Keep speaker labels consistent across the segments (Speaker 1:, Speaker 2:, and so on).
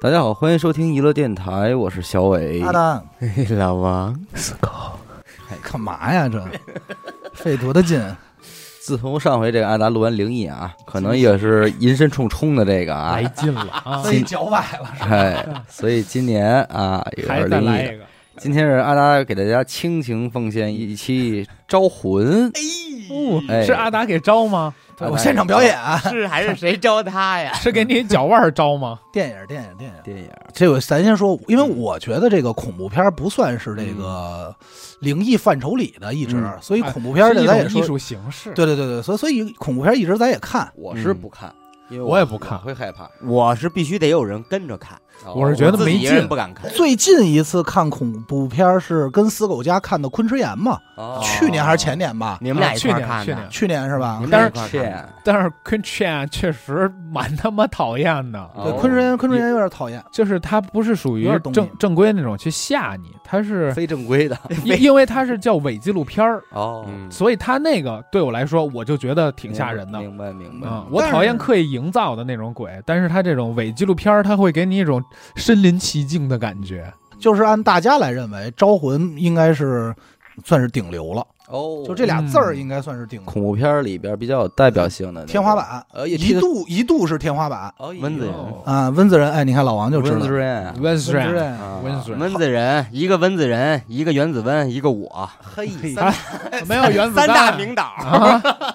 Speaker 1: 大家好，欢迎收听娱乐电台，我是小伟。
Speaker 2: 阿丹，
Speaker 3: 嘿 老王，
Speaker 2: 哎，干嘛呀这？费多大劲？
Speaker 1: 自从上回这个阿达录完灵异啊，可能也是银身冲冲的这个啊
Speaker 3: 来，劲了啊！
Speaker 2: 所以脚崴了。
Speaker 1: 哎，所以今年啊有
Speaker 3: 还
Speaker 1: 点
Speaker 3: 再
Speaker 1: 灵
Speaker 3: 来
Speaker 1: 异。
Speaker 3: 一个，
Speaker 1: 今天是阿达给大家倾情奉献一期招魂，哎
Speaker 3: 哦，是阿达给招吗？
Speaker 1: 哎
Speaker 2: 我现场表演，啊
Speaker 4: 是还是谁招他 呀？
Speaker 3: 是给你脚腕儿招 吗？
Speaker 2: 电影，电影，电影。
Speaker 1: 电影
Speaker 2: 这个咱先说，因为我觉得这个恐怖片不算是这个灵异范畴里的，一直，
Speaker 1: 嗯
Speaker 2: 所以恐怖片
Speaker 3: 是
Speaker 2: 这
Speaker 3: 一
Speaker 2: 咱也
Speaker 3: 种艺
Speaker 2: 说，
Speaker 3: 术形式。
Speaker 2: 对对对对，所以所以恐怖片一直咱也看。
Speaker 1: 我是不看，因为
Speaker 3: 我也不看
Speaker 1: 我会害怕。哦
Speaker 4: 我是必须得有人跟着看，
Speaker 3: 我是觉得
Speaker 4: 自
Speaker 3: 没
Speaker 4: 己一个人
Speaker 3: 劲
Speaker 4: 不敢看。
Speaker 2: 最近一次看恐怖片是跟死狗家看的《昆池岩》嘛，
Speaker 1: 哦
Speaker 2: 去年还是前年吧？
Speaker 4: 你们俩一
Speaker 3: 去
Speaker 4: 块儿
Speaker 3: 年
Speaker 4: 看
Speaker 3: 去
Speaker 4: 的
Speaker 3: 年，
Speaker 2: 去年是吧
Speaker 4: 你？们
Speaker 3: 但
Speaker 4: 俩
Speaker 3: 是
Speaker 4: 一
Speaker 1: 去
Speaker 4: 块儿看
Speaker 1: 年
Speaker 4: 的。
Speaker 3: 但是昆池啊，确实蛮他妈讨厌的，
Speaker 2: 对，
Speaker 1: 哦
Speaker 2: 昆池岩，昆池岩有点讨厌。
Speaker 3: 就是它不是属于
Speaker 2: 有点东西
Speaker 3: 正正规那种去吓你，它是
Speaker 1: 非正规的
Speaker 3: 因因为它是叫伪纪录片儿，
Speaker 1: 哦
Speaker 3: 所以它那个对我来说，我就觉得嗯挺吓人的。
Speaker 1: 明白明白明白
Speaker 3: 啊、我
Speaker 2: 但
Speaker 3: 讨厌
Speaker 2: 是
Speaker 3: 刻意营造的那种鬼，但是它这种伪纪录片儿，它会给你一种身临其境的感觉。
Speaker 2: 就是按大家来认为，招魂应该是算是顶流了，
Speaker 1: 哦，
Speaker 2: 就这俩字
Speaker 3: 嗯
Speaker 2: 儿应该算是顶流、
Speaker 1: 恐怖片里边比较有代表性的那种
Speaker 2: 天花，板，
Speaker 1: 呃，也
Speaker 2: 一度一度是天花板
Speaker 1: 蚊子人
Speaker 3: 哦
Speaker 2: 啊。温子仁，哎，你看老王就知道
Speaker 1: 蚊子
Speaker 2: 温
Speaker 1: 人啊，
Speaker 3: 温
Speaker 2: 子
Speaker 3: 子仁，
Speaker 2: 仁，
Speaker 1: 啊
Speaker 3: 温子仁，
Speaker 4: 蚊子人，一个蚊子人，一个原子温，一个我，
Speaker 1: 嘿，
Speaker 3: 三没有原子
Speaker 4: 三
Speaker 3: 弹
Speaker 4: 大名导。
Speaker 3: 啊，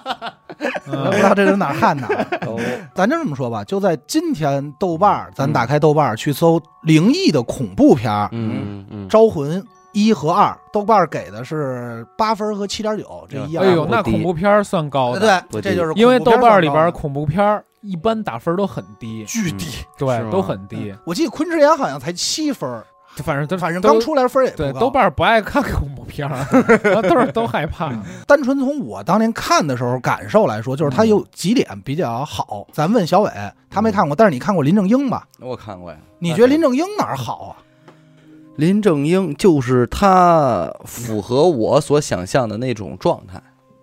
Speaker 2: 我哎不
Speaker 3: 嗯
Speaker 2: 知道这是哪儿 看的啊。
Speaker 1: 哦
Speaker 2: 咱就这么说吧，就在今天豆瓣儿，咱
Speaker 3: 嗯
Speaker 2: 打开豆瓣儿去搜灵异的恐怖片儿，
Speaker 4: 嗯嗯
Speaker 2: 招魂》一和二，豆瓣儿给的是八分儿和七点九，这一样。
Speaker 3: 哎呦，
Speaker 1: 不
Speaker 3: 那
Speaker 1: 低
Speaker 3: 恐怖片儿算高的，
Speaker 1: 不
Speaker 2: 对，这就是
Speaker 3: 因为
Speaker 2: 恐怖
Speaker 3: 豆
Speaker 2: 片儿
Speaker 3: 瓣儿里边儿
Speaker 2: 上高
Speaker 3: 恐怖片儿一般打分儿都很低
Speaker 2: 的，巨低。
Speaker 4: 是吗
Speaker 3: 对，都很低，
Speaker 2: 我记得《昆池岩》好像才七分儿，
Speaker 3: 反正都
Speaker 2: 嗯反正
Speaker 3: 都
Speaker 2: 刚出来分儿也
Speaker 3: 对
Speaker 2: 不高。
Speaker 3: 豆瓣儿不爱看恐怖片儿，然后都是都害怕。
Speaker 2: 单纯从我当年看的时候感受来说，
Speaker 3: 嗯
Speaker 2: 就是它有几点比较好。咱问小伟，他没看过，但是你看过林正英吧？
Speaker 1: 我看过呀。
Speaker 2: 你
Speaker 3: 啊
Speaker 2: 觉得林正英哪儿好啊？
Speaker 1: 林正英就是他符合我所想象的那种状态，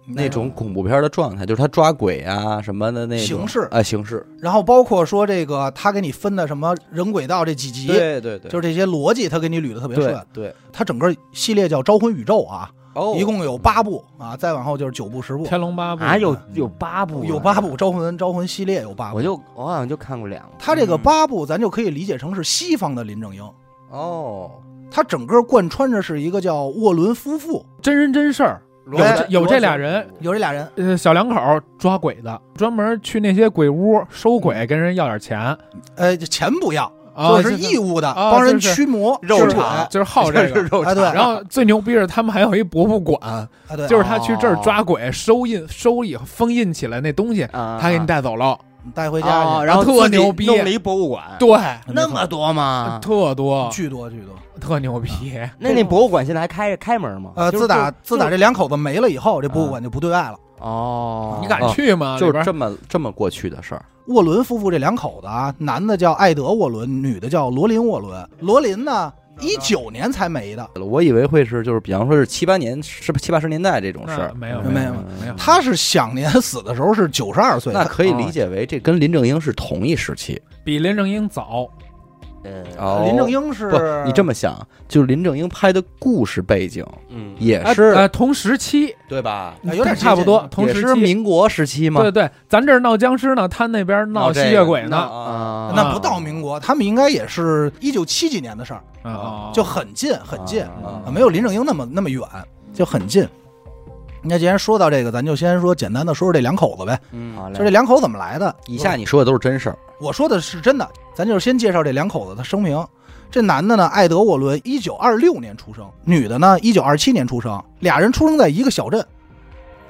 Speaker 3: 嗯
Speaker 1: 那种恐怖片的状态，就是他抓鬼啊什么的那种
Speaker 2: 形式
Speaker 1: 啊形式，
Speaker 2: 然后包括说这个他给你分的什么人轨道这几集，
Speaker 1: 对对对，
Speaker 2: 就是这些逻辑他给你捋的特别
Speaker 1: 对
Speaker 2: 顺。
Speaker 1: 对
Speaker 2: 他整个系列叫《招魂宇宙》啊，
Speaker 1: 哦，
Speaker 2: 一共有八部啊，再往后就是九部、十部，
Speaker 3: 天龙八部嗯
Speaker 4: 啊，有有八部，
Speaker 2: 有八，部招魂招魂系列有八部
Speaker 4: 我。就我好像就看过两部。
Speaker 2: 他这
Speaker 3: 嗯
Speaker 2: 个八部，咱就可以理解成是西方的林正英，
Speaker 1: 哦，
Speaker 2: 他整个贯穿着是一个叫沃伦夫妇，
Speaker 3: 真人真事儿，有
Speaker 2: 哎
Speaker 3: 这有这俩人，
Speaker 2: 有这俩人，
Speaker 3: 呃，小两口儿抓鬼的，专门去那些鬼屋收鬼，跟人要点钱
Speaker 2: 呃，钱不要，
Speaker 3: 啊，
Speaker 2: 嗯就是义务的，
Speaker 3: 啊
Speaker 2: 帮人
Speaker 3: 就是
Speaker 2: 驱魔、
Speaker 4: 肉
Speaker 2: 驱鬼
Speaker 4: 场
Speaker 3: 就是好这个。
Speaker 4: 肉
Speaker 2: 啊对
Speaker 3: 然后最牛逼是他们还有一博物馆，
Speaker 2: 啊，对，
Speaker 3: 就是他去这儿抓鬼，收印收以后封印起来那东西，
Speaker 4: 啊，
Speaker 3: 他给你带走了。
Speaker 2: 带回
Speaker 4: 回
Speaker 2: 家去，
Speaker 4: 然后
Speaker 3: 啊特
Speaker 4: 自己
Speaker 3: 牛逼
Speaker 4: 弄了一博物馆，
Speaker 3: 对，
Speaker 4: 那么多吗？
Speaker 3: 啊特多，
Speaker 2: 巨多巨多。
Speaker 3: 特牛逼。
Speaker 4: 那那博物馆现在还开着开门吗？
Speaker 2: 呃，
Speaker 4: 就是
Speaker 2: 自打
Speaker 4: 就
Speaker 2: 自打这两口子没了以后，这博物馆就不对外了。
Speaker 4: 哦，
Speaker 3: 你敢去吗？
Speaker 1: 就是
Speaker 3: 啊里边
Speaker 1: 这么这么过去的事儿，
Speaker 2: 沃伦夫妇这两口子啊，男的叫艾德·沃伦，女的叫罗琳·沃伦。罗琳呢，一九年才没的，
Speaker 1: 我以为会是就是比方说是七八年是七八十年代这种事
Speaker 3: 那
Speaker 1: 儿，嗯
Speaker 3: 没有
Speaker 2: 没
Speaker 3: 没
Speaker 2: 有
Speaker 3: 没有，
Speaker 2: 他是享年死的时候是九十二岁，
Speaker 1: 那可以
Speaker 4: 哦
Speaker 1: 理解为这跟林正英是同一时期。
Speaker 3: 比林正英早，
Speaker 4: 呃，
Speaker 1: 哦，
Speaker 2: 林正英是
Speaker 1: 不，你这么想，就是林正英拍的故事背景
Speaker 4: 嗯，
Speaker 1: 也
Speaker 3: 啊
Speaker 1: 是、
Speaker 3: 呃同时期，
Speaker 1: 对吧？
Speaker 2: 啊有点接近
Speaker 3: 差不多，同
Speaker 1: 也
Speaker 3: 时
Speaker 1: 是
Speaker 3: 期。
Speaker 1: 民国时期嘛，
Speaker 3: 对对，咱这儿闹僵尸呢，他那边闹吸血鬼呢，
Speaker 1: 啊，
Speaker 4: 啊，
Speaker 2: 那不到民国，他们应该也是一九七几年的事儿，
Speaker 3: 啊啊
Speaker 2: 就很近很近，
Speaker 4: 啊
Speaker 2: 啊没有林正英那么那么远，就很近。那既然说到这个，咱就先说简单的说说这两口子呗，
Speaker 1: 嗯，
Speaker 2: 就这两口怎么来的。
Speaker 1: 以下你说的都是真事儿，
Speaker 2: 我说的是真的，咱就是先介绍这两口子的生平。这男的呢，艾德·沃伦，一九二六年出生；女的呢，一九二七年出生。俩人出生在一个小镇，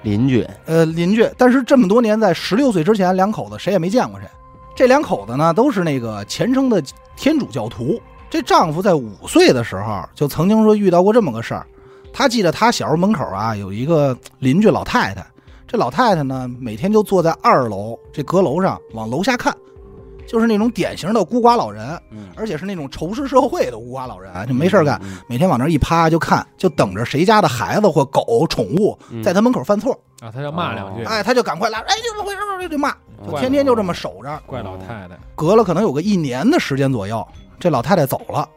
Speaker 4: 邻居，
Speaker 2: 呃，邻居。但是这么多年，在十六岁之前，两口子谁也没见过谁。这两口子呢，都是那个虔诚的天主教徒。这丈夫在五岁的时候就曾经说遇到过这么个事儿。他记得他小时候门口啊有一个邻居老太太，这老太太呢每天就坐在二楼这阁楼上往楼下看，就是那种典型的孤寡老人，
Speaker 1: 嗯
Speaker 2: 而且是那种仇视社会的孤寡老人，啊就没事儿干，，
Speaker 1: 嗯
Speaker 2: 每天往那儿一趴就看，就等着谁家的孩子或狗宠物
Speaker 4: 嗯
Speaker 2: 在他门口犯错，
Speaker 3: 啊，他要骂两句，
Speaker 1: 对
Speaker 2: 哎，他就赶快来，哎，就这么回事儿，就就骂，
Speaker 1: 嗯
Speaker 2: 就天天就这么守着。
Speaker 3: 怪老太太，
Speaker 2: 隔了可能有个一年的时间左右，这老太太走了，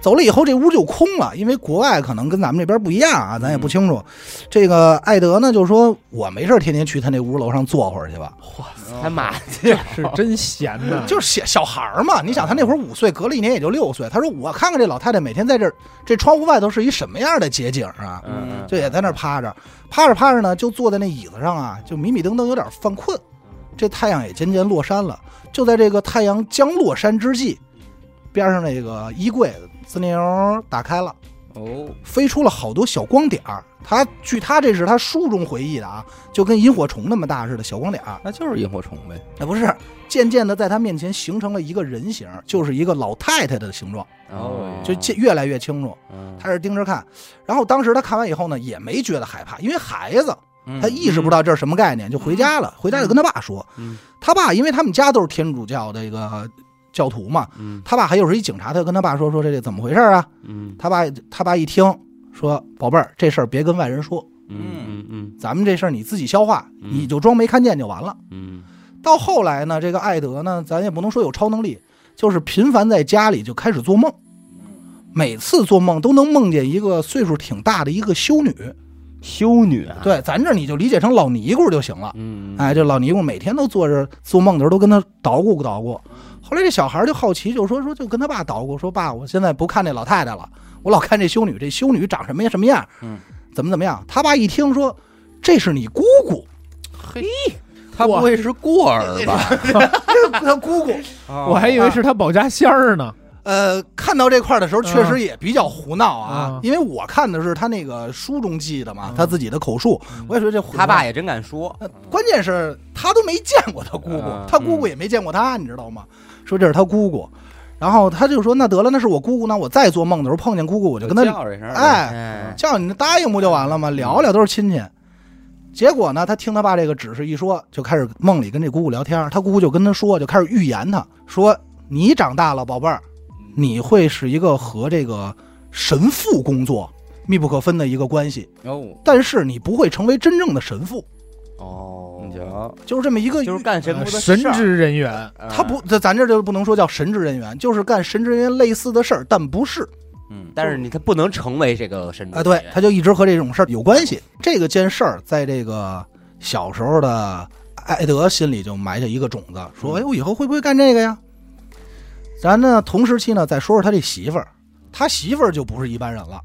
Speaker 2: 走了以后这屋就空了，因为国外可能跟咱们这边不一样啊，咱也不清楚。这个艾德呢就说：“我没事儿天天去他那屋楼上坐会儿去吧，
Speaker 4: 还骂
Speaker 3: 是真闲呐，
Speaker 2: 就是小小孩儿嘛。你想他那会儿五岁，隔了一年也就六岁。他说我看看这老太太每天在这儿这窗户外头是一什么样的街景
Speaker 4: 哦
Speaker 2: 啊？
Speaker 1: 嗯
Speaker 2: 就也在那儿趴着，趴着趴着呢，就坐在那椅子上啊，就迷迷瞪瞪，有点犯困。这太阳也渐渐落山了，就在这个太阳将落山之际，边上那个衣柜滋溜儿打开了，
Speaker 1: 哦，
Speaker 2: 飞出了好多小光点儿。他据他这是他书中回忆的啊，就跟萤火虫那么大似的小光点儿。
Speaker 1: 那就是萤火虫呗，
Speaker 2: 哎，不是，渐渐的在他面前形成了一个人形，就是一个老太太的形状，
Speaker 1: 哦
Speaker 2: 就渐越来越清楚。
Speaker 4: 嗯
Speaker 2: 他是盯着看，然后当时他看完以后呢，也没觉得害怕，因为孩子他意识不到这是什么概念，就回家了。回家就跟他爸说，
Speaker 4: 嗯
Speaker 2: 他爸因为他们家都是天主教的一个教徒嘛，
Speaker 4: 嗯
Speaker 2: 他爸还又是一警察，他就跟他爸说说这怎么回事啊？
Speaker 4: 嗯
Speaker 2: 他爸他爸一听说，宝贝儿，这事儿别跟外人说，
Speaker 4: 嗯嗯
Speaker 2: 咱们这事儿你自己消化，
Speaker 4: 嗯
Speaker 2: 你就装没看见就完了。
Speaker 4: 嗯
Speaker 2: 到后来呢，这个艾德呢，咱也不能说有超能力，就是频繁在家里就开始做梦，每次做梦都能梦见一个岁数挺大的一个修女，
Speaker 4: 嗯，修女啊，
Speaker 2: 对，咱这你就理解成老尼姑就行了。
Speaker 4: 嗯，
Speaker 2: 哎，这老尼姑每天都坐着做梦的时候都跟他捣鼓捣鼓。后来这小孩就好奇，就说说就跟他爸捣鼓说：“爸，我现在不看这老太太了，我老看这修女，这修女长什么样什么样，
Speaker 1: 嗯，
Speaker 2: 怎么怎么样。”他爸一听说这是你姑姑，
Speaker 1: 他不会是过儿 吧？
Speaker 2: 他姑姑，
Speaker 3: 我还以为是他保家仙儿呢，
Speaker 2: 呃，看到这块儿的时候确实也比较胡闹啊
Speaker 3: 嗯，
Speaker 2: 因为我看的是他那个书中记的嘛
Speaker 3: 嗯，
Speaker 2: 他自己的口述，我也说这
Speaker 4: 他爸
Speaker 2: 也，
Speaker 4: 也真敢说，
Speaker 2: 呃关键是他都没见过他姑姑
Speaker 4: 嗯，
Speaker 2: 他姑姑也没见过他，你知道吗？说这是他姑姑，然后他就说那得了，那是我姑姑，那我再做梦的时候碰见姑姑，我就跟他
Speaker 1: 叫一声，
Speaker 2: 哎
Speaker 4: 哎，
Speaker 2: 叫你答应不就完了吗？聊聊都是亲戚。结果呢，他听他爸这个指示一说，就开始梦里跟这姑姑聊天，他姑姑就跟他说，就开始预言他说你长大了，宝贝儿，你会是一个和这个神父工作密不可分的一个关系，
Speaker 1: 哦，
Speaker 2: 但是你不会成为真正的神父，
Speaker 4: 哦，
Speaker 1: 你瞧，嗯
Speaker 2: 就是这么一个
Speaker 4: 就是干神
Speaker 3: 呃
Speaker 4: 不得
Speaker 3: 神职人员，
Speaker 2: 他不，咱咱这就不能说叫神职人员，就是干神职人员类似的事儿，但不是
Speaker 1: 嗯，
Speaker 4: 但是你他不能成为这个神职
Speaker 2: 啊。对，他就一直和这种事儿有关系。这个件事儿，在这个小时候的艾德心里就埋下一个种子，说：“哎，我以后会不会干这个呀？”咱呢，同时期呢，再说说他这媳妇儿，他媳妇儿就不是一般人了，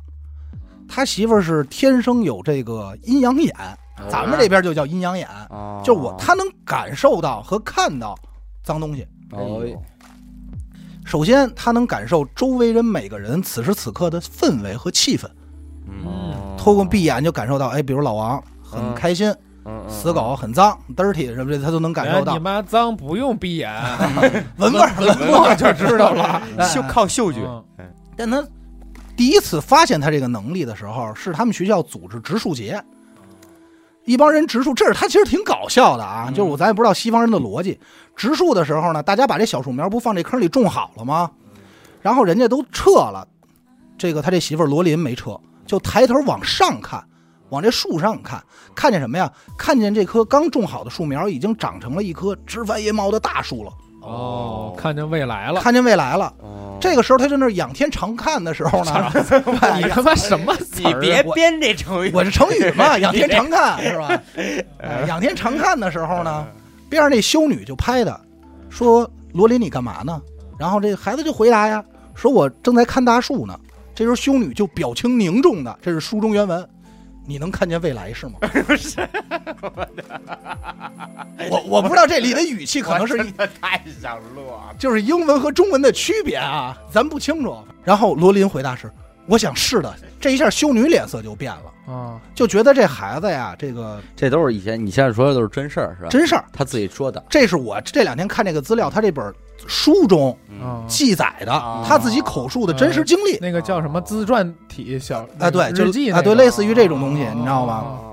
Speaker 2: 他媳妇儿是天生有这个阴阳眼，咱们这边就叫阴阳眼，
Speaker 4: 哦，
Speaker 2: 就是我他能感受到和看到脏东西。
Speaker 4: 哎
Speaker 1: 哦，
Speaker 2: 首先，他能感受周围人每个人此时此刻的氛围和气氛，
Speaker 1: 嗯，
Speaker 4: 哦
Speaker 2: 透过闭眼就感受到，哎，比如老王很开心，
Speaker 4: 嗯
Speaker 2: 死狗很脏，dirty 什么的，他都能感受
Speaker 3: 哎
Speaker 2: 到
Speaker 3: 你妈脏不用闭眼，
Speaker 2: 闻味儿，闻味
Speaker 3: 我就知道了，
Speaker 2: 哎
Speaker 4: 嗅靠嗅觉，
Speaker 3: 嗯
Speaker 2: 但他第一次发现他这个能力的时候，是他们学校组织植树节，一帮人植树，这是他其实挺搞笑的啊，就是我咱也不知道西方人的逻辑。植树的时候呢，大家把这小树苗不放这坑里种好了吗？然后人家都撤了，这个他这媳妇儿罗琳没撤，就抬头往上看。往这树上看，看见什么呀？看见这棵刚种好的树苗已经长成了一棵枝繁叶茂的大树了，
Speaker 3: 哦，看见未来了，
Speaker 2: 看见未来了。
Speaker 4: 哦
Speaker 2: 这个时候他就那儿仰天长看的时候呢， 哎
Speaker 3: 你
Speaker 2: 呀
Speaker 3: 他妈什么词
Speaker 4: 你
Speaker 3: 儿啊？
Speaker 4: 别编这成语，
Speaker 2: 我是成语 嘛，仰天长看是 吧？哎仰天长看的时候呢，边上那修女就拍他，说：“罗琳，你干嘛呢？”然后这孩子就回答呀，说：“我正在看大树呢。”这时候修女就表情凝重的，这是书中原文。你能看见未来是吗？ 不是，我我不知道这里的语气可能是
Speaker 4: 真的太想乐了，
Speaker 2: 就是英文和中文的区别啊，咱不清楚。然后罗琳回答是：“我想是的。”这一下修女脸色就变了。
Speaker 3: 啊，
Speaker 2: 就觉得这孩子呀，这个
Speaker 1: 这都是以前你现在说的都是真事儿是吧？
Speaker 2: 真事儿。
Speaker 1: 他自己说的，
Speaker 2: 这是我这两天看这个资料，他这本书中
Speaker 4: 哦
Speaker 3: 啊
Speaker 2: 记载的
Speaker 4: 啊
Speaker 2: 他自己口述的真实经历。
Speaker 3: 那个叫什么自传体小
Speaker 2: 啊，对，就
Speaker 3: 日记
Speaker 2: 啊，对，
Speaker 3: 那个
Speaker 2: 类似于这种东西，你知道
Speaker 4: 啊
Speaker 2: 吗？
Speaker 4: 啊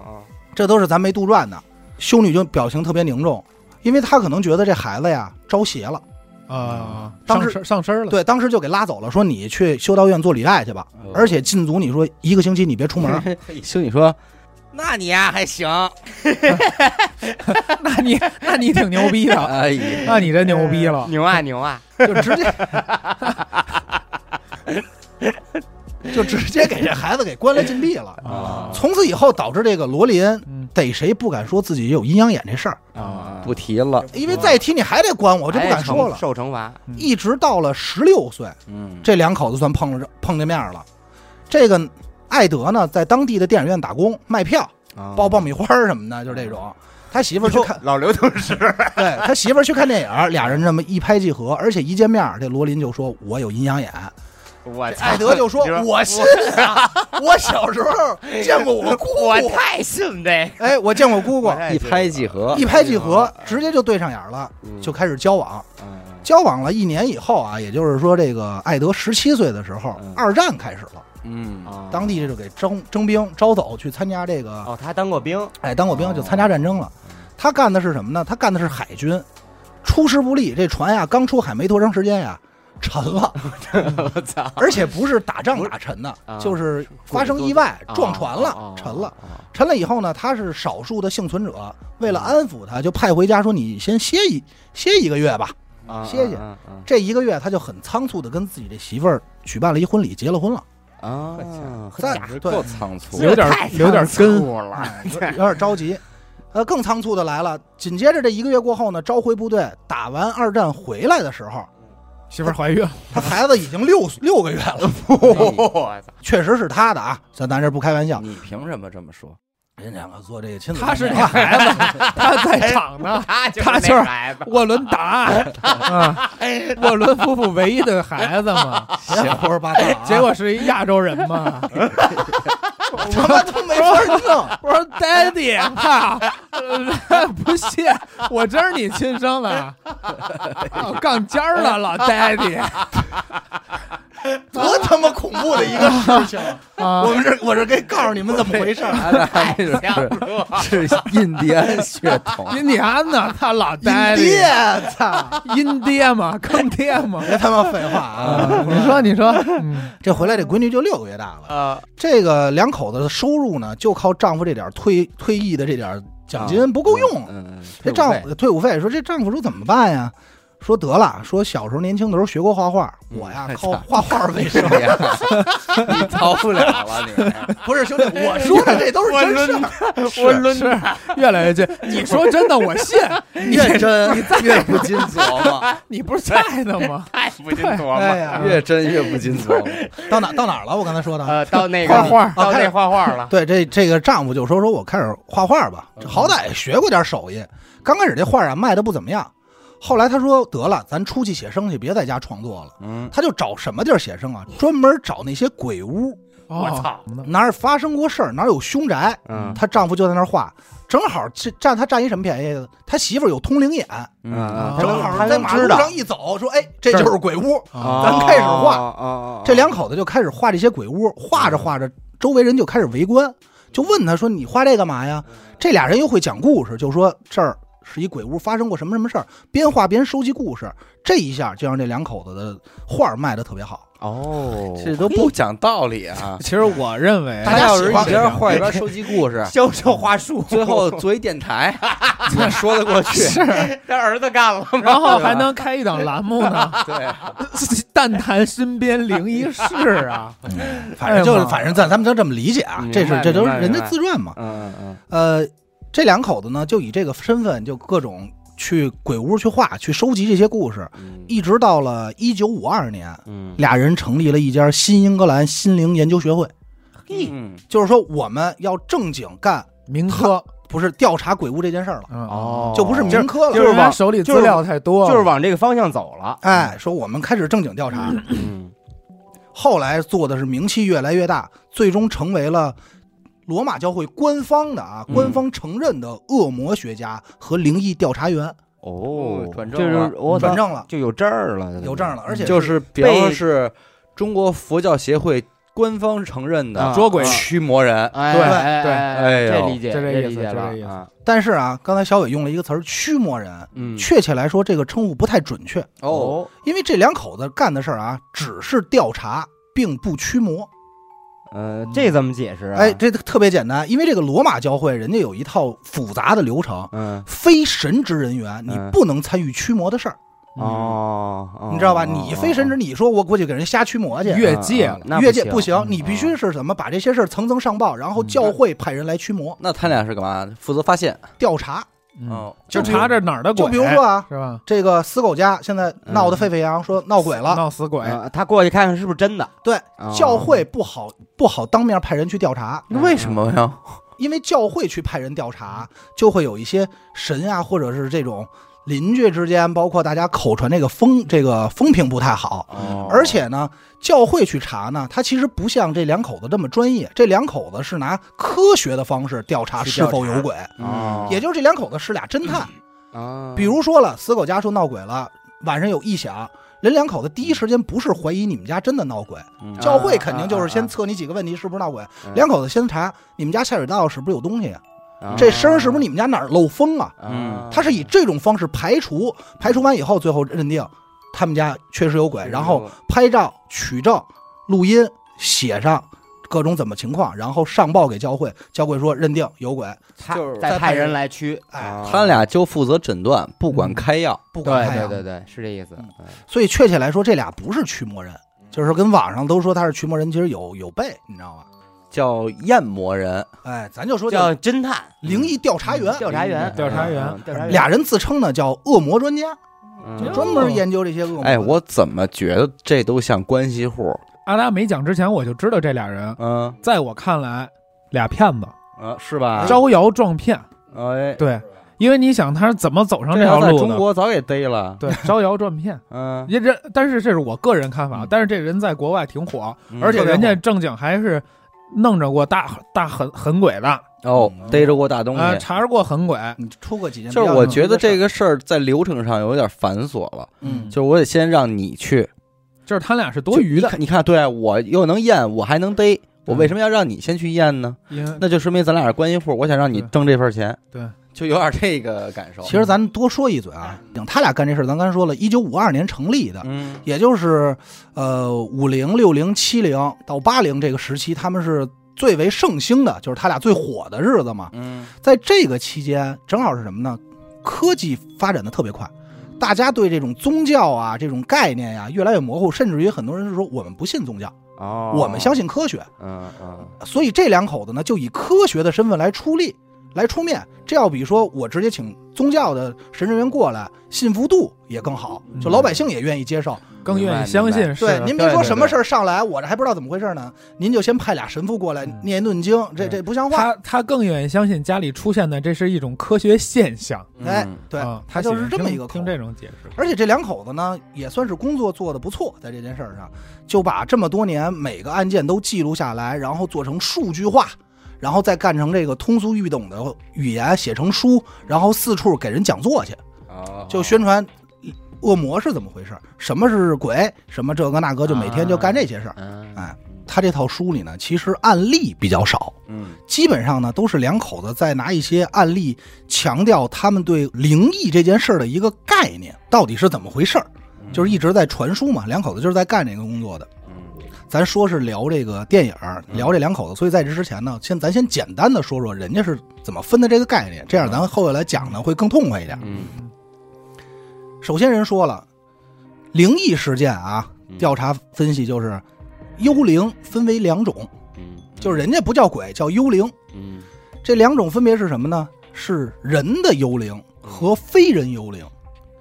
Speaker 2: 这都是咱没杜撰的。修女就表情特别凝重，因为她可能觉得这孩子呀招邪了，
Speaker 3: 啊，
Speaker 2: 当
Speaker 3: 上
Speaker 2: 时
Speaker 3: 身上身了，
Speaker 2: 对，当时就给拉走了，说你去修道院做礼拜去吧，而且禁足你说一个星期你别出门，
Speaker 1: 修女嗯说：“那你呀还行，
Speaker 3: 那你那你挺牛逼
Speaker 4: 啊
Speaker 3: 的，
Speaker 1: 哎呀，
Speaker 3: 那你真牛逼了，
Speaker 4: 牛啊牛啊！
Speaker 2: 就直接就直接给这孩子给关了禁闭了。
Speaker 1: 啊
Speaker 2: 从此以后，导致这个罗琳
Speaker 3: 嗯
Speaker 2: 逮谁不敢说自己有阴阳眼这事儿，
Speaker 3: 啊，
Speaker 1: 不提了。
Speaker 2: 因为再提你还得关我，我就不
Speaker 4: 还
Speaker 2: 敢说
Speaker 4: 惩
Speaker 2: 了。
Speaker 4: 哎受惩罚，
Speaker 3: 嗯
Speaker 2: 一直到了十六岁，”
Speaker 1: 嗯，
Speaker 2: 这两口子算碰着碰着面了。这个艾德呢，在当地的电影院打工卖票，
Speaker 4: 哦
Speaker 2: 包爆米花儿什么的，就是这种。他媳妇儿去看，
Speaker 4: 嗯老刘都是
Speaker 2: 对他媳妇儿去看电影，俩人这么一拍即合，而且一见面，这罗琳就说：“我有阴阳眼。”
Speaker 4: 我操，
Speaker 2: 艾哎德就说
Speaker 4: 哎你：“哎
Speaker 2: 我信啊，我小时候见过我姑
Speaker 4: 我
Speaker 2: 姑，
Speaker 4: 太信这个，
Speaker 2: 哎，我见过姑姑
Speaker 4: 我，太
Speaker 1: 一
Speaker 4: 信
Speaker 1: 拍
Speaker 4: 了哎
Speaker 1: 即合
Speaker 2: 一拍即合，直接就对上眼了，就开始交往。
Speaker 4: 嗯
Speaker 2: 交往了一年以后啊，也就是说，这个艾德十七岁的时候
Speaker 4: 嗯，
Speaker 2: 二战开始了，
Speaker 1: 嗯
Speaker 4: 嗯
Speaker 2: 啊当地就给征征兵招走去参加这个，
Speaker 4: 哦，他当过兵，
Speaker 2: 哎，当过兵就参
Speaker 4: 哦
Speaker 2: 加战争了。他干的是什么呢？他干的是海军，出师不利，这船呀刚出海没多长时间呀。”沉了，
Speaker 4: 我操，
Speaker 2: 而且不是打仗
Speaker 4: 不是
Speaker 2: 打沉的
Speaker 4: 啊，
Speaker 2: 就是发生意外撞船
Speaker 4: 啊
Speaker 2: 了，沉了。，沉了以后呢，他是少数的幸存者，为了安抚他，就派回家说：“你先歇一歇一个月吧。
Speaker 4: 啊
Speaker 2: 歇歇
Speaker 4: 啊啊”
Speaker 2: 这一个月，他就很仓促的跟自己的媳妇儿举办了一婚礼，结了婚了，
Speaker 4: 啊啊，
Speaker 2: 在
Speaker 1: 够
Speaker 2: 对，
Speaker 1: 仓促。
Speaker 3: 留点留点根
Speaker 4: 了，
Speaker 2: 啊有点着急。呃，更仓促的来了，紧接着这一个月过后呢，召回部队打完二战回来的时候，
Speaker 3: 媳妇儿怀孕了，
Speaker 2: 他孩子已经六六个月 了，
Speaker 4: 嗯我操，
Speaker 2: 确实是他的啊，咱咱这不开玩笑，
Speaker 1: 你凭什么这么说？
Speaker 2: 人两个做这个亲子，
Speaker 3: 他是你孩子， 他在场呢。
Speaker 4: 他就是
Speaker 3: 啊他就是
Speaker 4: 那孩子，
Speaker 3: 沃伦达，啊，沃伦夫妇唯一的孩子嘛，
Speaker 2: 别胡说八道啊，
Speaker 3: 结果是一亚洲人嘛。
Speaker 2: 他妈都没法弄。
Speaker 3: 我说 Daddy，操，不信，我真是你亲生的，啊我杠尖儿了，老 Daddy
Speaker 2: 多他妈恐怖的一 个事情！
Speaker 3: 啊
Speaker 2: 我们这我这该告诉你们怎么回 事儿。
Speaker 1: 他那哎是是印第安血统，
Speaker 3: 印第安呢，他老
Speaker 2: 你爹
Speaker 3: Daddy，，
Speaker 2: 操！
Speaker 3: 阴爹嘛，坑爹嘛。
Speaker 2: 别他妈废话 啊！
Speaker 3: 你说，你说，嗯
Speaker 2: 这回来这闺女就六个月大了。
Speaker 4: 啊，
Speaker 2: 这个两口子的收入呢，就靠丈夫这点退退役的这点奖
Speaker 3: 啊
Speaker 2: 金不够用。
Speaker 1: 嗯，嗯
Speaker 2: 这丈夫退伍费说这丈夫说怎么办呀？说得了，说小时候年轻的时候学过画画，
Speaker 1: 嗯
Speaker 2: 我呀
Speaker 1: 太
Speaker 2: 靠
Speaker 1: 惨
Speaker 2: 画画为 生。
Speaker 1: 哎呀 你逃不了了， 你
Speaker 2: 不是兄弟，我说的这都是真事儿。
Speaker 4: 我抡
Speaker 3: 是越来越近。你说真的，我信。你
Speaker 1: 越真越不禁 琢 磨，
Speaker 3: 你不是在呢吗？
Speaker 4: 太 不禁呃琢磨
Speaker 2: 哎
Speaker 4: 了。
Speaker 2: 呀，
Speaker 1: 越真越不禁琢磨。
Speaker 2: 到哪到哪儿了？我刚才说的啊
Speaker 4: 呃，到那个
Speaker 3: 画画
Speaker 4: 到那画画 了，
Speaker 2: 对，这这个丈夫就说说我开始画画吧，
Speaker 1: 嗯
Speaker 2: 这好歹也学过点手艺。刚开始这画啊卖的不怎么样，后来他说得了，咱出去写生去，别在家创作了。
Speaker 1: 嗯，
Speaker 2: 他就找什么地儿写生啊？专门找那些鬼屋，
Speaker 4: 我操
Speaker 3: 哦
Speaker 2: 哪儿发生过事儿，哪儿有凶宅。
Speaker 4: 嗯
Speaker 2: 她丈夫就在那儿画，正好这占他占一什么便宜呢？他媳妇儿有通灵眼，
Speaker 1: 嗯
Speaker 4: 嗯
Speaker 3: 他
Speaker 2: 正
Speaker 3: 能
Speaker 2: 好在马路上一走，说哎，这
Speaker 3: 这儿
Speaker 2: 就是鬼屋。
Speaker 3: 啊
Speaker 2: 咱开始画
Speaker 4: 哦，嗯哦哦
Speaker 2: 这两口子就开始画这些鬼屋，画着画着，周围人就开始围观，就问他说：“你画这干嘛呀？”
Speaker 4: 嗯
Speaker 2: 这俩人又会讲故事，就说这儿是一鬼屋，发生过什么什么事儿，边画边收集故事。这一下就让这两口子的画儿卖的特别好。
Speaker 4: 哦，
Speaker 1: 这都不讲道理啊！
Speaker 3: 其实我认为，
Speaker 2: 大
Speaker 1: 他
Speaker 2: 家
Speaker 1: 要是
Speaker 2: 喜欢
Speaker 1: 一边画一边收集故 事
Speaker 4: 销售花束，
Speaker 1: 最 后做一电台，那说得过去。
Speaker 3: 是，
Speaker 4: 他儿子干了吗？
Speaker 3: 然后还能开一档栏目呢，
Speaker 1: 对，
Speaker 3: 但谈身边灵异事啊。
Speaker 2: 反正就是，
Speaker 3: 哎呀妈
Speaker 2: 反正咱咱们就这么理解啊
Speaker 4: 明，白
Speaker 2: 这是这都是
Speaker 4: 明白
Speaker 2: 人家
Speaker 4: 明白
Speaker 2: 自传嘛。
Speaker 4: 嗯嗯
Speaker 2: 呃，这两口子呢，就以这个身份就各种去鬼屋去画，去收集这些故事，
Speaker 4: 嗯
Speaker 2: 一直到了一九五二年，
Speaker 4: 嗯，
Speaker 2: 俩人成立了一家新英格兰心灵研究学会。
Speaker 1: 嗯，
Speaker 2: 就是说我们要正经干，
Speaker 3: 民科，
Speaker 2: 不是调查鬼屋这件事儿了，
Speaker 3: 嗯，
Speaker 4: 哦，
Speaker 2: 就不是民 科了。
Speaker 3: 就是他手里资料太多，
Speaker 4: 就是往这个方向走了，
Speaker 2: 哎，说我们开始正经调查，
Speaker 4: 嗯
Speaker 2: 后来做的是名气越来越大，最终成为了罗马教会官方的啊，
Speaker 1: 嗯
Speaker 2: 官方承认的恶魔学家和灵异调查员，
Speaker 4: 哦
Speaker 1: 哦，转正
Speaker 4: 就是
Speaker 1: 了
Speaker 4: 我操
Speaker 2: 转正了，
Speaker 4: 就有证儿了，
Speaker 2: 有证了，而且
Speaker 1: 就是比方说是中国佛教协会官方承认的
Speaker 4: 啊
Speaker 3: 捉鬼
Speaker 1: 驱魔人，
Speaker 4: 哎
Speaker 3: 对
Speaker 4: 哎
Speaker 3: 对
Speaker 4: 哎
Speaker 1: 哎呦
Speaker 4: 这理解
Speaker 3: 就这意思
Speaker 4: 理
Speaker 3: 就
Speaker 4: 解
Speaker 3: 这意思
Speaker 4: 了啊，
Speaker 2: 但是啊，刚才小伟用了一个词儿“驱魔人”，
Speaker 4: 嗯，
Speaker 2: 确切来说，这个称呼不太准确，
Speaker 1: 哦，
Speaker 2: 因为这两口子干的事儿啊，只是调查，并不驱魔。
Speaker 4: 呃，这怎么解释啊？
Speaker 2: 嗯哎，，这个特别简单，因为这个罗马教会人家有一套复杂的流程，
Speaker 4: 嗯，
Speaker 2: 非神职人员你
Speaker 4: 嗯
Speaker 2: 不能参与驱魔的事儿，
Speaker 4: 哦，哦
Speaker 2: 嗯你知道吧？
Speaker 4: 哦
Speaker 2: 你非神职，你说我过去给人瞎驱魔去，
Speaker 3: 越界了
Speaker 4: 嗯嗯那
Speaker 2: 越界不
Speaker 4: 不
Speaker 2: 行，你必须
Speaker 4: 嗯
Speaker 2: 是什么把这些事儿层层上报，然后教会派人来驱魔
Speaker 1: 那他俩是干嘛？负责发现。
Speaker 2: 调查。
Speaker 3: 嗯，
Speaker 1: 哦，
Speaker 3: 就查这哪儿的鬼，
Speaker 2: 就比如说啊，
Speaker 3: 是吧？
Speaker 2: 这个死狗家现在
Speaker 4: 嗯
Speaker 2: 闹得沸沸扬扬，说闹鬼了，
Speaker 3: 闹死鬼，
Speaker 4: 啊他过去看看是不是真的。
Speaker 2: 哎对
Speaker 4: 哦，
Speaker 2: 教会不好不好当面派人去调查，
Speaker 1: 那为什么呀？
Speaker 2: 因为教会去派人调查，就会有一些神啊，或者是这种邻居之间，包括大家口传这个风，这个风评不太好。
Speaker 1: 哦
Speaker 2: 而且呢，教会去查呢，它其实不像这两口子这么专业，这两口子是拿科学的方式调查
Speaker 4: 去
Speaker 2: 是
Speaker 4: 调
Speaker 2: 否
Speaker 4: 查
Speaker 2: 有鬼，
Speaker 4: 哦
Speaker 2: 也就是这两口子是俩侦探。
Speaker 4: 啊
Speaker 2: 比如说了，死狗家说闹鬼了，晚上有异响，人两口子第一时间不是怀疑你们家真的闹鬼，
Speaker 1: 嗯
Speaker 2: 教会肯定就是
Speaker 4: 啊啊
Speaker 2: 先
Speaker 4: 啊
Speaker 2: 测你几个问题是不是闹鬼，
Speaker 4: 嗯
Speaker 2: 两口子先查你们家下水道是不是有东西啊，
Speaker 4: 啊
Speaker 2: 这声儿是不是你们家哪儿漏风啊？
Speaker 4: 啊
Speaker 2: 他是以这种方式排除，排除完以后，最后认定他们家确实有
Speaker 4: 嗯
Speaker 2: 鬼，然后拍照、取证、录音，写上各种怎么情况，然后上报给教会，教会说认定有鬼，
Speaker 4: 他
Speaker 1: 就是
Speaker 4: 再
Speaker 2: 再
Speaker 4: 派
Speaker 2: 派
Speaker 4: 人
Speaker 2: 人
Speaker 4: 来驱，
Speaker 2: 哎
Speaker 4: 啊
Speaker 1: 他俩就负责诊断，不管开药。
Speaker 2: 不管
Speaker 4: 对
Speaker 2: 太
Speaker 4: 对
Speaker 2: 阳。
Speaker 4: 对对，是这意思。嗯
Speaker 2: 所以确切来说，这俩不是驱魔人，就是跟网上都说他是驱魔人，其实有有背，你知道吧？
Speaker 1: 叫焰魔人，
Speaker 2: 哎，咱就说
Speaker 4: 叫侦探、
Speaker 2: 灵异调查员，
Speaker 4: 调查员、
Speaker 3: 调查员
Speaker 4: 嗯调查员
Speaker 2: 俩人自称呢叫恶魔专家，
Speaker 4: 嗯
Speaker 2: 就专门研究这些恶魔。
Speaker 1: 哎，我怎么觉得这都像关系户？
Speaker 3: 阿达没讲之前，我就知道这俩人，
Speaker 1: 嗯，
Speaker 3: 在我看来，俩骗子，
Speaker 1: 啊，是吧？
Speaker 3: 招摇撞骗。
Speaker 1: 哎，
Speaker 3: 对，因为你想他是怎么走上
Speaker 1: 这
Speaker 3: 这条
Speaker 1: 要在
Speaker 3: 路
Speaker 1: 中
Speaker 3: 的？
Speaker 1: 国早给逮了。
Speaker 3: 对，招摇撞骗。
Speaker 1: 嗯，
Speaker 3: 人这，但是这是我个人看法
Speaker 1: 嗯，
Speaker 3: 但是这人在国外挺火，
Speaker 1: 嗯
Speaker 3: 而且
Speaker 2: 特
Speaker 3: 人
Speaker 2: 别
Speaker 3: 家
Speaker 2: 火
Speaker 3: 正经还是弄着过大大狠狠鬼的，
Speaker 1: 哦，逮着过大东
Speaker 3: 啊，
Speaker 1: 西。
Speaker 3: 查着过狠鬼，
Speaker 2: 你出过几
Speaker 3: 嗯
Speaker 2: 件比
Speaker 1: 就
Speaker 2: 较
Speaker 1: 是
Speaker 2: 有名
Speaker 1: 我
Speaker 2: 的事儿？
Speaker 1: 觉得这个事儿在流程上有点繁琐了，
Speaker 2: 嗯
Speaker 1: 就是我得先让你去，
Speaker 3: 就是他俩是多余
Speaker 1: 就
Speaker 3: 的，
Speaker 1: 你看，你看，对嗯我又能验，我还能逮，我为什么要让你先去验呢？
Speaker 3: 因为
Speaker 1: 那就说明咱俩是关系户，我想让你
Speaker 3: 对
Speaker 1: 挣这份钱，
Speaker 3: 对，
Speaker 1: 就有点这个感受。
Speaker 2: 其实咱多说一嘴啊，
Speaker 4: 哎
Speaker 2: 他俩干这事儿，咱刚才说了，一九五二年成立的，
Speaker 1: 嗯，
Speaker 2: 也就是呃五零、六零、七零到八零这个时期，他们是最为盛兴的，就是他俩最火的日子嘛。
Speaker 1: 嗯
Speaker 2: 在这个期间，正好是什么呢？科技发展的特别快，大家对这种宗教啊、这种概念呀、越来越模糊，甚至于很多人是说我们不信宗教，
Speaker 4: 哦，
Speaker 2: 我们相，信科学。
Speaker 4: 嗯嗯，
Speaker 2: 所以这两口子呢，就以科学的身份来出力、来出面，这要比说我直接请宗教的神职人员过来，信服度也更好，就老百姓也愿意接受。
Speaker 3: 更
Speaker 4: 明白
Speaker 3: 愿意相信是啊
Speaker 2: 对，您别
Speaker 1: 对
Speaker 2: 说
Speaker 1: 对
Speaker 2: 什么
Speaker 1: 对
Speaker 2: 事儿上来，我这还不知道怎么回事呢，您就先派俩神父过来
Speaker 3: 嗯
Speaker 2: 念一顿经，这
Speaker 3: 对
Speaker 2: 这不像话。
Speaker 3: 他他更愿意相信家里出现的这是一种科学现象，
Speaker 2: 哎
Speaker 1: 嗯，
Speaker 2: 对
Speaker 3: 啊，
Speaker 2: 他
Speaker 3: 他
Speaker 2: 就是
Speaker 3: 喜
Speaker 2: 这
Speaker 3: 欢
Speaker 2: 么
Speaker 3: 听
Speaker 2: 一个口
Speaker 3: 听这种解释，
Speaker 2: 而且这两口子呢，也算是工作做得不错，在这件事儿上，就把这么多年每个案件都记录下来，然后做成数据化，然后再干成这个通俗易懂的语言，写成书，然后四处给人讲座去，
Speaker 1: 哦
Speaker 2: 就宣传恶魔是怎么回事，什么是鬼，什么这个那个，就每天就干这些事儿。
Speaker 4: 嗯
Speaker 2: 哎，他这套书里呢，其实案例比较少，
Speaker 1: 嗯
Speaker 2: 基本上呢都是两口子在拿一些案例强调他们对灵异这件事儿的一个概念，到底是怎么回事儿，就是一直在传输嘛。两口子就是在干这个工作的。
Speaker 1: 嗯
Speaker 2: 咱说是聊这个电影儿，聊这两口子，所以在这之前呢，先咱先简单的说说人家是怎么分的这个概念，这样咱后来讲呢会更痛快一点。
Speaker 1: 嗯
Speaker 2: 首先人说了，灵异事件啊，
Speaker 4: 嗯
Speaker 2: 调查分析就是幽灵分为两种，
Speaker 4: 嗯
Speaker 2: 就是人家不叫鬼，叫幽灵。
Speaker 4: 嗯
Speaker 2: 这两种分别是什么呢？是人的幽灵和非人幽灵。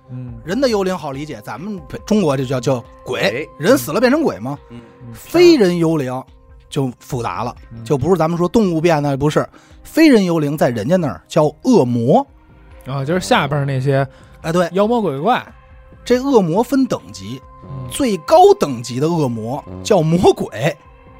Speaker 3: 嗯，
Speaker 2: 人的幽灵好理解，咱们中国就叫叫鬼
Speaker 1: 鬼，
Speaker 2: 人死了变成鬼吗？
Speaker 1: 嗯
Speaker 3: 嗯
Speaker 2: 非人幽灵就复杂了，
Speaker 3: 嗯
Speaker 2: 就不是咱们说动物变的，不是非人幽灵在人家那儿叫恶魔。
Speaker 3: 啊，就是下边那些
Speaker 2: 哎，对，
Speaker 3: 妖魔鬼怪，
Speaker 2: 这恶魔分等级，
Speaker 3: 嗯
Speaker 2: 最高等级的恶魔
Speaker 4: 嗯
Speaker 2: 叫魔鬼。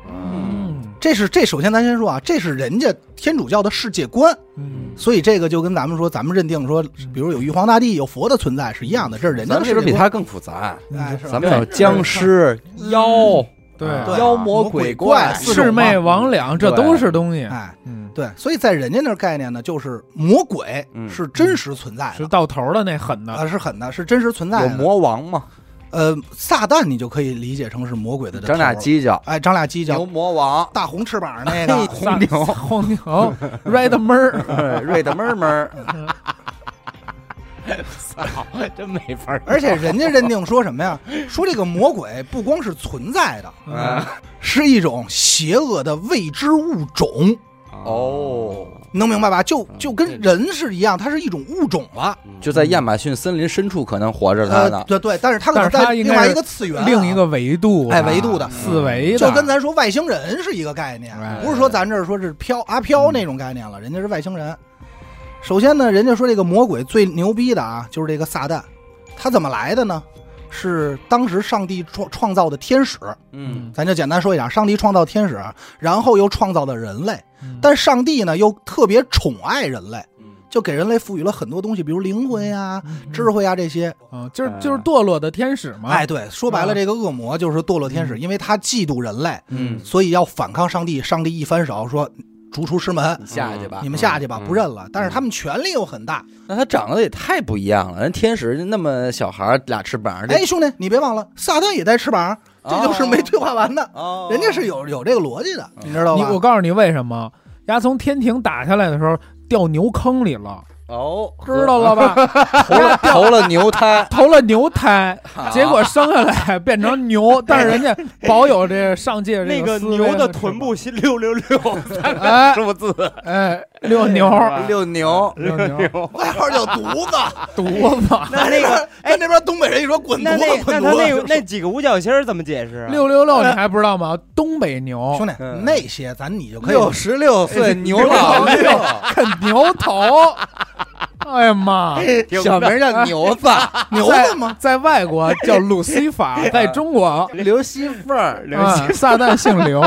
Speaker 4: 嗯，
Speaker 2: 这是这首先咱先说啊，这是人家天主教的世界观，
Speaker 3: 嗯
Speaker 2: 所以这个就跟咱们说，咱们认定说，比如有玉皇大帝、有佛的存在是一样的，这是人家
Speaker 1: 咱啊
Speaker 2: 的
Speaker 1: 们这
Speaker 2: 世
Speaker 1: 个
Speaker 2: 界
Speaker 1: 比
Speaker 2: 观。
Speaker 1: 他更复杂，
Speaker 2: 哎，是吧
Speaker 1: 咱们有僵尸、妖、
Speaker 3: 嗯对
Speaker 2: 对
Speaker 1: 妖魔
Speaker 2: 鬼
Speaker 1: 怪
Speaker 2: 四
Speaker 3: 魑
Speaker 2: 种嘛
Speaker 3: 魅魍魉，这
Speaker 1: 对
Speaker 3: 都是东西。
Speaker 2: 哎，
Speaker 3: 嗯，
Speaker 2: 对，所以在人家那儿概念呢，就是魔鬼
Speaker 1: 嗯
Speaker 2: 是真实存在
Speaker 3: 是
Speaker 2: 的，
Speaker 3: 到头的那狠
Speaker 2: 啊，
Speaker 3: 的，
Speaker 2: 是狠的，是真实存在
Speaker 1: 有
Speaker 2: 的。
Speaker 1: 魔王嘛，
Speaker 2: 呃，撒旦你就可以理解成是魔鬼的这
Speaker 1: 长俩
Speaker 2: 头儿，
Speaker 1: 犄角，
Speaker 2: 哎，长俩犄
Speaker 1: 牛
Speaker 2: 角，
Speaker 1: 魔王，，
Speaker 2: 大红翅膀那个
Speaker 1: 红牛
Speaker 3: 黄牛，red 妹儿，嗯
Speaker 1: 瑞的妹儿妹儿，真没法儿
Speaker 2: 而且人家认定说什么呀？说这个魔鬼不光是存在的，
Speaker 3: 嗯
Speaker 2: 是一种邪恶的未知物种，
Speaker 1: 哦，
Speaker 2: 你能明白吧？就
Speaker 1: 嗯
Speaker 2: 就跟人是一样，它是一种物种了。
Speaker 1: 就在亚马逊森林深处可能活着他
Speaker 2: 呃，
Speaker 1: 呢，
Speaker 2: 对对，但是它可能
Speaker 3: 但是它
Speaker 2: 在
Speaker 3: 应
Speaker 2: 另
Speaker 3: 该
Speaker 2: 外
Speaker 3: 是
Speaker 2: 一个次元啊，
Speaker 3: 另一个维度，啊
Speaker 2: 哎维度的
Speaker 3: 四维的，
Speaker 2: 就跟咱说外星人是一个概念
Speaker 3: 哎，嗯
Speaker 2: 不是说咱这儿说是飘阿飘那种概念了，人家是外星人。首先呢，人家说这个魔鬼最牛逼的啊，就是这个撒旦，他怎么来的呢？是当时上帝创创造的天使，
Speaker 1: 嗯，
Speaker 2: 咱就简单说一下，上帝创造天使，然后又创造了人类，
Speaker 3: 嗯，
Speaker 2: 但上帝呢又特别宠爱人类，
Speaker 1: 嗯
Speaker 2: 就给人类赋予了很多东西，比如灵魂呀、
Speaker 3: 嗯
Speaker 2: 智慧呀啊这些。
Speaker 3: 嗯，就是就是堕落的天使嘛，
Speaker 2: 哎，对，说白了，
Speaker 3: 啊
Speaker 2: 这个恶魔就是堕落天使，因为他嫉妒人类，
Speaker 1: 嗯
Speaker 2: 所以要反抗上帝。上帝一翻手说：“逐出师门
Speaker 1: 你，下去吧
Speaker 2: 你。们下去吧，
Speaker 4: 嗯
Speaker 2: 不认了。”但是他们权力又很大。
Speaker 1: 那他长得也太不一样了，人天使那么小孩儿俩翅膀，这
Speaker 2: 哎，兄弟，你别忘了，撒旦也带翅膀，这就是没退化完的。
Speaker 1: 哦，
Speaker 2: 人家是有有这个逻辑的，哦你知道
Speaker 3: 你
Speaker 2: 吧？
Speaker 3: 我告诉你为什么，丫从天庭打下来的时候掉牛坑里了，
Speaker 1: 哦，
Speaker 3: 知道 了吧？
Speaker 1: 投了投了牛胎，
Speaker 3: 投了牛 胎，结果生下来变成牛，但是人家保有这上界这
Speaker 4: 那个
Speaker 3: 思维
Speaker 4: 牛的臀部是六六六
Speaker 3: 哎
Speaker 4: 数字，
Speaker 3: 哎，遛牛
Speaker 1: 遛 牛，
Speaker 3: 遛牛
Speaker 2: 外号叫犊子。
Speaker 3: 犊子
Speaker 4: 那 那个
Speaker 2: 哎， 那边东北人一说滚
Speaker 4: 那
Speaker 2: 犊
Speaker 4: 那
Speaker 2: 子，
Speaker 4: 那
Speaker 2: 滚
Speaker 4: 他那
Speaker 2: 犊
Speaker 4: 个
Speaker 2: 子。
Speaker 4: 那几个五角星儿怎么解释啊？
Speaker 3: 六六六，你还不知道吗？东北 牛
Speaker 2: 兄弟，
Speaker 1: 嗯
Speaker 2: 那些咱你就可以
Speaker 1: 六十六岁牛老
Speaker 3: 老
Speaker 1: 六
Speaker 3: 六，啃牛头，哎呀妈！
Speaker 1: 小名叫牛子，
Speaker 2: 牛的吗？
Speaker 3: 在外国叫路西 法，在中国。
Speaker 1: 刘西凤儿，
Speaker 4: 刘西
Speaker 3: 啊撒旦姓 刘，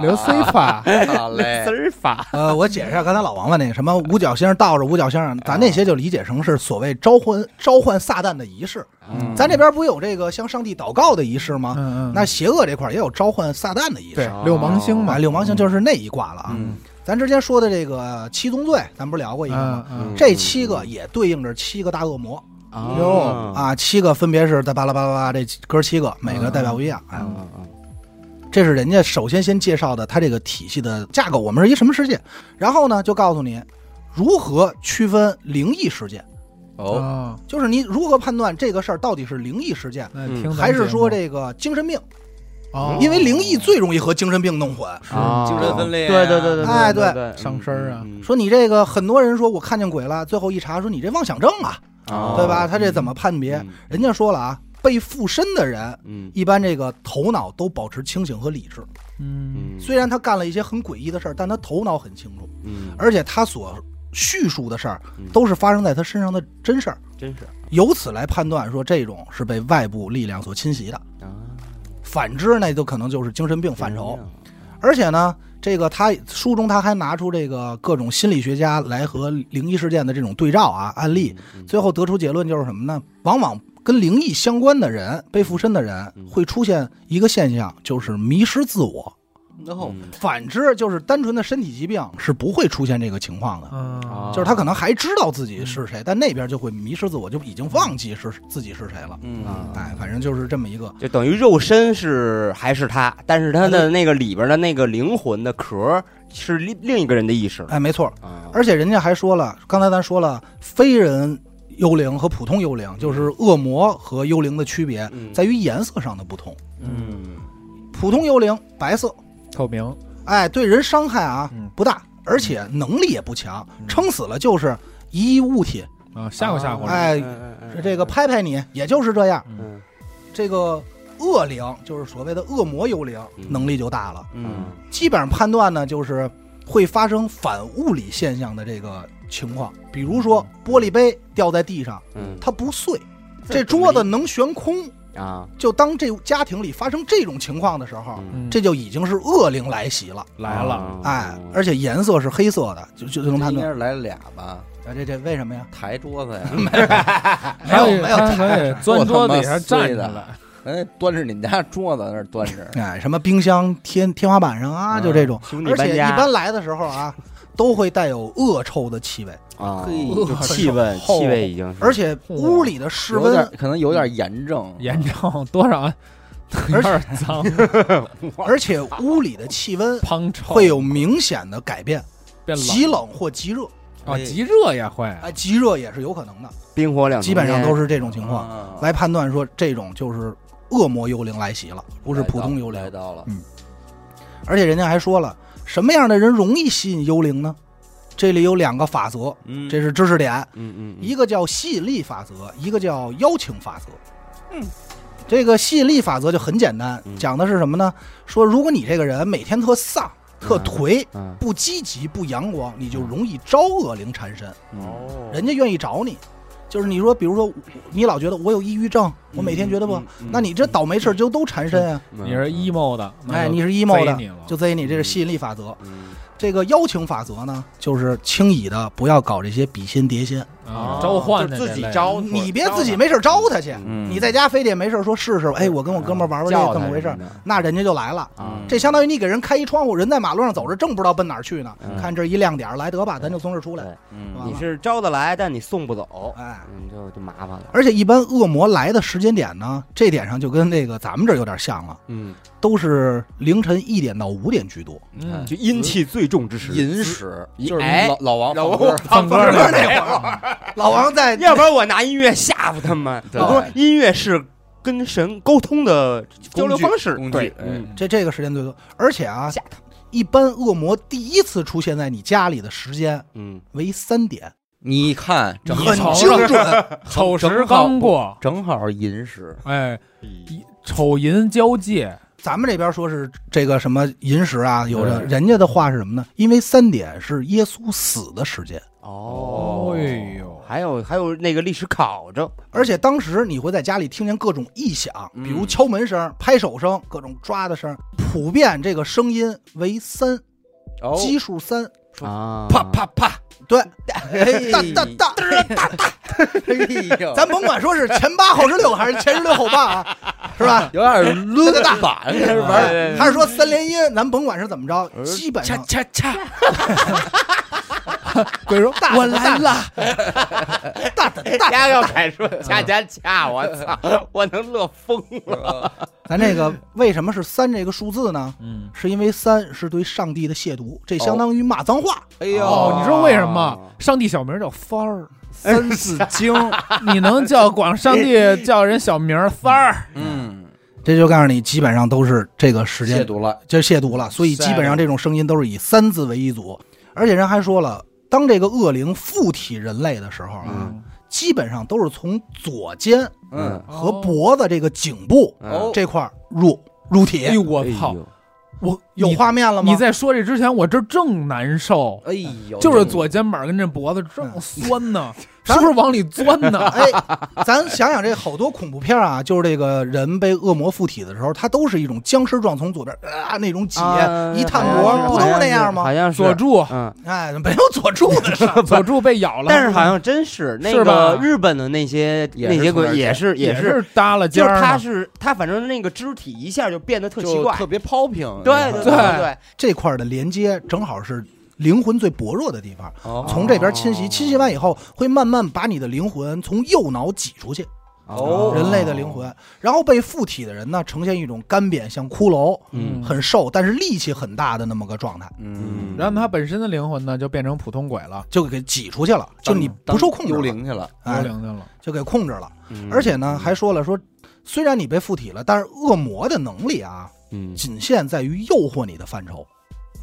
Speaker 3: 刘西法，
Speaker 2: 啊
Speaker 1: 好嘞
Speaker 4: 丝，儿 法，
Speaker 2: 呃，我解释一下刚才老王问那个什么五角星倒着五角星，咱那些就理解成是所谓召唤召唤撒旦的仪式。
Speaker 1: 嗯
Speaker 2: 咱这边不有这个向上帝祷告的仪式吗？
Speaker 3: 嗯嗯，
Speaker 2: 那邪恶这块也有召唤撒旦的仪
Speaker 3: 对哦
Speaker 2: 式。
Speaker 3: 六芒星嘛
Speaker 2: 啊，，六芒星就是那一卦了啊。
Speaker 1: 嗯
Speaker 2: 咱之前说的这个七宗罪，咱不是聊过一个吗？
Speaker 3: 嗯
Speaker 2: 这七个也对应着七个大恶魔
Speaker 4: 哦
Speaker 2: 啊，七个分别是在巴拉巴拉巴拉这哥七个，每个代表不一样。
Speaker 3: 哦
Speaker 2: 哎，这是人家首先先介绍的它这个体系的架构，我们是一什么世界，然后呢就告诉你如何区分灵异事件，
Speaker 1: 哦，
Speaker 3: 哦，
Speaker 2: 就是你如何判断这个事儿到底是灵异事件，
Speaker 3: 那听咱
Speaker 2: 嗯还是说
Speaker 3: 节
Speaker 2: 这个精神病，
Speaker 3: 目，哦
Speaker 2: 因为灵异最容易和精神病弄混。
Speaker 4: 啊
Speaker 1: 精神分裂，
Speaker 4: 对对对对，
Speaker 2: 哎
Speaker 4: 对
Speaker 2: 对
Speaker 4: 对，
Speaker 3: 上身儿啊
Speaker 4: 嗯，
Speaker 2: 说你这个很多人说我看见鬼了，最后一查说你这妄想症啊，
Speaker 1: 哦
Speaker 2: 对吧？他这怎么判别？人家说了啊，被附身的人
Speaker 4: 嗯
Speaker 2: 一般这个头脑都保持清醒和理智，
Speaker 3: 嗯，
Speaker 4: 嗯，
Speaker 2: 虽然他干了一些很诡异的事儿，但他头脑很清楚。
Speaker 4: 嗯
Speaker 2: 而且他所叙述的事儿
Speaker 4: 嗯
Speaker 2: 都是发生在他身上的真事儿，
Speaker 4: 真是
Speaker 2: 由此来判断说这种是被外部力量所侵袭的。
Speaker 4: 啊，
Speaker 2: 反之，那就可能就是精神病范畴
Speaker 4: 真。的
Speaker 2: 而且呢，这个他书中他还拿出这个各种心理学家来和灵异事件的这种对照啊案例，
Speaker 4: 嗯
Speaker 2: 最后得出结论就是什么呢？往往跟灵异相关的人，被附身的人
Speaker 4: 嗯
Speaker 2: 会出现一个现象，就是迷失自我。
Speaker 1: no，
Speaker 4: 嗯
Speaker 2: 反之，就是单纯的身体疾病是不会出现这个情况的。
Speaker 3: 嗯，
Speaker 2: 就是他可能还知道自己是谁，但那边就会迷失自我，就已经忘记是自己是谁了。
Speaker 1: 嗯，
Speaker 2: 哎，反正就是这么一个。
Speaker 4: 就等于肉身是还是他，但是他的那个里边的那个灵魂的壳是另另一个人的意识了
Speaker 2: 哎，没错。
Speaker 4: 啊，
Speaker 2: 而且人家还说了，刚才咱说了，非人幽灵和普通幽灵，就是恶魔和幽灵的区别
Speaker 4: 嗯
Speaker 2: 在于颜色上的不同。
Speaker 1: 嗯，
Speaker 2: 普通幽灵白色，
Speaker 3: 透明，
Speaker 2: 哎，对人伤害啊
Speaker 3: 嗯
Speaker 2: 不大，而且能力也不强，
Speaker 3: 嗯
Speaker 2: 撑死了就是一衣物体，
Speaker 3: 啊，吓唬吓唬人，
Speaker 2: 哎这个拍拍你，也就是这样。
Speaker 4: 嗯
Speaker 2: 这个恶灵就是所谓的恶魔幽灵，
Speaker 4: 嗯
Speaker 2: 能力就大了。
Speaker 4: 嗯
Speaker 1: 嗯
Speaker 2: 基本上判断呢，就是会发生反物理现象的这个情况，比如说玻璃杯掉在地上，
Speaker 4: 嗯
Speaker 2: 它不碎，这桌子能悬空。
Speaker 4: 啊，
Speaker 2: 就当这家庭里发生这种情况的时候，
Speaker 3: 嗯
Speaker 2: 这就已经是恶灵来袭了。
Speaker 3: 来了，
Speaker 4: 啊嗯哦
Speaker 2: 哎，而且颜色是黑色的，就就就能判
Speaker 1: 应该
Speaker 2: 断。
Speaker 1: 是来俩吧，
Speaker 2: 哎，这这为什么呀？
Speaker 1: 抬桌子呀，
Speaker 2: 没有
Speaker 3: 他也
Speaker 2: 没有，
Speaker 3: 他可以钻桌子底下站
Speaker 1: 我
Speaker 3: 起
Speaker 1: 他妈
Speaker 3: 来，
Speaker 1: 哎，端着你们家桌子那儿端着
Speaker 2: 哎，什么冰箱天天花板上啊，
Speaker 1: 嗯
Speaker 2: 就这种。
Speaker 4: 兄弟
Speaker 2: 而且
Speaker 4: 搬
Speaker 2: 一
Speaker 4: 家
Speaker 2: 般来的时候 啊，都会带有恶臭的气味，
Speaker 4: 啊，
Speaker 1: 嘿
Speaker 4: 就 气味
Speaker 2: 后
Speaker 4: 气味已经是，
Speaker 2: 而且屋里的室
Speaker 1: 有点
Speaker 2: 温，
Speaker 1: 可能有点炎症，
Speaker 3: 严重 多少？有点脏，
Speaker 2: 而且屋里的气温
Speaker 3: 胖臭
Speaker 2: 会有明显的改变，
Speaker 3: 变冷
Speaker 2: 极冷或极热，
Speaker 3: 啊，极热也会
Speaker 2: 哎，极热也是有可能的，
Speaker 4: 冰火两重
Speaker 2: 基本上
Speaker 4: 天
Speaker 2: 都是这种情况。
Speaker 1: 况
Speaker 2: 来判断说这种就是恶魔幽灵来袭了，不是普通幽
Speaker 1: 来
Speaker 2: 灵。
Speaker 1: 到了，
Speaker 2: 而且人家还说了，什么样的人容易吸引幽灵呢？这里有两个法则，
Speaker 1: 嗯
Speaker 2: 这是知识点，
Speaker 4: 嗯嗯，嗯
Speaker 2: 一个叫吸引力法则，一个叫邀请法则。嗯，这个吸引力法则就很简单，
Speaker 4: 嗯
Speaker 2: 讲的是什么呢？说如果你这个人每天特丧、特颓、
Speaker 4: 嗯
Speaker 2: 不积极、不阳光，你就容易招恶灵缠身。
Speaker 1: 嗯
Speaker 4: 哦
Speaker 2: 人家愿意找你。就是你说，比如说，你老觉得我有抑郁症，我每天觉得不，
Speaker 1: 嗯嗯
Speaker 2: 那你这倒霉事儿就都缠身啊。
Speaker 4: 嗯
Speaker 3: 你是 emo 的，那
Speaker 2: 哎，
Speaker 3: 就
Speaker 2: 你是 emo
Speaker 3: 贼你
Speaker 2: 的
Speaker 3: 了，
Speaker 2: 就贼你，这是吸引力法则。
Speaker 4: 嗯
Speaker 2: 这个邀请法则呢，就是轻易的不要搞这些比心叠心，
Speaker 3: 啊
Speaker 4: 哦
Speaker 3: 召唤
Speaker 5: 就
Speaker 3: 的
Speaker 5: 自
Speaker 3: 这
Speaker 5: 己
Speaker 3: 类的
Speaker 5: 招，
Speaker 2: 你别自己没事儿招他去，
Speaker 1: 嗯
Speaker 2: 你在家非得没事儿说试试，哎，我跟我哥们儿玩玩这
Speaker 4: 叫
Speaker 2: 个怎么
Speaker 4: 他
Speaker 2: 回事
Speaker 4: 什
Speaker 2: 儿，
Speaker 4: 的
Speaker 2: 那人家就来了。
Speaker 4: 啊
Speaker 1: 嗯
Speaker 2: 这相当于你给人开一窗户，人在马路上走着，正不知道奔哪儿去呢，
Speaker 4: 嗯
Speaker 2: 看这一亮点儿，来得吧，咱就从这儿出来。
Speaker 1: 嗯
Speaker 2: 完
Speaker 4: 你
Speaker 2: 了
Speaker 4: 是招得来，但你送不走，
Speaker 2: 哎，
Speaker 4: 嗯，就就麻烦了。
Speaker 2: 而且一般恶魔来的时间点呢，这点上就跟那个咱们这儿有点像了，
Speaker 4: 嗯，
Speaker 2: 都是凌晨一点到五点居多。
Speaker 3: 嗯，
Speaker 4: 就阴气最重之时，
Speaker 1: 银石
Speaker 4: 一
Speaker 1: 就是
Speaker 4: 哎
Speaker 1: 老老王放
Speaker 4: 老王
Speaker 1: 歌儿
Speaker 3: 放歌
Speaker 2: 那会
Speaker 3: 儿的
Speaker 2: 儿，老王在
Speaker 4: 要不然我拿音乐吓唬他们。
Speaker 1: 对
Speaker 4: 我说音乐是跟神沟通的交流方式，
Speaker 1: 工具
Speaker 4: 对，
Speaker 1: 哎
Speaker 4: 嗯，
Speaker 2: 这这个时间最多，而且啊
Speaker 4: 吓，
Speaker 2: 一般恶魔第一次出现在你家里的时间
Speaker 4: 嗯，
Speaker 2: 为三点，
Speaker 1: 你看正
Speaker 3: 你
Speaker 2: 很
Speaker 3: 瞅
Speaker 1: 好
Speaker 2: 精准。
Speaker 3: 丑时
Speaker 1: 正好
Speaker 3: 刚过，
Speaker 1: 正好银石，
Speaker 3: 哎，一丑寅交界，
Speaker 2: 咱们这边说是这个什么寅时啊，有着
Speaker 1: 对
Speaker 2: 人家的话是什么呢？因为三点是耶稣死的时间，
Speaker 4: 哦，
Speaker 3: 哎呦
Speaker 4: 还有还有那个历史考证，
Speaker 2: 而且当时你会在家里听见各种异响，
Speaker 1: 嗯
Speaker 2: 比如敲门声、拍手声、各种抓的声，普遍这个声音为三，
Speaker 1: 哦
Speaker 2: 基数三。
Speaker 4: 啊，
Speaker 1: 啪啪啪，
Speaker 2: 对，
Speaker 1: 哎
Speaker 2: 大大 大，
Speaker 1: 哎呦，
Speaker 2: 咱甭管说是前八后十六还是前十六后八啊，是吧？
Speaker 1: 有点 抡的大板开始玩儿，
Speaker 2: 还是说三连音，咱甭管是怎么着，基本
Speaker 1: 恰
Speaker 2: 上
Speaker 1: 呃恰 恰，
Speaker 2: 鬼说大
Speaker 3: 我来
Speaker 2: 了，大的大的，
Speaker 4: 家哎要敢说恰恰恰，我操，我能乐疯了。
Speaker 2: 咱这个为什么是三这个数字呢？
Speaker 3: 嗯，
Speaker 2: 是因为三是对上帝的亵渎，这
Speaker 1: 哦
Speaker 2: 相当于骂脏话。
Speaker 1: 哎呦，
Speaker 3: 哦，你说为什么？上帝小名叫三儿，
Speaker 1: 三字经，
Speaker 3: 你能叫广上帝叫人小名儿 三儿？
Speaker 1: 嗯，
Speaker 2: 这就告诉你，基本上都是这个时
Speaker 1: 亵
Speaker 2: 间，
Speaker 1: 渎了，
Speaker 2: 这亵渎了。所以基本上这种声音都是以三字为一组，而且人还说了，当这个恶灵附体人类的时候啊，
Speaker 4: 嗯
Speaker 2: 基本上都是从左肩
Speaker 1: 嗯，
Speaker 2: 和
Speaker 3: 哦
Speaker 2: 脖子这个颈部
Speaker 1: 哦
Speaker 2: 这块儿入入
Speaker 3: 哎
Speaker 2: 体
Speaker 3: 呦。我操！我
Speaker 2: 有
Speaker 3: 你
Speaker 2: 画面了吗？
Speaker 3: 你在说这之前，我这正难受，
Speaker 1: 哎呦，
Speaker 3: 就是左肩膀跟这脖子正酸呢，是不是往里钻呢？
Speaker 2: 哎，咱想想这好多恐怖片啊，就是这个人被恶魔附体的时候，他都是一种僵尸状，从左边啊那种解、一探
Speaker 4: 哎
Speaker 2: 脖，哦不都 是那样吗
Speaker 4: 好？像是
Speaker 3: 佐，助，
Speaker 4: 嗯，
Speaker 2: 哎，没有佐助的事儿，
Speaker 3: 佐助被咬了，
Speaker 4: 但是好像真是那
Speaker 3: 是
Speaker 4: 个
Speaker 3: 吧
Speaker 4: 日本的那些
Speaker 1: 也是
Speaker 4: 那些
Speaker 1: 从那儿
Speaker 4: 鬼也是
Speaker 3: 也
Speaker 4: 是，
Speaker 3: 耷拉
Speaker 4: 就
Speaker 3: 尖
Speaker 4: 是
Speaker 3: 儿
Speaker 4: 他
Speaker 3: 呢，
Speaker 4: 是他，反正那个肢体一下就变得特
Speaker 1: 就
Speaker 4: 奇怪，
Speaker 1: 特别 popping，
Speaker 4: 对对
Speaker 1: 那
Speaker 4: 对
Speaker 1: 个
Speaker 4: 对对，
Speaker 2: 这块儿的连接正好是灵魂最薄弱的地方，
Speaker 1: 哦
Speaker 2: 从这边侵袭，侵袭完以后会慢慢把你的灵魂从右脑挤出去，
Speaker 1: 哦
Speaker 2: 人类的灵魂，然后被附体的人呢，呈现一种干瘪像骷髅，
Speaker 4: 嗯
Speaker 2: 很瘦，但是力气很大的那么个状态，
Speaker 1: 嗯，
Speaker 3: 然后他本身的灵魂呢就变成普通鬼了，
Speaker 2: 就给挤出去了，就你不受控制
Speaker 1: 幽
Speaker 2: 了，
Speaker 1: 灵去了，
Speaker 3: 幽
Speaker 2: 哎
Speaker 3: 灵去了。
Speaker 2: 就给控制了。
Speaker 4: 嗯
Speaker 2: 而且呢，还说了说，虽然你被附体了，但是恶魔的能力啊，
Speaker 4: 嗯，
Speaker 2: 仅限在于诱惑你的范畴，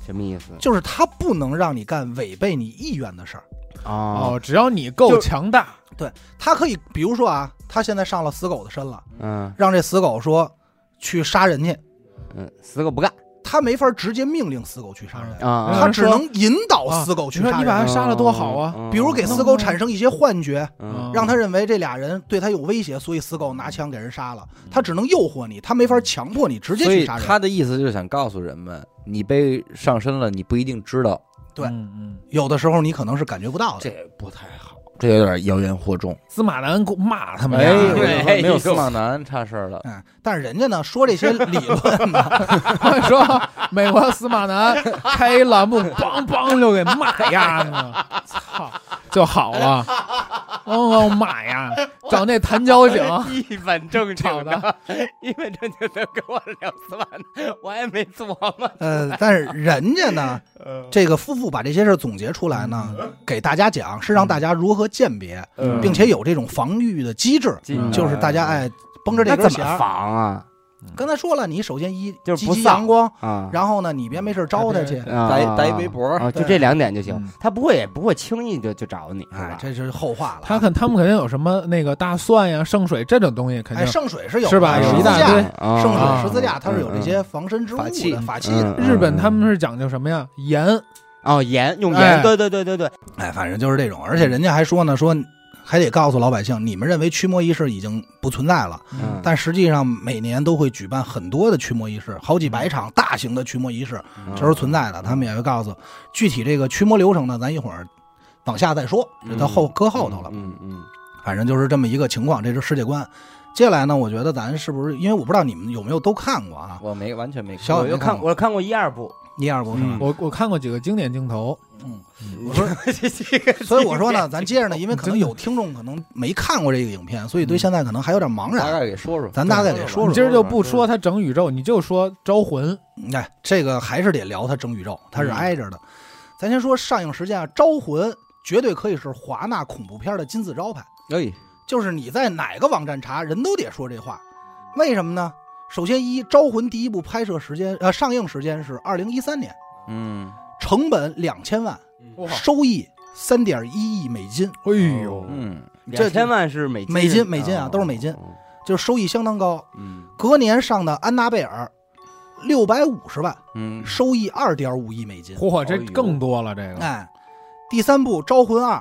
Speaker 4: 什么意思
Speaker 2: 就是他不能让你干违背你意愿的事儿。
Speaker 4: 哦，
Speaker 2: 啊
Speaker 3: 哦，只要你够强大，
Speaker 2: 他可以，比如说啊，他现在上了死狗的身了，
Speaker 4: 嗯
Speaker 2: 让这死狗说去杀人去，
Speaker 4: 嗯，死狗不干
Speaker 2: 他没法直接命令死狗去杀人，
Speaker 3: 嗯
Speaker 4: 啊，
Speaker 2: 他只能引导死狗去
Speaker 3: 啊
Speaker 2: 杀
Speaker 3: 你把
Speaker 2: 人，哦
Speaker 3: 他杀了多好啊
Speaker 4: 嗯
Speaker 2: 比如给死狗产生一些幻觉，
Speaker 4: 嗯
Speaker 1: 啊
Speaker 3: 嗯
Speaker 2: 让他认为这俩人对他有威胁，所以死狗拿枪给人杀了。他只能诱惑你，他没法强迫你直接
Speaker 1: 所以
Speaker 2: 去杀人。
Speaker 1: 他的意思就是想告诉人们，你被上身了，你不一定知道，
Speaker 2: 对
Speaker 3: 嗯嗯，
Speaker 2: 有的时候你可能是感觉不到的。
Speaker 1: 不太好，这有点妖言惑众。
Speaker 3: 司马南给我骂他们
Speaker 1: 哎，我
Speaker 3: 俩，
Speaker 1: 就说
Speaker 4: 对
Speaker 1: 没有司马南差事儿了。
Speaker 2: 嗯，但是人家呢说这些理论呢，
Speaker 3: 说美国司马南开一栏目，梆梆就给骂呀呢，操，就好了，梆梆骂呀，找那谭交警。
Speaker 4: 一本正
Speaker 3: 吵
Speaker 4: 经
Speaker 3: 的
Speaker 4: 的， 一本正经的跟我聊四万，我也没做嘛。
Speaker 2: 呃，但是人家呢，这个夫妇把这些事儿总结出来呢，给大家讲是让大家如何鉴别，
Speaker 1: 嗯
Speaker 2: 并且有这种防御的机制，
Speaker 1: 嗯
Speaker 2: 就是大家哎绷着这
Speaker 4: 那
Speaker 2: 根
Speaker 4: 怎么
Speaker 2: 弦儿。
Speaker 4: 防啊？
Speaker 2: 刚才说了，你首先一
Speaker 4: 就是
Speaker 2: 积
Speaker 4: 不
Speaker 2: 极
Speaker 4: 丧
Speaker 2: 阳光，
Speaker 4: 啊，
Speaker 2: 然后呢，你别没事儿招待去。
Speaker 4: 啊
Speaker 1: 打一
Speaker 4: 啊
Speaker 1: 打一围脖
Speaker 4: 啊就
Speaker 2: 对
Speaker 4: 这两点就行
Speaker 3: 嗯。
Speaker 4: 他不会也不会轻易就就找你，是
Speaker 2: 哎
Speaker 4: 吧，？
Speaker 2: 这是后话了。
Speaker 3: 他肯他们肯定有什么那个大蒜呀、圣水这种东西，肯
Speaker 2: 哎，
Speaker 3: 定
Speaker 2: 圣水是有
Speaker 3: 是吧
Speaker 2: 的
Speaker 3: 有
Speaker 2: 十
Speaker 3: 一
Speaker 2: 字
Speaker 3: 大
Speaker 2: 架
Speaker 3: 堆
Speaker 4: 啊
Speaker 2: 圣水
Speaker 3: 啊
Speaker 2: 十字架，它是有这些防身之物
Speaker 1: 法器
Speaker 2: 的法器的。
Speaker 4: 嗯
Speaker 3: 日本他们是讲究什么呀？盐，
Speaker 4: 哦，盐用
Speaker 3: 哎
Speaker 4: 盐，对对对对对，
Speaker 2: 哎，反正就是这种，而且人家还说呢，说还得告诉老百姓，你们认为驱魔仪式已经不存在了，
Speaker 4: 嗯
Speaker 2: 但实际上每年都会举办很多的驱魔仪式，好几百场大型的驱魔仪式，
Speaker 4: 嗯
Speaker 2: 这是存在的。他们也会告诉具体这个驱魔流程呢，咱一会儿往下再说，这到后搁后头了。
Speaker 4: 嗯嗯
Speaker 2: 反正就是这么一个情况，这是世界观。接下来呢，我觉得咱是不是，因为我不知道你们有没有都看过啊？
Speaker 1: 我没完全没看
Speaker 2: 小
Speaker 1: 过
Speaker 4: 嗯，我就看我看过一二 部，
Speaker 2: 一二部是
Speaker 4: 嗯
Speaker 2: 吧？
Speaker 3: 我我看过几个经典镜头，
Speaker 4: 我说这个，
Speaker 2: 所以我说呢，咱接着呢，因为可能有听众可能没看过这个影片，所
Speaker 4: 嗯
Speaker 2: 以对现在可能还有点茫
Speaker 1: 大
Speaker 2: 然。
Speaker 1: 概给说说。
Speaker 2: 咱大概给说说，
Speaker 3: 你今儿就不说他整宇宙，你就说招魂，
Speaker 2: 哎，这个还是得聊它整宇宙，它是
Speaker 4: 嗯
Speaker 2: 挨着的。咱先说上映时间啊，《招魂》绝对可以是华纳恐怖片的金字招牌，
Speaker 1: 哎，
Speaker 2: 就是你在哪个网站查，人都得说这话。为什么呢？首先一，《招魂》第一部拍摄时间呃上映时间是二零一三年，
Speaker 1: 嗯，
Speaker 2: 成本两千万，
Speaker 3: 哇
Speaker 2: 收益三点一亿美金，
Speaker 3: 哎呦，
Speaker 1: 嗯，
Speaker 2: 这
Speaker 4: 两千万是美哦
Speaker 2: 美金美金啊都是美金，就是收益相当高。
Speaker 4: 嗯
Speaker 2: 隔年上的《安娜贝尔》，六百五十万，
Speaker 1: 嗯，
Speaker 2: 收益二点五亿美金。
Speaker 3: 嚯，这
Speaker 1: 哎呦
Speaker 3: 更多了，这个
Speaker 2: 哎，第三部《招魂二》，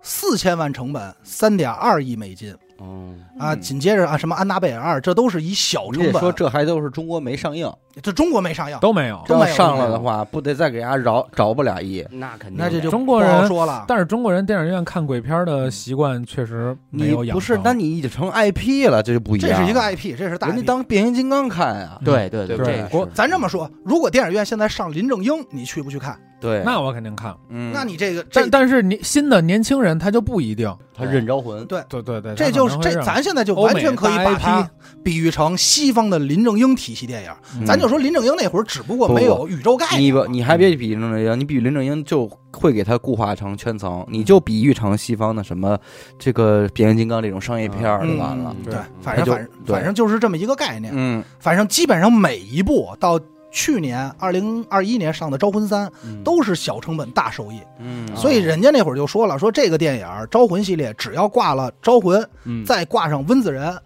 Speaker 2: 四千万成本，三点二亿美金
Speaker 4: 哦，
Speaker 2: 啊。
Speaker 1: 嗯
Speaker 2: 紧接着啊，什么《安娜贝尔二》，这都是以小
Speaker 1: 你
Speaker 2: 成
Speaker 1: 得说
Speaker 2: 本。
Speaker 1: 这还都是中国没上映，
Speaker 2: 这中国没上映，
Speaker 3: 都没有。
Speaker 1: 这
Speaker 2: 都
Speaker 1: 要
Speaker 2: 没有
Speaker 1: 上了的话，不得再给人家饶饶不了一。
Speaker 4: 那肯定的，
Speaker 2: 那这就
Speaker 3: 中国人
Speaker 2: 不好说了。
Speaker 3: 但是中国人电影院看鬼片的习惯确实没
Speaker 1: 你
Speaker 3: 有养成。
Speaker 1: 不是，那你已经成 IP 了，这就不一样。
Speaker 2: 这是一个 IP，这是大
Speaker 1: 人家
Speaker 2: IP。
Speaker 1: 当变形金刚看
Speaker 3: 嗯
Speaker 1: 啊。
Speaker 4: 对对
Speaker 1: 对
Speaker 4: 对，
Speaker 1: 吧
Speaker 4: 这
Speaker 1: 国
Speaker 4: 是
Speaker 2: 咱这么说，如果电影院现在上林正英，你去不去看？
Speaker 1: 对，
Speaker 3: 那我肯定看。
Speaker 1: 嗯，
Speaker 2: 那你这个这
Speaker 3: 但但是你新的年轻人他就不一定。
Speaker 1: 他认招魂，
Speaker 2: 对
Speaker 3: 对对对，
Speaker 2: 这就是这，咱现在就完全可以把
Speaker 3: 欧美
Speaker 2: 它
Speaker 3: 大
Speaker 2: 比喻成西方的林正英体系电影。
Speaker 3: 嗯
Speaker 2: 咱就说林正英那会儿，只不过
Speaker 1: 不
Speaker 2: 没有宇宙概念。
Speaker 1: 你不，你还别比林正英，你比林正英就会给他固化成圈层，你就比喻成西方的什么这个变形金刚这种商业片儿就
Speaker 2: 嗯
Speaker 1: 完了。
Speaker 2: 对
Speaker 4: 对，
Speaker 2: 反
Speaker 1: 他
Speaker 2: 正
Speaker 1: 就
Speaker 2: 反正
Speaker 1: 对
Speaker 2: 反正就是这么一个概念。
Speaker 1: 嗯，
Speaker 2: 反正基本上每一部到去年二零二一年上的《招魂三》都是小成本大收益，
Speaker 1: 嗯，
Speaker 2: 所以人家那会儿就说了，说这个电影《招魂》系列只要挂了《招魂》，
Speaker 4: 嗯
Speaker 2: 再挂上温子仁，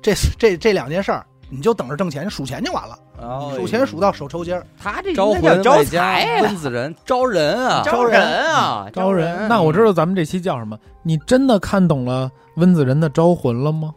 Speaker 2: 这这这两件事儿，你就等着挣钱数钱就完了，
Speaker 1: 哦
Speaker 2: 数钱数到手抽筋儿。
Speaker 4: 他这
Speaker 1: 招啊
Speaker 4: 应该
Speaker 1: 魂
Speaker 4: 叫招
Speaker 1: 外加
Speaker 4: 财呀
Speaker 1: 温子仁招人啊，
Speaker 4: 招人啊，
Speaker 3: 招人。那我知道咱们这期叫什么？你真的看懂了温子仁的《招魂》了吗？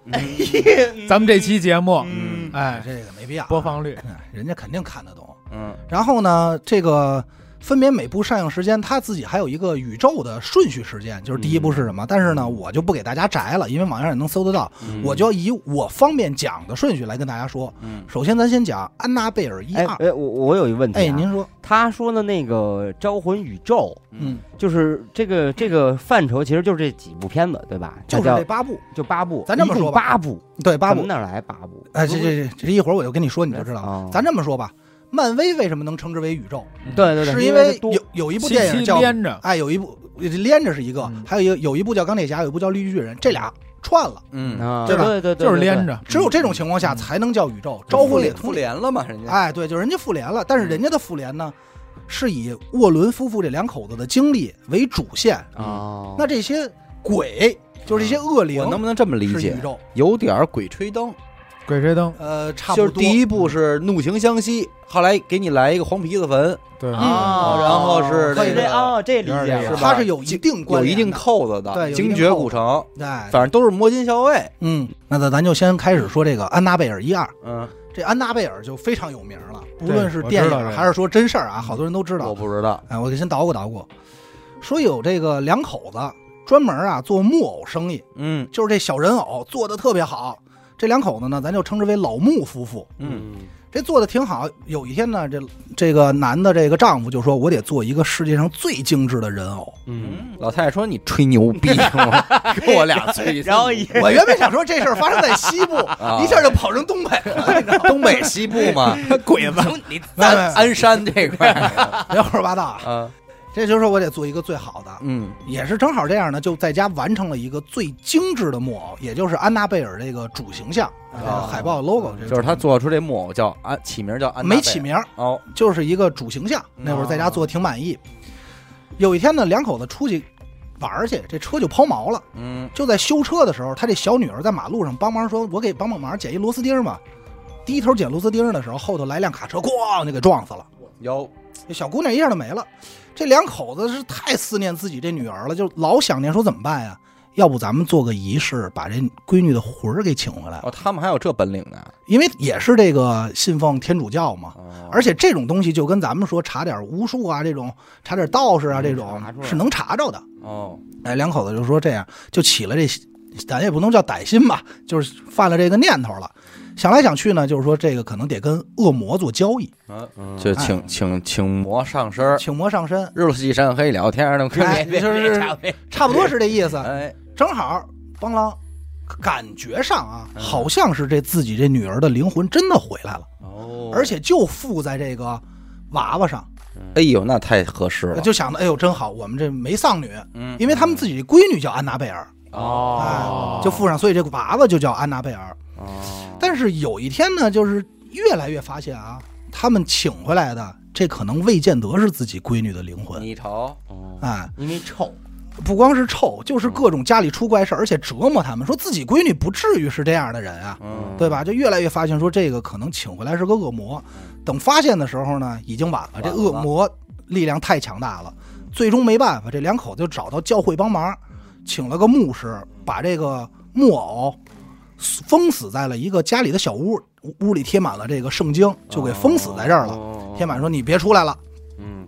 Speaker 3: 咱们这期节目，
Speaker 1: 嗯
Speaker 3: 哎，
Speaker 2: 这个没必要啊
Speaker 3: 播，放率
Speaker 2: 哎人家肯定看得懂。
Speaker 1: 嗯
Speaker 2: 然后呢，这个分别每部上映时间，它自己还有一个宇宙的顺序时间，就是第一部是什么？但是呢，我就不给大家摘了，因为网上也能搜得到。我就以我方便讲的顺序来跟大家说。
Speaker 1: 嗯
Speaker 2: 首先，咱先讲《安娜贝尔》一
Speaker 4: 哎
Speaker 2: 二。
Speaker 4: 哎，我我有一问题啊，
Speaker 2: 哎，您说，
Speaker 4: 他说的那个招魂宇宙，
Speaker 2: 嗯，
Speaker 4: 就是这个这个范畴，其实就是这几部片子，对吧？
Speaker 2: 就是
Speaker 4: 它
Speaker 2: 这
Speaker 4: 叫
Speaker 2: 八部，
Speaker 4: 就八部，
Speaker 2: 咱这么
Speaker 4: 一共
Speaker 2: 说吧
Speaker 4: 八部，
Speaker 2: 对八
Speaker 4: 从
Speaker 2: 部。
Speaker 4: 哪儿来八部？
Speaker 2: 哎，这这这这一会儿我就跟你说，你就知道了。
Speaker 4: 哦
Speaker 2: 咱这么说吧，漫威为什么能称之为宇宙？
Speaker 4: 对对对，
Speaker 2: 是
Speaker 4: 因
Speaker 2: 为
Speaker 4: 它多
Speaker 2: 有有一部
Speaker 3: 七
Speaker 2: 电影
Speaker 3: 期
Speaker 2: 叫
Speaker 3: 连着，
Speaker 2: 哎，有一部连着是一个
Speaker 3: 嗯，
Speaker 2: 还有一个有一部叫钢铁侠，有一部叫绿巨人，这俩串了。
Speaker 1: 嗯，
Speaker 4: 啊，
Speaker 2: 对
Speaker 4: 对
Speaker 2: 吧
Speaker 4: 对对，对
Speaker 3: 就是连。着。
Speaker 2: 只有这种情况下
Speaker 3: 嗯
Speaker 2: 才能叫宇宙。
Speaker 1: 招
Speaker 2: 招
Speaker 1: 魂
Speaker 2: 魂也
Speaker 1: 也
Speaker 2: 通
Speaker 1: 复，联啊了嘛，人家
Speaker 2: 哎，对，就是人家复联了，但是人家的复联呢，是以沃伦夫妇这两口子的经历为主线。
Speaker 4: 对哦，
Speaker 2: 那这些鬼，就是这些恶灵
Speaker 1: 哦我，能不能这么理
Speaker 2: 是宇
Speaker 1: 解？
Speaker 2: 宙？
Speaker 1: 有点儿鬼吹灯，
Speaker 3: 鬼吹灯，
Speaker 2: 呃，差
Speaker 1: 就
Speaker 2: 不
Speaker 1: 是
Speaker 2: 多。
Speaker 1: 第一部是怒情湘西，后来给你来一个黄皮子坟，
Speaker 3: 对，
Speaker 4: 哦，
Speaker 1: 然后是
Speaker 4: 可以
Speaker 1: 那个
Speaker 4: 这哦，这理
Speaker 3: 有
Speaker 4: 解
Speaker 3: 点这
Speaker 4: 了
Speaker 3: 个
Speaker 1: 吧
Speaker 2: 它是有一定关
Speaker 1: 有一
Speaker 2: 联
Speaker 1: 定
Speaker 2: 的
Speaker 1: 扣子的，
Speaker 2: 对有一定
Speaker 1: 精绝古城，
Speaker 2: 哎，
Speaker 1: 反正都是摸金校尉。
Speaker 2: 嗯，那咱咱就先开始说这个安娜贝尔一二。
Speaker 1: 嗯，
Speaker 2: 这安娜贝尔就非常有名了，不
Speaker 3: 对
Speaker 2: 论是
Speaker 3: 我
Speaker 2: 电
Speaker 3: 知道这
Speaker 2: 影
Speaker 3: 个
Speaker 2: 还是说真事儿啊，好多人都知道
Speaker 1: 我。不知道。
Speaker 2: 哎，我给先捣鼓捣鼓，说有这个两口子专门啊做木偶生意，
Speaker 1: 嗯
Speaker 2: 就是这小人偶做的特别好。这两口子呢，咱就称之为老木夫妇。
Speaker 1: 嗯，
Speaker 2: 这做的挺好。有一天呢，这这个男的这个丈夫就说：“我得做一个世界上最精致的人 偶。
Speaker 4: 嗯，
Speaker 1: 老太太说你吹牛逼， 跟我俩吹。
Speaker 4: 然后一”
Speaker 2: 我原本想说这事儿发生在西部，
Speaker 3: 啊
Speaker 2: 一下就跑成东北 了，你知道吗？
Speaker 1: 东北西部 嘛，
Speaker 3: 鬼子
Speaker 2: 没没
Speaker 1: 鞍鞍山这块 儿，
Speaker 2: 别胡说八道啊！
Speaker 1: 啊，
Speaker 2: 这就是说我得做一个最好的，
Speaker 1: 嗯
Speaker 2: 也是正好这样呢，就在家完成了一个最精致的木偶，也就是安娜贝尔这个主形象，呃这个海报 logo 这个
Speaker 1: 哦就是他做出这木偶叫安，起名叫安，
Speaker 2: 没起名儿，
Speaker 1: 哦，
Speaker 2: 就是一个主形象。那会儿在家做得挺满意。有一天呢，两口子出去玩儿去，这车就抛锚了。
Speaker 1: 嗯
Speaker 2: 就在修车的时候，他这小女儿在马路上帮忙说：“我给帮帮忙捡一螺丝钉儿嘛。”低头捡螺丝钉儿的时候，后头来辆卡车，咣就给撞死了。
Speaker 1: 有，
Speaker 2: 这小姑娘一下就没了。这两口子是太思念自己这女儿了，就老想念，说怎么办呀？要不咱们做个仪式，把这闺女的魂儿给请回来？
Speaker 1: 哦，他们还有这本领呢，
Speaker 2: 因为也是这个信奉天主教嘛，
Speaker 1: 哦
Speaker 2: 而且这种东西就跟咱们说查点巫术啊，这种查点道士啊，这种
Speaker 4: 嗯查出来
Speaker 2: 是能查着的。
Speaker 1: 哦，
Speaker 2: 哎，两口子就说这样，就起了这，咱也不能叫歹心吧，就是犯了这个念头了。想来想去呢，就是说这个可能得跟恶魔做交易，
Speaker 1: 就请请请魔上身儿，
Speaker 2: 请魔上身，
Speaker 1: 日落西山黑了天儿，能看
Speaker 2: 哎
Speaker 1: 见就是
Speaker 2: 差不多是这意思。
Speaker 1: 哎，
Speaker 2: 正好，邦郎感觉上啊，好像是这自己这女儿的灵魂真的回来了，
Speaker 1: 哦
Speaker 2: 而且就附在这个娃娃上，
Speaker 1: 哎呦，那太合适了，
Speaker 2: 就想着哎呦真好，我们这没丧女，
Speaker 1: 嗯
Speaker 2: 因为他们自己闺女叫安娜贝尔，
Speaker 1: 哎
Speaker 4: 哦
Speaker 2: 就附上，所以这个娃娃就叫安娜贝尔。
Speaker 4: 哦
Speaker 2: 但是有一天呢，就是越来越发现啊，他们请回来的这可能未见得是自己闺女的灵魂，
Speaker 1: 你瞅，
Speaker 4: 哦
Speaker 2: 哎，
Speaker 4: 因为臭，
Speaker 2: 不光是臭，就是各种家里出怪事儿，而且折磨他们，说自己闺女不至于是这样的人啊。
Speaker 1: 嗯，
Speaker 2: 对吧？就越来越发现说这个可能请回来是个恶魔，等发现的时候呢，已经晚了。
Speaker 1: 晚
Speaker 2: 这
Speaker 1: 了
Speaker 2: 恶魔力量太强大了，最终没办法，这两口子就找到教会帮忙，请了个牧师，把这个木偶封死在了一个家里的小屋，屋屋里贴满了这个圣经，就给封死在这儿了。
Speaker 4: 了
Speaker 2: 贴满说你别出来了。
Speaker 4: 嗯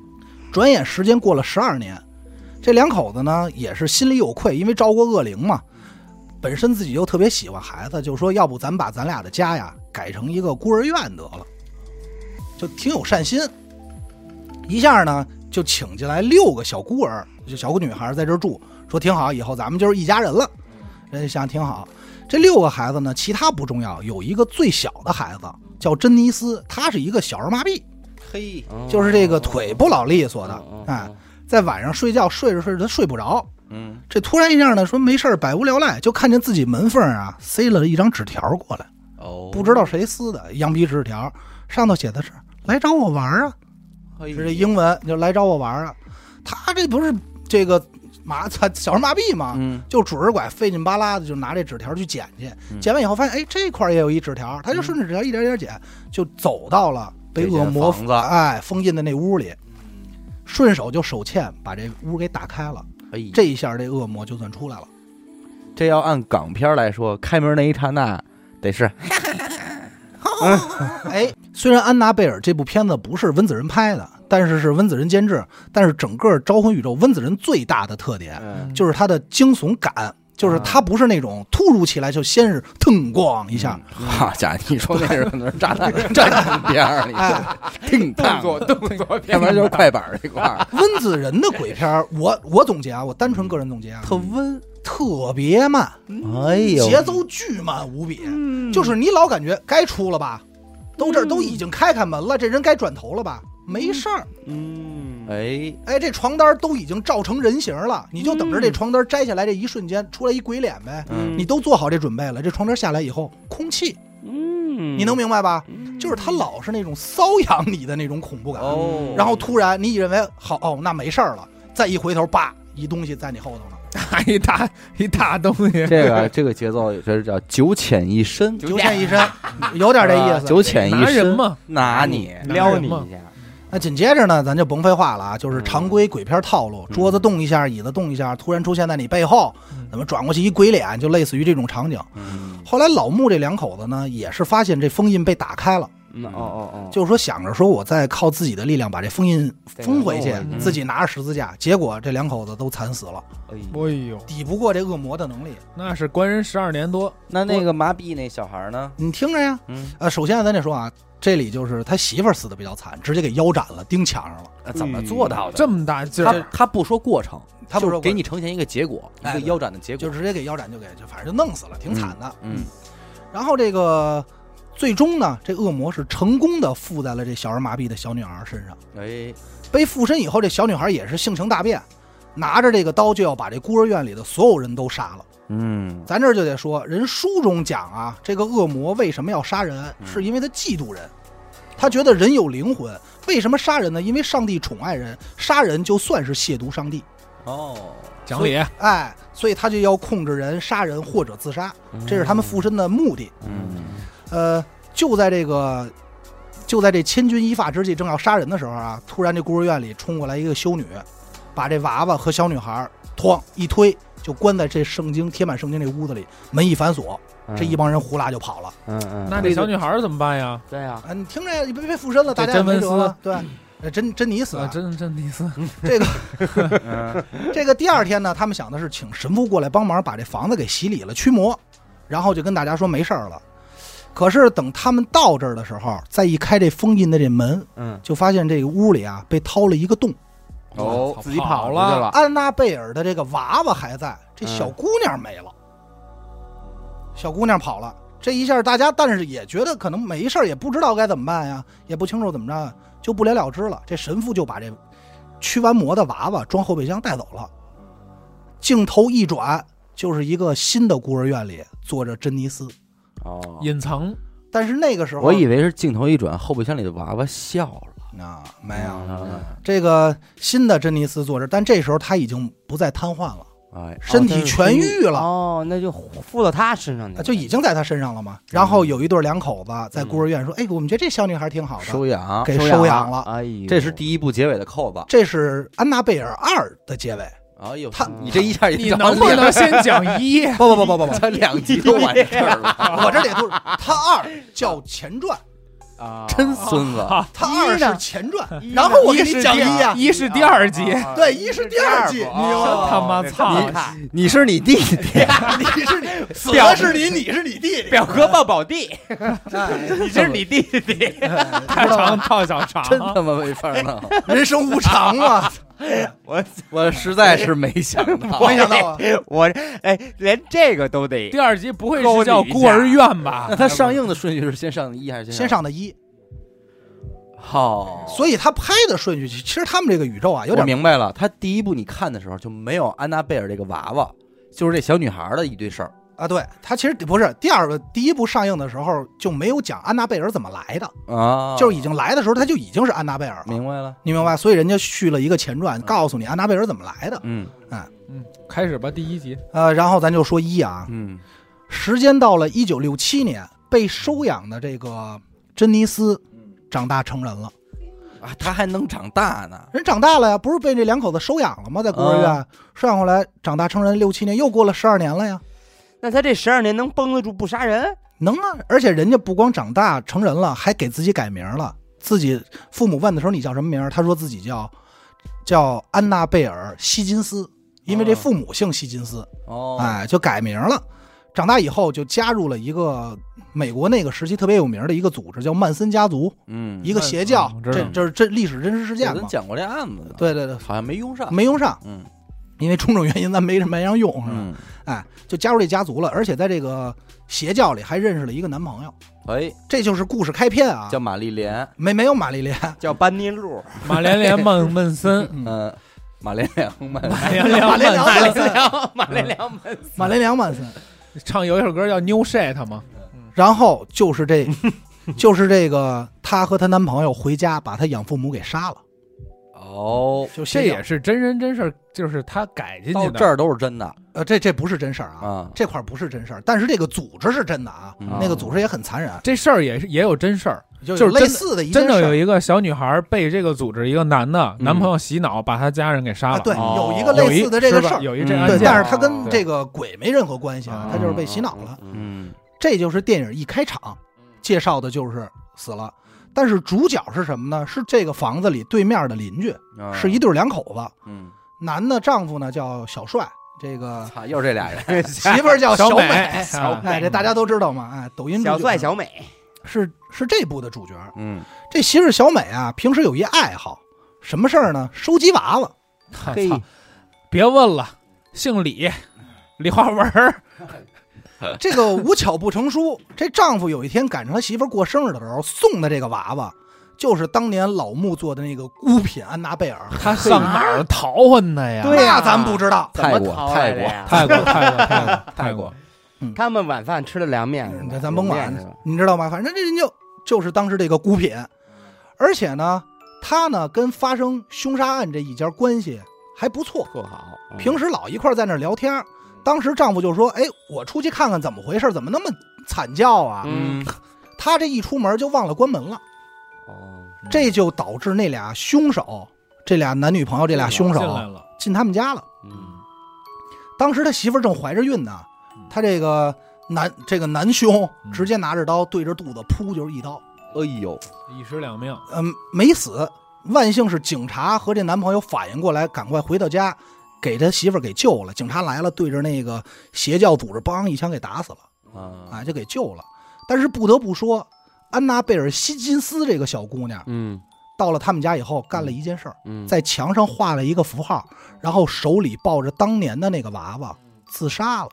Speaker 2: 转眼时间过了十二年，这两口子呢也是心里有愧，因为招过恶灵嘛，本身自己又特别喜欢孩子，就说要不咱把咱俩的家呀改成一个孤儿院得了，就挺有善心。一下呢就请进来六个小孤儿，就小女孩在这儿住，说挺好，以后咱们就是一家人了。人家想挺好。这六个孩子呢，其他不重要，有一个最小的孩子叫珍妮斯，她是一个小儿麻痹，
Speaker 1: 嘿，
Speaker 2: 就是这个腿不老利索的
Speaker 4: 哦，
Speaker 2: 哎，在晚上睡觉睡着睡着他睡不着，
Speaker 1: 嗯，
Speaker 2: 这突然一下呢说没事儿百无聊赖，就看见自己门缝儿啊塞了一张纸条过来，
Speaker 1: 哦，
Speaker 2: 不知道谁撕的羊皮纸条，上头写的是来找我玩儿啊，
Speaker 1: 嘿
Speaker 2: 是这英文，就来找我玩儿啊，他这不是这个麻他小儿麻痹吗？
Speaker 1: 嗯，
Speaker 2: 就拄着拐费劲巴拉的就拿这纸条去捡去，捡完以后发现哎这块儿也有一纸条，他就顺着纸条一点点捡，就走到了被
Speaker 1: 这间
Speaker 2: 恶魔
Speaker 1: 房子
Speaker 2: 哎封印的那屋里，顺手就手欠把这屋给打开了，
Speaker 1: 哎
Speaker 2: 这一下这恶魔就算出来了。
Speaker 1: 这要按港片儿来说，开门那一刹那得是
Speaker 2: 哎，虽然《安娜贝尔》这部片子不是温子仁拍的，但是是温子仁监制，但是整个《招魂宇宙》温子仁最大的特点
Speaker 4: 嗯
Speaker 2: 就是他的惊悚感。就是
Speaker 1: 啊
Speaker 2: 他不是那种突如其来，就先是腾咣一下，
Speaker 1: 好家伙，你说那是可能是炸弹炸弹片儿，你
Speaker 2: 哎，
Speaker 1: 听
Speaker 3: 动
Speaker 1: 烫，
Speaker 3: 作动作
Speaker 1: 要
Speaker 3: 片
Speaker 1: 不然就是快板儿这块儿，
Speaker 2: 温子仁的鬼片儿，我我总结啊，我单纯个人总结啊，特
Speaker 1: 嗯温，
Speaker 2: 特别慢，
Speaker 1: 哎呦，嗯
Speaker 2: 节奏巨慢无比，就是你老感觉该出了吧，都这儿都已经开开门了，这人该转头了吧，没事儿，
Speaker 4: 嗯
Speaker 1: 哎，
Speaker 2: 哎，这床单都已经照成人形了，你就等着这床单摘下来这一瞬间出来一鬼脸呗。
Speaker 1: 嗯
Speaker 2: 你都做好这准备了，这床单下来以后，空气，
Speaker 4: 嗯
Speaker 2: 你能明白吧？就是他老是那种瘙痒你的那种恐怖感，
Speaker 1: 哦
Speaker 2: 然后突然你以为好哦，那没事儿了，再一回头，叭，一东西在你后头 呢。
Speaker 3: 打一大一大东西，
Speaker 1: 这个这个节奏也是叫九浅一深，
Speaker 2: 九浅一深， 有点这意
Speaker 1: 啊
Speaker 2: 思。
Speaker 1: 九浅一
Speaker 3: 拿
Speaker 1: 深
Speaker 3: 人，嘛，
Speaker 1: 拿你，
Speaker 4: 撩你一下，
Speaker 2: 那紧接着呢，咱就甭废话了啊，就是常规鬼片套路，桌子动一下，椅子动一下，突然出现在你背后
Speaker 3: 嗯，
Speaker 2: 怎么转过去一鬼脸，
Speaker 4: 嗯
Speaker 2: 就类似于这种场景。后来老穆这两口子呢，也是发现这封印被打开了，
Speaker 4: 嗯哦哦哦，
Speaker 2: 就是说想着说我再靠自己的力量把这封印封回去
Speaker 4: 再给弄回，去
Speaker 2: 自己拿着十字架，结果这两口子都惨死了，
Speaker 4: 哎
Speaker 3: 哎呦，
Speaker 2: 抵不过这恶魔的能力。
Speaker 3: 那是关人十二年多，
Speaker 1: 那那个麻痹那小孩呢？
Speaker 2: 你听着呀，
Speaker 1: 嗯，
Speaker 2: 呃，首先咱得说啊，这里就是他媳妇儿死的比较惨，直接给腰斩了，钉墙上了。
Speaker 1: 呃怎么做到的？
Speaker 3: 这么大劲
Speaker 1: 他
Speaker 3: 儿，
Speaker 1: 他不说过程，
Speaker 2: 他不
Speaker 1: 就
Speaker 2: 说
Speaker 1: 给你呈现一个结果，一
Speaker 2: 哎
Speaker 1: 个
Speaker 2: 对
Speaker 1: 腰斩的结果
Speaker 2: 就。直接给腰斩，就给就反正就弄死了，挺惨的。
Speaker 1: 嗯，
Speaker 2: 然后这个最终呢，这恶魔是成功的附在了这小儿麻痹的小女孩身上。
Speaker 1: 哎，
Speaker 2: 被附身以后，这小女孩也是性情大变，拿着这个刀就要把这孤儿院里的所有人都杀了。
Speaker 1: 嗯，
Speaker 2: 咱这儿就得说，人书中讲啊，这个恶魔为什么要杀人，
Speaker 1: 嗯
Speaker 2: 是因为他嫉妒人，他觉得人有灵魂。为什么杀人呢？因为上帝宠爱人，杀人就算是亵渎上帝。
Speaker 1: 哦，
Speaker 3: 讲理，
Speaker 2: 哎，所以他就要控制人杀人或者自杀，这是他们附身的目的。
Speaker 1: 嗯
Speaker 2: 呃，就在这个就在这千钧一发之际，正要杀人的时候啊，突然这孤儿院里冲过来一个修女，把这娃娃和小女孩儿哐一推，就关在这圣经贴满圣经这屋子里，门一反锁，
Speaker 3: 嗯
Speaker 2: 这一帮人呼啦就跑了。
Speaker 4: 嗯嗯，
Speaker 3: 那这小女孩儿怎么办呀？
Speaker 4: 对呀，
Speaker 2: 啊，你听着，你别别附身了，
Speaker 3: 这
Speaker 2: 大家也没
Speaker 3: 真
Speaker 2: 辙
Speaker 3: 文
Speaker 2: 了
Speaker 3: 斯。
Speaker 2: 对，呃珍珍妮死
Speaker 3: 啊，
Speaker 2: 了。
Speaker 3: 真真第四，
Speaker 2: 这个
Speaker 1: 嗯
Speaker 2: 这个第二天呢，他们想的是请神父过来帮忙把这房子给洗礼了、驱魔，然后就跟大家说没事儿了。可是等他们到这儿的时候，再一开这封印的这门，
Speaker 4: 嗯，
Speaker 2: 就发现这个屋里啊被掏了一个洞。
Speaker 4: 哦
Speaker 3: 跑，
Speaker 4: 自己
Speaker 3: 跑
Speaker 4: 跑出去
Speaker 1: 啊
Speaker 3: 了
Speaker 4: 了，
Speaker 2: 安娜贝尔的这个娃娃还在，这小
Speaker 4: 嗯
Speaker 2: 姑娘没了，小姑娘跑了。这一下大家但是也觉得可能没事儿，也不知道该怎么办呀，也不清楚怎么着，就不了了之了。这神父就把这驱完魔的娃娃装后备箱带走了。镜头一转，就是一个新的孤儿院里坐着珍妮斯，
Speaker 1: 哦，
Speaker 3: 隐藏
Speaker 2: 但是那个时候
Speaker 1: 我以为是镜头一转，后备箱里的娃娃笑了。
Speaker 2: 啊没有、
Speaker 1: 啊
Speaker 2: 这个新的珍妮斯坐着，但这时候她已经不再瘫痪了。
Speaker 1: 哎，
Speaker 2: 身体痊愈了
Speaker 4: 哦，那就附到他身上去了，
Speaker 2: 啊就已经在他身上了嘛。然后有一对两口子在孤儿院说：“哎，我们觉得这小女孩挺好的，
Speaker 1: 收养，
Speaker 2: 给
Speaker 4: 收
Speaker 2: 养了。
Speaker 4: 哎呦，
Speaker 1: 这是第一部结尾的扣子。
Speaker 2: 这是《安娜贝尔二》的结尾。
Speaker 1: 哎呦，
Speaker 2: 他
Speaker 1: 你这一下也
Speaker 3: 你
Speaker 1: 找
Speaker 3: 能不
Speaker 1: 两
Speaker 3: 能先讲一？
Speaker 2: 不不不不不 不，
Speaker 1: 他两集都完事儿了，
Speaker 2: 我这里都是他二叫前传，
Speaker 4: 啊，
Speaker 1: 真孙子！
Speaker 2: 他二
Speaker 4: 一呢
Speaker 2: 是前传
Speaker 4: 一，呢
Speaker 2: 然后我给
Speaker 3: 一
Speaker 2: 你
Speaker 3: 是
Speaker 2: 讲一
Speaker 3: 第
Speaker 2: 呀。
Speaker 3: 一是第二集，
Speaker 2: 对一是第二季
Speaker 4: 啊
Speaker 3: 哦他妈操
Speaker 1: 你是你弟 弟，啊
Speaker 2: 你是你，死的是你，你是你弟弟。
Speaker 4: 表哥抱宝弟，
Speaker 2: 哎
Speaker 4: 你这是你弟弟，
Speaker 3: 大肠套小肠，
Speaker 1: 真他妈没法弄！
Speaker 2: 人生无常啊，
Speaker 4: 我
Speaker 1: 我实在是没想到，
Speaker 2: 没想到啊。
Speaker 4: 我哎，连这个都得
Speaker 3: 第二集不会是叫孤儿院吧？
Speaker 1: 那它上映的顺序是先上一还是
Speaker 2: 先
Speaker 1: 上？
Speaker 2: 上的一，
Speaker 1: 好，
Speaker 2: 所以他拍的顺序，其实他们这个宇宙啊，有
Speaker 1: 我
Speaker 2: 点
Speaker 1: 明白了。他第一部你看的时候就没有安娜贝尔这个娃娃，就是这小女孩的一堆事儿。
Speaker 2: 啊，对他其实不是第二个第一部上映的时候就没有讲安娜贝尔怎么来的，
Speaker 1: 啊，
Speaker 2: 就是已经来的时候他就已经是安娜贝尔了，
Speaker 1: 明白了。
Speaker 2: 你明白？所以人家续了一个前传，告诉你安娜贝尔怎么来的。
Speaker 1: 嗯
Speaker 3: 嗯，开始吧，第一集，
Speaker 2: 呃，然后咱就说一啊，
Speaker 1: 嗯，
Speaker 2: 时间到了一九六七年，被收养的这个珍妮斯长大成人了，
Speaker 1: 啊，她还能长大呢。
Speaker 2: 人长大了呀，不是被这两口子收养了吗？在孤儿院、收养回来，长大成人六七年，又过了十二年了呀。
Speaker 4: 那他这十二年能绷得住不杀人？
Speaker 2: 能啊，而且人家不光长大成人了，还给自己改名了。自己父母问的时候你叫什么名儿，他说自己叫叫安娜贝尔希金斯，因为这父母姓希金斯，
Speaker 1: 哦，
Speaker 2: 哎，就改名了。长大以后就加入了一个美国那个时期特别有名的一个组织，叫曼森家族，
Speaker 1: 嗯，
Speaker 2: 一个邪教
Speaker 3: 嗯。知
Speaker 2: 这
Speaker 3: 道
Speaker 2: 这是这历史真实事件
Speaker 1: 我跟
Speaker 2: 嘛
Speaker 1: 你？讲过这案子呢，
Speaker 2: 对对对，
Speaker 1: 好像没用上。
Speaker 2: 没用上，
Speaker 1: 嗯
Speaker 2: 因为种种原因咱没什么样用，是吧？
Speaker 1: 嗯，
Speaker 2: 哎，就加入这家族了，而且在这个邪教里还认识了一个男朋友。
Speaker 1: 哎，
Speaker 2: 这就是故事开篇啊，
Speaker 1: 叫玛丽莲，
Speaker 2: 没没有玛丽莲，、
Speaker 4: 叫班尼 路，
Speaker 3: 马连连、曼曼森
Speaker 2: 嗯
Speaker 1: 嗯，玛丽莲曼
Speaker 3: 马连连、
Speaker 2: 马连良
Speaker 3: 曼
Speaker 2: 曼
Speaker 3: 森，
Speaker 2: 森，
Speaker 4: 马连良门
Speaker 2: 马连良曼森，
Speaker 3: 唱有一首歌叫《New Shit》嘛，
Speaker 2: 然后就是这，就是这个她和她男朋友回家把她养父母给杀了，
Speaker 1: 哦，
Speaker 2: 就
Speaker 3: 这
Speaker 2: 写
Speaker 3: 也是真人真事儿，就是他改进去
Speaker 1: 到
Speaker 3: 的。
Speaker 1: 这儿都是真的
Speaker 2: 呃这这不是真事儿啊，
Speaker 1: 啊。
Speaker 2: 这块儿不是真事儿，但是这个组织是真的啊，
Speaker 1: 嗯
Speaker 4: 哦
Speaker 2: 那个组织也很残忍，
Speaker 3: 这事儿也是也有真事儿，
Speaker 2: 就
Speaker 3: 就是
Speaker 2: 有
Speaker 3: 真的
Speaker 2: 类似的一件
Speaker 3: 真
Speaker 2: 事儿
Speaker 3: 的有一个小女孩被这个组织一个男的
Speaker 1: 嗯
Speaker 3: 男朋友洗脑，把她家人给杀
Speaker 2: 啊，
Speaker 3: 了。
Speaker 2: 对，
Speaker 1: 哦
Speaker 2: 有一个
Speaker 3: 有一
Speaker 2: 类似的这个
Speaker 3: 是吧
Speaker 2: 事儿。
Speaker 3: 有一这
Speaker 1: 嗯
Speaker 3: 案
Speaker 2: 对，
Speaker 3: 件，
Speaker 2: 但是他跟
Speaker 3: 对
Speaker 2: 这个鬼没任何关系啊
Speaker 3: 啊，
Speaker 2: 他就是被洗脑了。
Speaker 1: 嗯，
Speaker 2: 这就是电影一开场介绍的，就是死了。但是主角是什么呢？是这个房子里对面的邻居，
Speaker 1: 啊
Speaker 4: 哦
Speaker 2: 是一对儿两口子，
Speaker 1: 嗯，
Speaker 2: 男的丈夫呢叫小帅，这个
Speaker 1: 操，又是这俩人，
Speaker 2: 媳妇儿叫
Speaker 3: 哎小
Speaker 2: 美。
Speaker 3: 美，
Speaker 4: 小
Speaker 3: 啊
Speaker 4: 美
Speaker 2: 哎，这大家都知道嘛？哎，抖音主角
Speaker 4: 小帅小 美，
Speaker 2: 是是这部的主角。
Speaker 1: 嗯，
Speaker 2: 这媳妇儿小美啊，平时有一爱好，什么事儿呢？收集娃娃。
Speaker 3: 操
Speaker 4: 嘿，
Speaker 3: 别问了，姓李，李化文儿，
Speaker 2: 这 个无巧不成书，这丈夫有一天赶上他媳妇儿过生日的时候送的这个娃娃，就是当年老穆做的那个孤品安娜贝尔。
Speaker 3: 他上哪儿淘换的呀？
Speaker 4: 对呀
Speaker 2: 那咱不知道。
Speaker 4: 怎
Speaker 1: 泰
Speaker 4: 么
Speaker 1: 国
Speaker 4: 淘来的呀
Speaker 3: 泰国，泰国，泰国，
Speaker 1: 泰国，
Speaker 4: 他们晚饭吃了凉面是吧，
Speaker 2: 那咱甭管
Speaker 4: 凉哎面是吧，
Speaker 2: 你知道吗？反正这人就就是当时这个孤品，而且呢，他呢跟发生凶杀案这一家关系还不错，
Speaker 4: 特好。嗯
Speaker 2: 平时老一块儿在那儿聊天儿。当时丈夫就说：“哎，我出去看看怎么回事，怎么那么惨叫啊
Speaker 4: 嗯，？”
Speaker 2: 他这一出门就忘了关门了，
Speaker 4: 哦，
Speaker 3: 嗯
Speaker 2: 这就导致那俩凶手，这俩男女朋友这俩啊凶
Speaker 3: 进
Speaker 2: 手
Speaker 3: 来了，
Speaker 2: 进他们家了。
Speaker 4: 嗯，
Speaker 2: 当时他媳妇儿正怀着孕呢，他这个男这个男凶
Speaker 3: 嗯
Speaker 2: 直接拿着刀对着肚子噗就是一刀，
Speaker 1: 哎呦，
Speaker 3: 一尸两命，
Speaker 2: 嗯，没死。万幸是警察和这男朋友反应过来，赶快回到家，给他媳妇儿给救了。警察来了，对着那个邪教组织，梆一枪给打死了，
Speaker 1: 啊，
Speaker 2: 啊，就给救了。但是不得不说，安娜贝尔希金斯这个小姑娘
Speaker 4: 嗯
Speaker 2: 到了他们家以后，干了一件事儿，
Speaker 4: 嗯，
Speaker 2: 在墙上画了一个符号，然后手里抱着当年的那个娃娃，自杀了。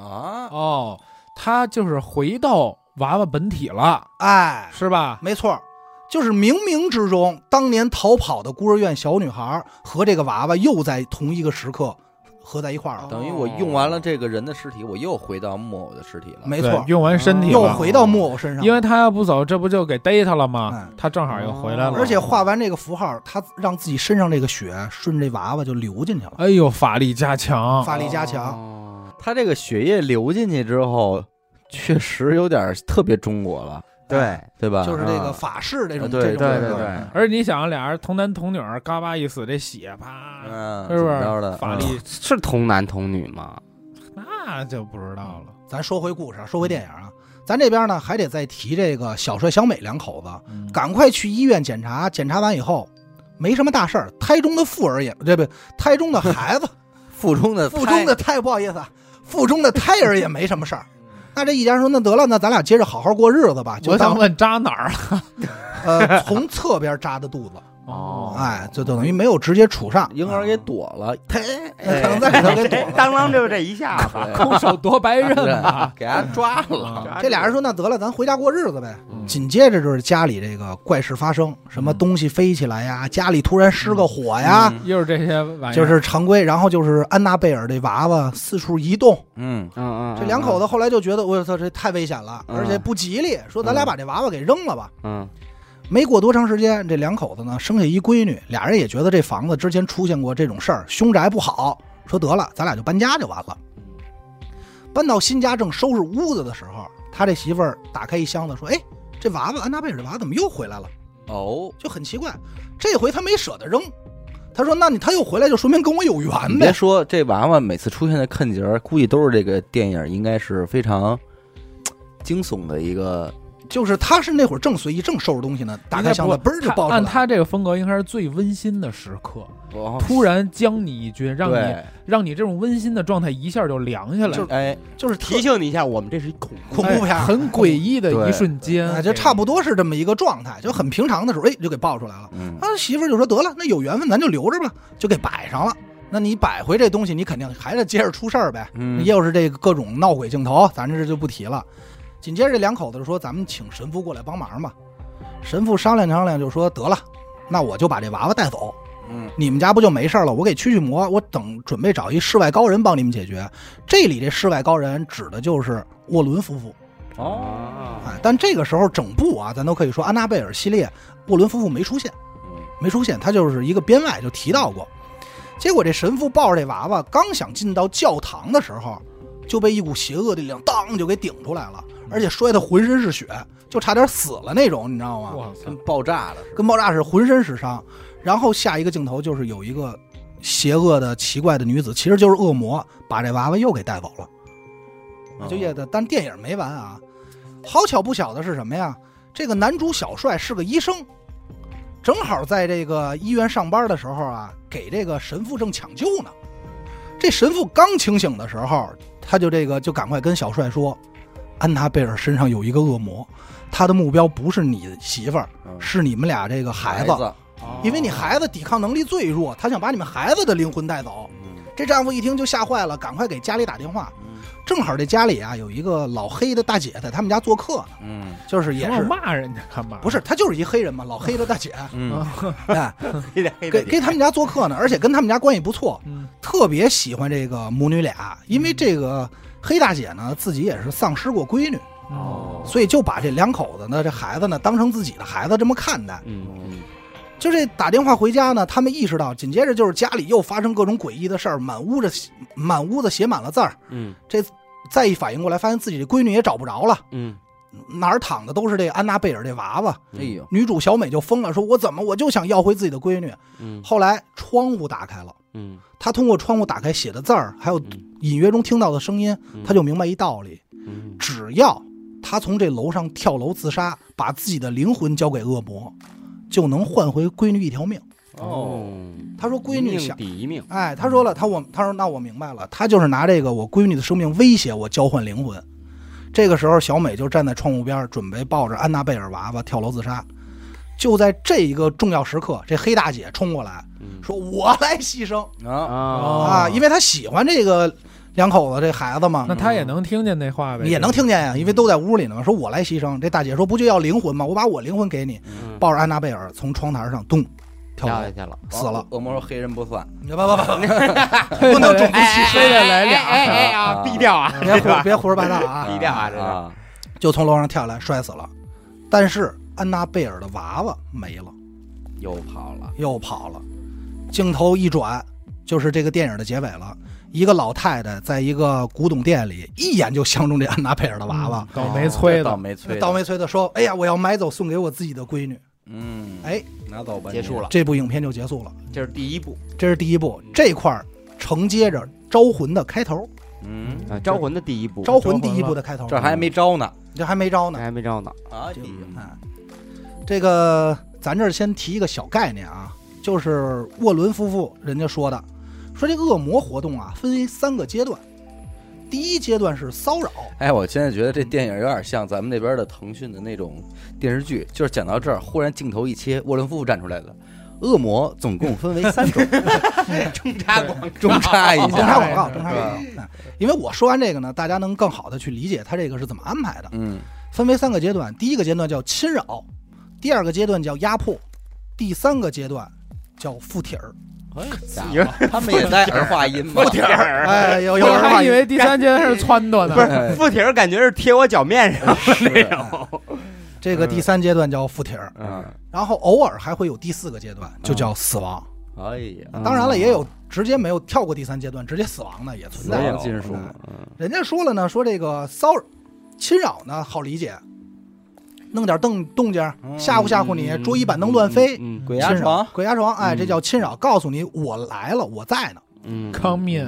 Speaker 1: 啊，
Speaker 3: 哦，他就是回到娃娃本体了，
Speaker 2: 哎，
Speaker 3: 是吧？
Speaker 2: 没错儿，就是冥冥之中，当年逃跑的孤儿院小女孩和这个娃娃又在同一个时刻合在一块儿了。
Speaker 1: 等于我用完了这个人的尸体，我又回到木偶的尸体了，
Speaker 2: 没
Speaker 3: 对
Speaker 2: 错，
Speaker 3: 用完身体
Speaker 2: 又
Speaker 3: 了，
Speaker 2: 回到木偶身上，
Speaker 3: 因为他要不走，这不就给逮他了吗
Speaker 2: 嗯？
Speaker 3: 他正好又回来了，
Speaker 2: 而且画完这个符号，他让自己身上这个血顺这娃娃就流进去了，
Speaker 3: 哎呦，法力加强，
Speaker 2: 法力加强。
Speaker 4: 哦，
Speaker 1: 他这个血液流进去之后，确实有点特别中国了，
Speaker 4: 对
Speaker 1: 对吧？啊呃
Speaker 2: 就是这个法式这种
Speaker 1: 对
Speaker 2: 这种啊
Speaker 4: 对
Speaker 2: 这
Speaker 4: 对
Speaker 2: 种
Speaker 4: 对，
Speaker 3: 而且你想，俩人同男同女儿，嘎巴一死，这血
Speaker 2: 呃
Speaker 3: 啪，
Speaker 1: 嗯，
Speaker 3: 是
Speaker 1: 怎
Speaker 3: 不
Speaker 1: 么着的
Speaker 3: 是？法力
Speaker 4: 是同男同女吗？
Speaker 2: 呃
Speaker 3: 那就不知道了。
Speaker 2: 咱说回故事啊，说回电影啊，咱这边呢还得再提这个小帅小美两口子，
Speaker 3: 嗯
Speaker 2: 赶快去医院检查，检查完以后没什么大事儿，胎中的妇儿也这不胎中的孩子，
Speaker 1: 腹中的
Speaker 2: 腹中的胎不好意思，啊，腹中的胎儿也没什么事儿。那这一家说，那得了，那咱俩接着好好过日子吧，就
Speaker 3: 我想
Speaker 2: 当
Speaker 3: 问扎哪儿了？
Speaker 2: 呃从侧边扎的肚子，
Speaker 4: 哦
Speaker 3: 啊
Speaker 2: 哎，就等于没有直接杵上，
Speaker 1: 婴儿也躲了， 呸，
Speaker 2: 可能在里头给躲了。
Speaker 4: 哎当啷就这一下子，
Speaker 2: 哎
Speaker 3: 空手夺白刃啊！
Speaker 1: 给他抓了，
Speaker 3: 啊
Speaker 2: 这俩人说，那得了，咱回家过日子呗。
Speaker 3: 嗯
Speaker 2: 紧接着就是家里这个怪事发生，什么东西飞起来呀，家里突然失个火呀，
Speaker 1: 嗯
Speaker 3: 又是这些玩意儿，
Speaker 2: 就是常规。然后就是安娜贝尔这娃娃四处移动，
Speaker 1: 嗯，
Speaker 4: 嗯嗯，
Speaker 2: 这两口子后来就觉得，我操，这太危险了，
Speaker 4: 嗯
Speaker 2: 而且不吉利，说咱俩把这娃娃给扔了吧。
Speaker 4: 嗯，
Speaker 2: 没过多长时间，这两口子呢生下一闺女，俩人也觉得这房子之前出现过这种事儿，凶宅不好，说得了，咱俩就搬家就完了。搬到新家正收拾屋子的时候，他这媳妇儿打开一箱子说：“哎，这娃娃安娜贝尔这娃娃怎么又回来了？
Speaker 1: 哦，
Speaker 2: 就很奇怪，这回他没舍得扔。”他说：“那你他又回来，就说明跟我有缘
Speaker 1: 你别
Speaker 2: 呗。
Speaker 1: 说这娃娃每次出现的坑节儿，估计都是这个电影应该是非常惊悚的一个，”
Speaker 2: 就是他是那会儿正随意正收拾东西呢，打开箱子
Speaker 3: 应该不
Speaker 2: 嘣儿就
Speaker 3: 他
Speaker 2: 爆出来
Speaker 3: 按
Speaker 2: 了。
Speaker 3: 他这个风格，应该是最温馨的时刻，
Speaker 4: 嗯
Speaker 1: 哦
Speaker 3: 突然将你一军，让你
Speaker 1: 对
Speaker 3: 让你这种温馨的状态一下就凉下来
Speaker 2: 就
Speaker 3: 了，
Speaker 1: 哎，
Speaker 2: 就是特
Speaker 4: 提醒你一下，我们这是一恐怖
Speaker 2: 恐怖片
Speaker 3: 哎
Speaker 2: 儿，
Speaker 3: 很诡异的一瞬间，
Speaker 2: 啊，就差不多是这么一个状态，就很平常的时候，哎，就给爆出来了。
Speaker 1: 嗯，
Speaker 2: 他媳妇儿就说得了，那有缘分咱就留着吧，就给摆上了。那你摆回这东西，你肯定还得接着出事儿呗。
Speaker 1: 嗯
Speaker 2: 又是这个各种闹鬼镜头，咱这就不提了。紧接着这两口子就说：“咱们请神父过来帮忙吧。”神父商量商量，就说：“得了，那我就把这娃娃带走，
Speaker 1: 嗯，
Speaker 2: 你们家不就没事儿了？我给驱驱魔，我等准备找一世外高人帮你们解决。”这里这世外高人指的就是沃伦夫妇。
Speaker 1: 哦，
Speaker 2: 哎，但这个时候整部啊，咱都可以说安娜贝尔系列，沃伦夫妇没出现。没出现，他就是一个编外就提到过。结果这神父抱着这娃娃，刚想进到教堂的时候，就被一股邪恶的力量当就给顶出来了，而且摔得浑身是血，就差点死了那种，你知道吗？
Speaker 3: 哇塞
Speaker 1: 跟，爆炸了似
Speaker 2: 跟爆炸似的，浑身是伤。然后下一个镜头就是有一个邪恶的、奇怪的女子，其实就是恶魔，把这娃娃又给带走了。
Speaker 1: 的，
Speaker 2: 就夜的，但电影没完啊。好巧不巧的是什么呀？这个男主小帅是个医生，正好在这个医院上班的时候啊，给这个神父正抢救呢。这神父刚清醒的时候，他就这个就赶快跟小帅说，安娜贝尔身上有一个恶魔，他的目标不是你媳妇儿，
Speaker 1: 嗯
Speaker 2: 是你们俩这个孩子，
Speaker 1: 子，
Speaker 2: 因为你孩子抵抗能力最弱，他想把你们孩子的灵魂带走。
Speaker 1: 嗯
Speaker 2: 这丈夫一听就吓坏了，赶快给家里打电话。正好这家里啊有一个老黑的大姐在他们家做客呢，
Speaker 1: 嗯
Speaker 2: 就是也
Speaker 3: 也是
Speaker 2: 是
Speaker 3: 骂人家干嘛？
Speaker 2: 不是，她就是一黑人嘛，老黑的大姐，
Speaker 1: 嗯
Speaker 3: 啊，
Speaker 4: 哦
Speaker 2: 哎， 给给他们家做客呢，而且跟他们家关系不错，
Speaker 3: 嗯
Speaker 2: 特别喜欢这个母女俩，因为这个黑大姐呢自己也是丧失过闺女，
Speaker 3: 哦，
Speaker 2: 所以就把这两口子呢这孩子呢当成自己的孩子这么看待。
Speaker 4: 嗯
Speaker 2: 就这打电话回家呢，他们意识到，紧接着就是家里又发生各种诡异的事儿，满屋子满屋子写满了字儿。
Speaker 4: 嗯
Speaker 2: 再一反应过来，发现自己的闺女也找不着了，
Speaker 4: 嗯
Speaker 2: 哪儿躺的都是这个安娜贝尔这娃娃。
Speaker 1: 哎呦，
Speaker 2: 女主小美就疯了，说：“我怎么我就想要回自己的闺女？”
Speaker 4: 嗯
Speaker 2: 后来窗户打开了，
Speaker 4: 嗯，
Speaker 2: 她通过窗户打开写的字儿，还有
Speaker 4: 嗯
Speaker 2: 隐约中听到的声音，
Speaker 4: 嗯
Speaker 2: 她就明白一道理：
Speaker 4: 嗯
Speaker 2: 只要她从这楼上跳楼自杀，把自己的灵魂交给恶魔，就能换回闺女一条命。
Speaker 1: 哦，
Speaker 2: 她说：“闺
Speaker 4: 嗯一
Speaker 2: 女
Speaker 4: 命
Speaker 2: 想。”
Speaker 4: 抵一命，
Speaker 2: 哎，他说了，他我他说那我明白了，他就是拿这个我闺女的生命威胁我交换灵魂。这个时候，小美就站在窗户边儿，准备抱着安娜贝尔娃娃跳楼自杀。就在这一个重要时刻，这黑大姐冲过来
Speaker 4: 嗯
Speaker 2: 说：“我来牺牲
Speaker 1: 啊，
Speaker 4: 啊
Speaker 2: 啊！”
Speaker 3: 哦
Speaker 2: 因为她喜欢这个两口子这孩子嘛
Speaker 3: 那，他也能听见那话呗？
Speaker 2: 也能听见呀，
Speaker 4: 嗯
Speaker 2: 因为都在屋里呢嘛。说我来牺牲，这大姐说：“不就要灵魂吗？我把我灵魂给你。”抱着安娜贝尔从窗台上咚跳
Speaker 4: 掉下
Speaker 2: 楼
Speaker 4: 去了，
Speaker 2: 死了。
Speaker 1: 恶魔说黑人不算，
Speaker 2: 不不不， 不能种族歧视。
Speaker 4: 哎哎啊，低调啊，
Speaker 2: 别胡别胡说八道啊！
Speaker 4: 低调啊这是
Speaker 1: 啊，
Speaker 2: 就从楼上跳下来摔死了。但是安娜贝尔的娃娃没了，
Speaker 1: 又跑了，
Speaker 2: 又跑了。镜头一转，就是这个电影的结尾了。一个老太太在一个古董店里，一眼就相中这安娜贝尔的娃哦娃
Speaker 3: 嗯，倒霉催
Speaker 1: 这倒
Speaker 3: 的，
Speaker 1: 霉催的，
Speaker 2: 倒霉催的说：“哎呀，我要买走送给我自己的闺女。
Speaker 1: 嗯”，
Speaker 2: 哎，
Speaker 1: 拿走吧，
Speaker 4: 结束了，
Speaker 2: 这部影片就结束了。
Speaker 4: 这是第一步
Speaker 2: 这是第一部，这块儿承接着《招魂》的开头，《
Speaker 1: 你，嗯，
Speaker 4: 啊，招魂的第一步，
Speaker 2: 招魂》第一部的开头，
Speaker 1: 这还没招呢，
Speaker 2: 这还没招呢。
Speaker 4: 还没招呢，
Speaker 1: 啊
Speaker 2: 这个哎，这个咱这儿先提一个小概念啊，就是沃伦夫妇人家说的，说这恶魔活动啊分为三个阶段，第一阶段是骚扰，
Speaker 1: 哎，我现在觉得这电影有点像咱们那边的腾讯的那种电视剧，就是讲到这儿，忽然镜头一切，沃伦夫妇站出来了。恶魔总共分为三 种，
Speaker 4: 中插广告，
Speaker 1: 中插一下，
Speaker 2: 中插广告，
Speaker 3: 对
Speaker 2: 中插广告。哎因为我说完这个呢，大家能更好的去理解它这个是怎么安排的，
Speaker 1: 嗯
Speaker 2: 分为三个阶段，第一个阶段叫侵扰，第二个阶段叫压迫，第三个阶段叫附体儿。
Speaker 4: 你说
Speaker 1: 他 们也带儿化音 吗？
Speaker 4: 儿
Speaker 2: 哎，有有
Speaker 3: 我
Speaker 2: 人把
Speaker 3: 还以为第三阶段是撺掇呢，
Speaker 4: 不是附体儿，感觉是贴我脚面 上那种，
Speaker 2: 这个第三阶段叫附体儿，
Speaker 1: 嗯，
Speaker 2: 然后偶尔还会有第四个阶段，就叫死亡。
Speaker 1: 哎呀，
Speaker 2: 嗯当然了，也有嗯直接没有跳过第三阶段直接死亡的也
Speaker 4: 嗯
Speaker 2: 存
Speaker 1: 死
Speaker 2: 在
Speaker 1: 亡。金属
Speaker 2: 人家说了呢，说这个骚扰、侵扰呢好理解，弄点动动静儿
Speaker 1: 嗯
Speaker 2: 吓唬吓唬你，桌椅板凳乱飞，
Speaker 4: 嗯
Speaker 1: 鬼
Speaker 2: 侵
Speaker 1: 压
Speaker 2: 扰
Speaker 1: 床，
Speaker 2: 鬼压床，哎，
Speaker 4: 嗯
Speaker 2: 这叫侵扰，告诉你我来了，我在呢。
Speaker 4: 嗯
Speaker 3: 康面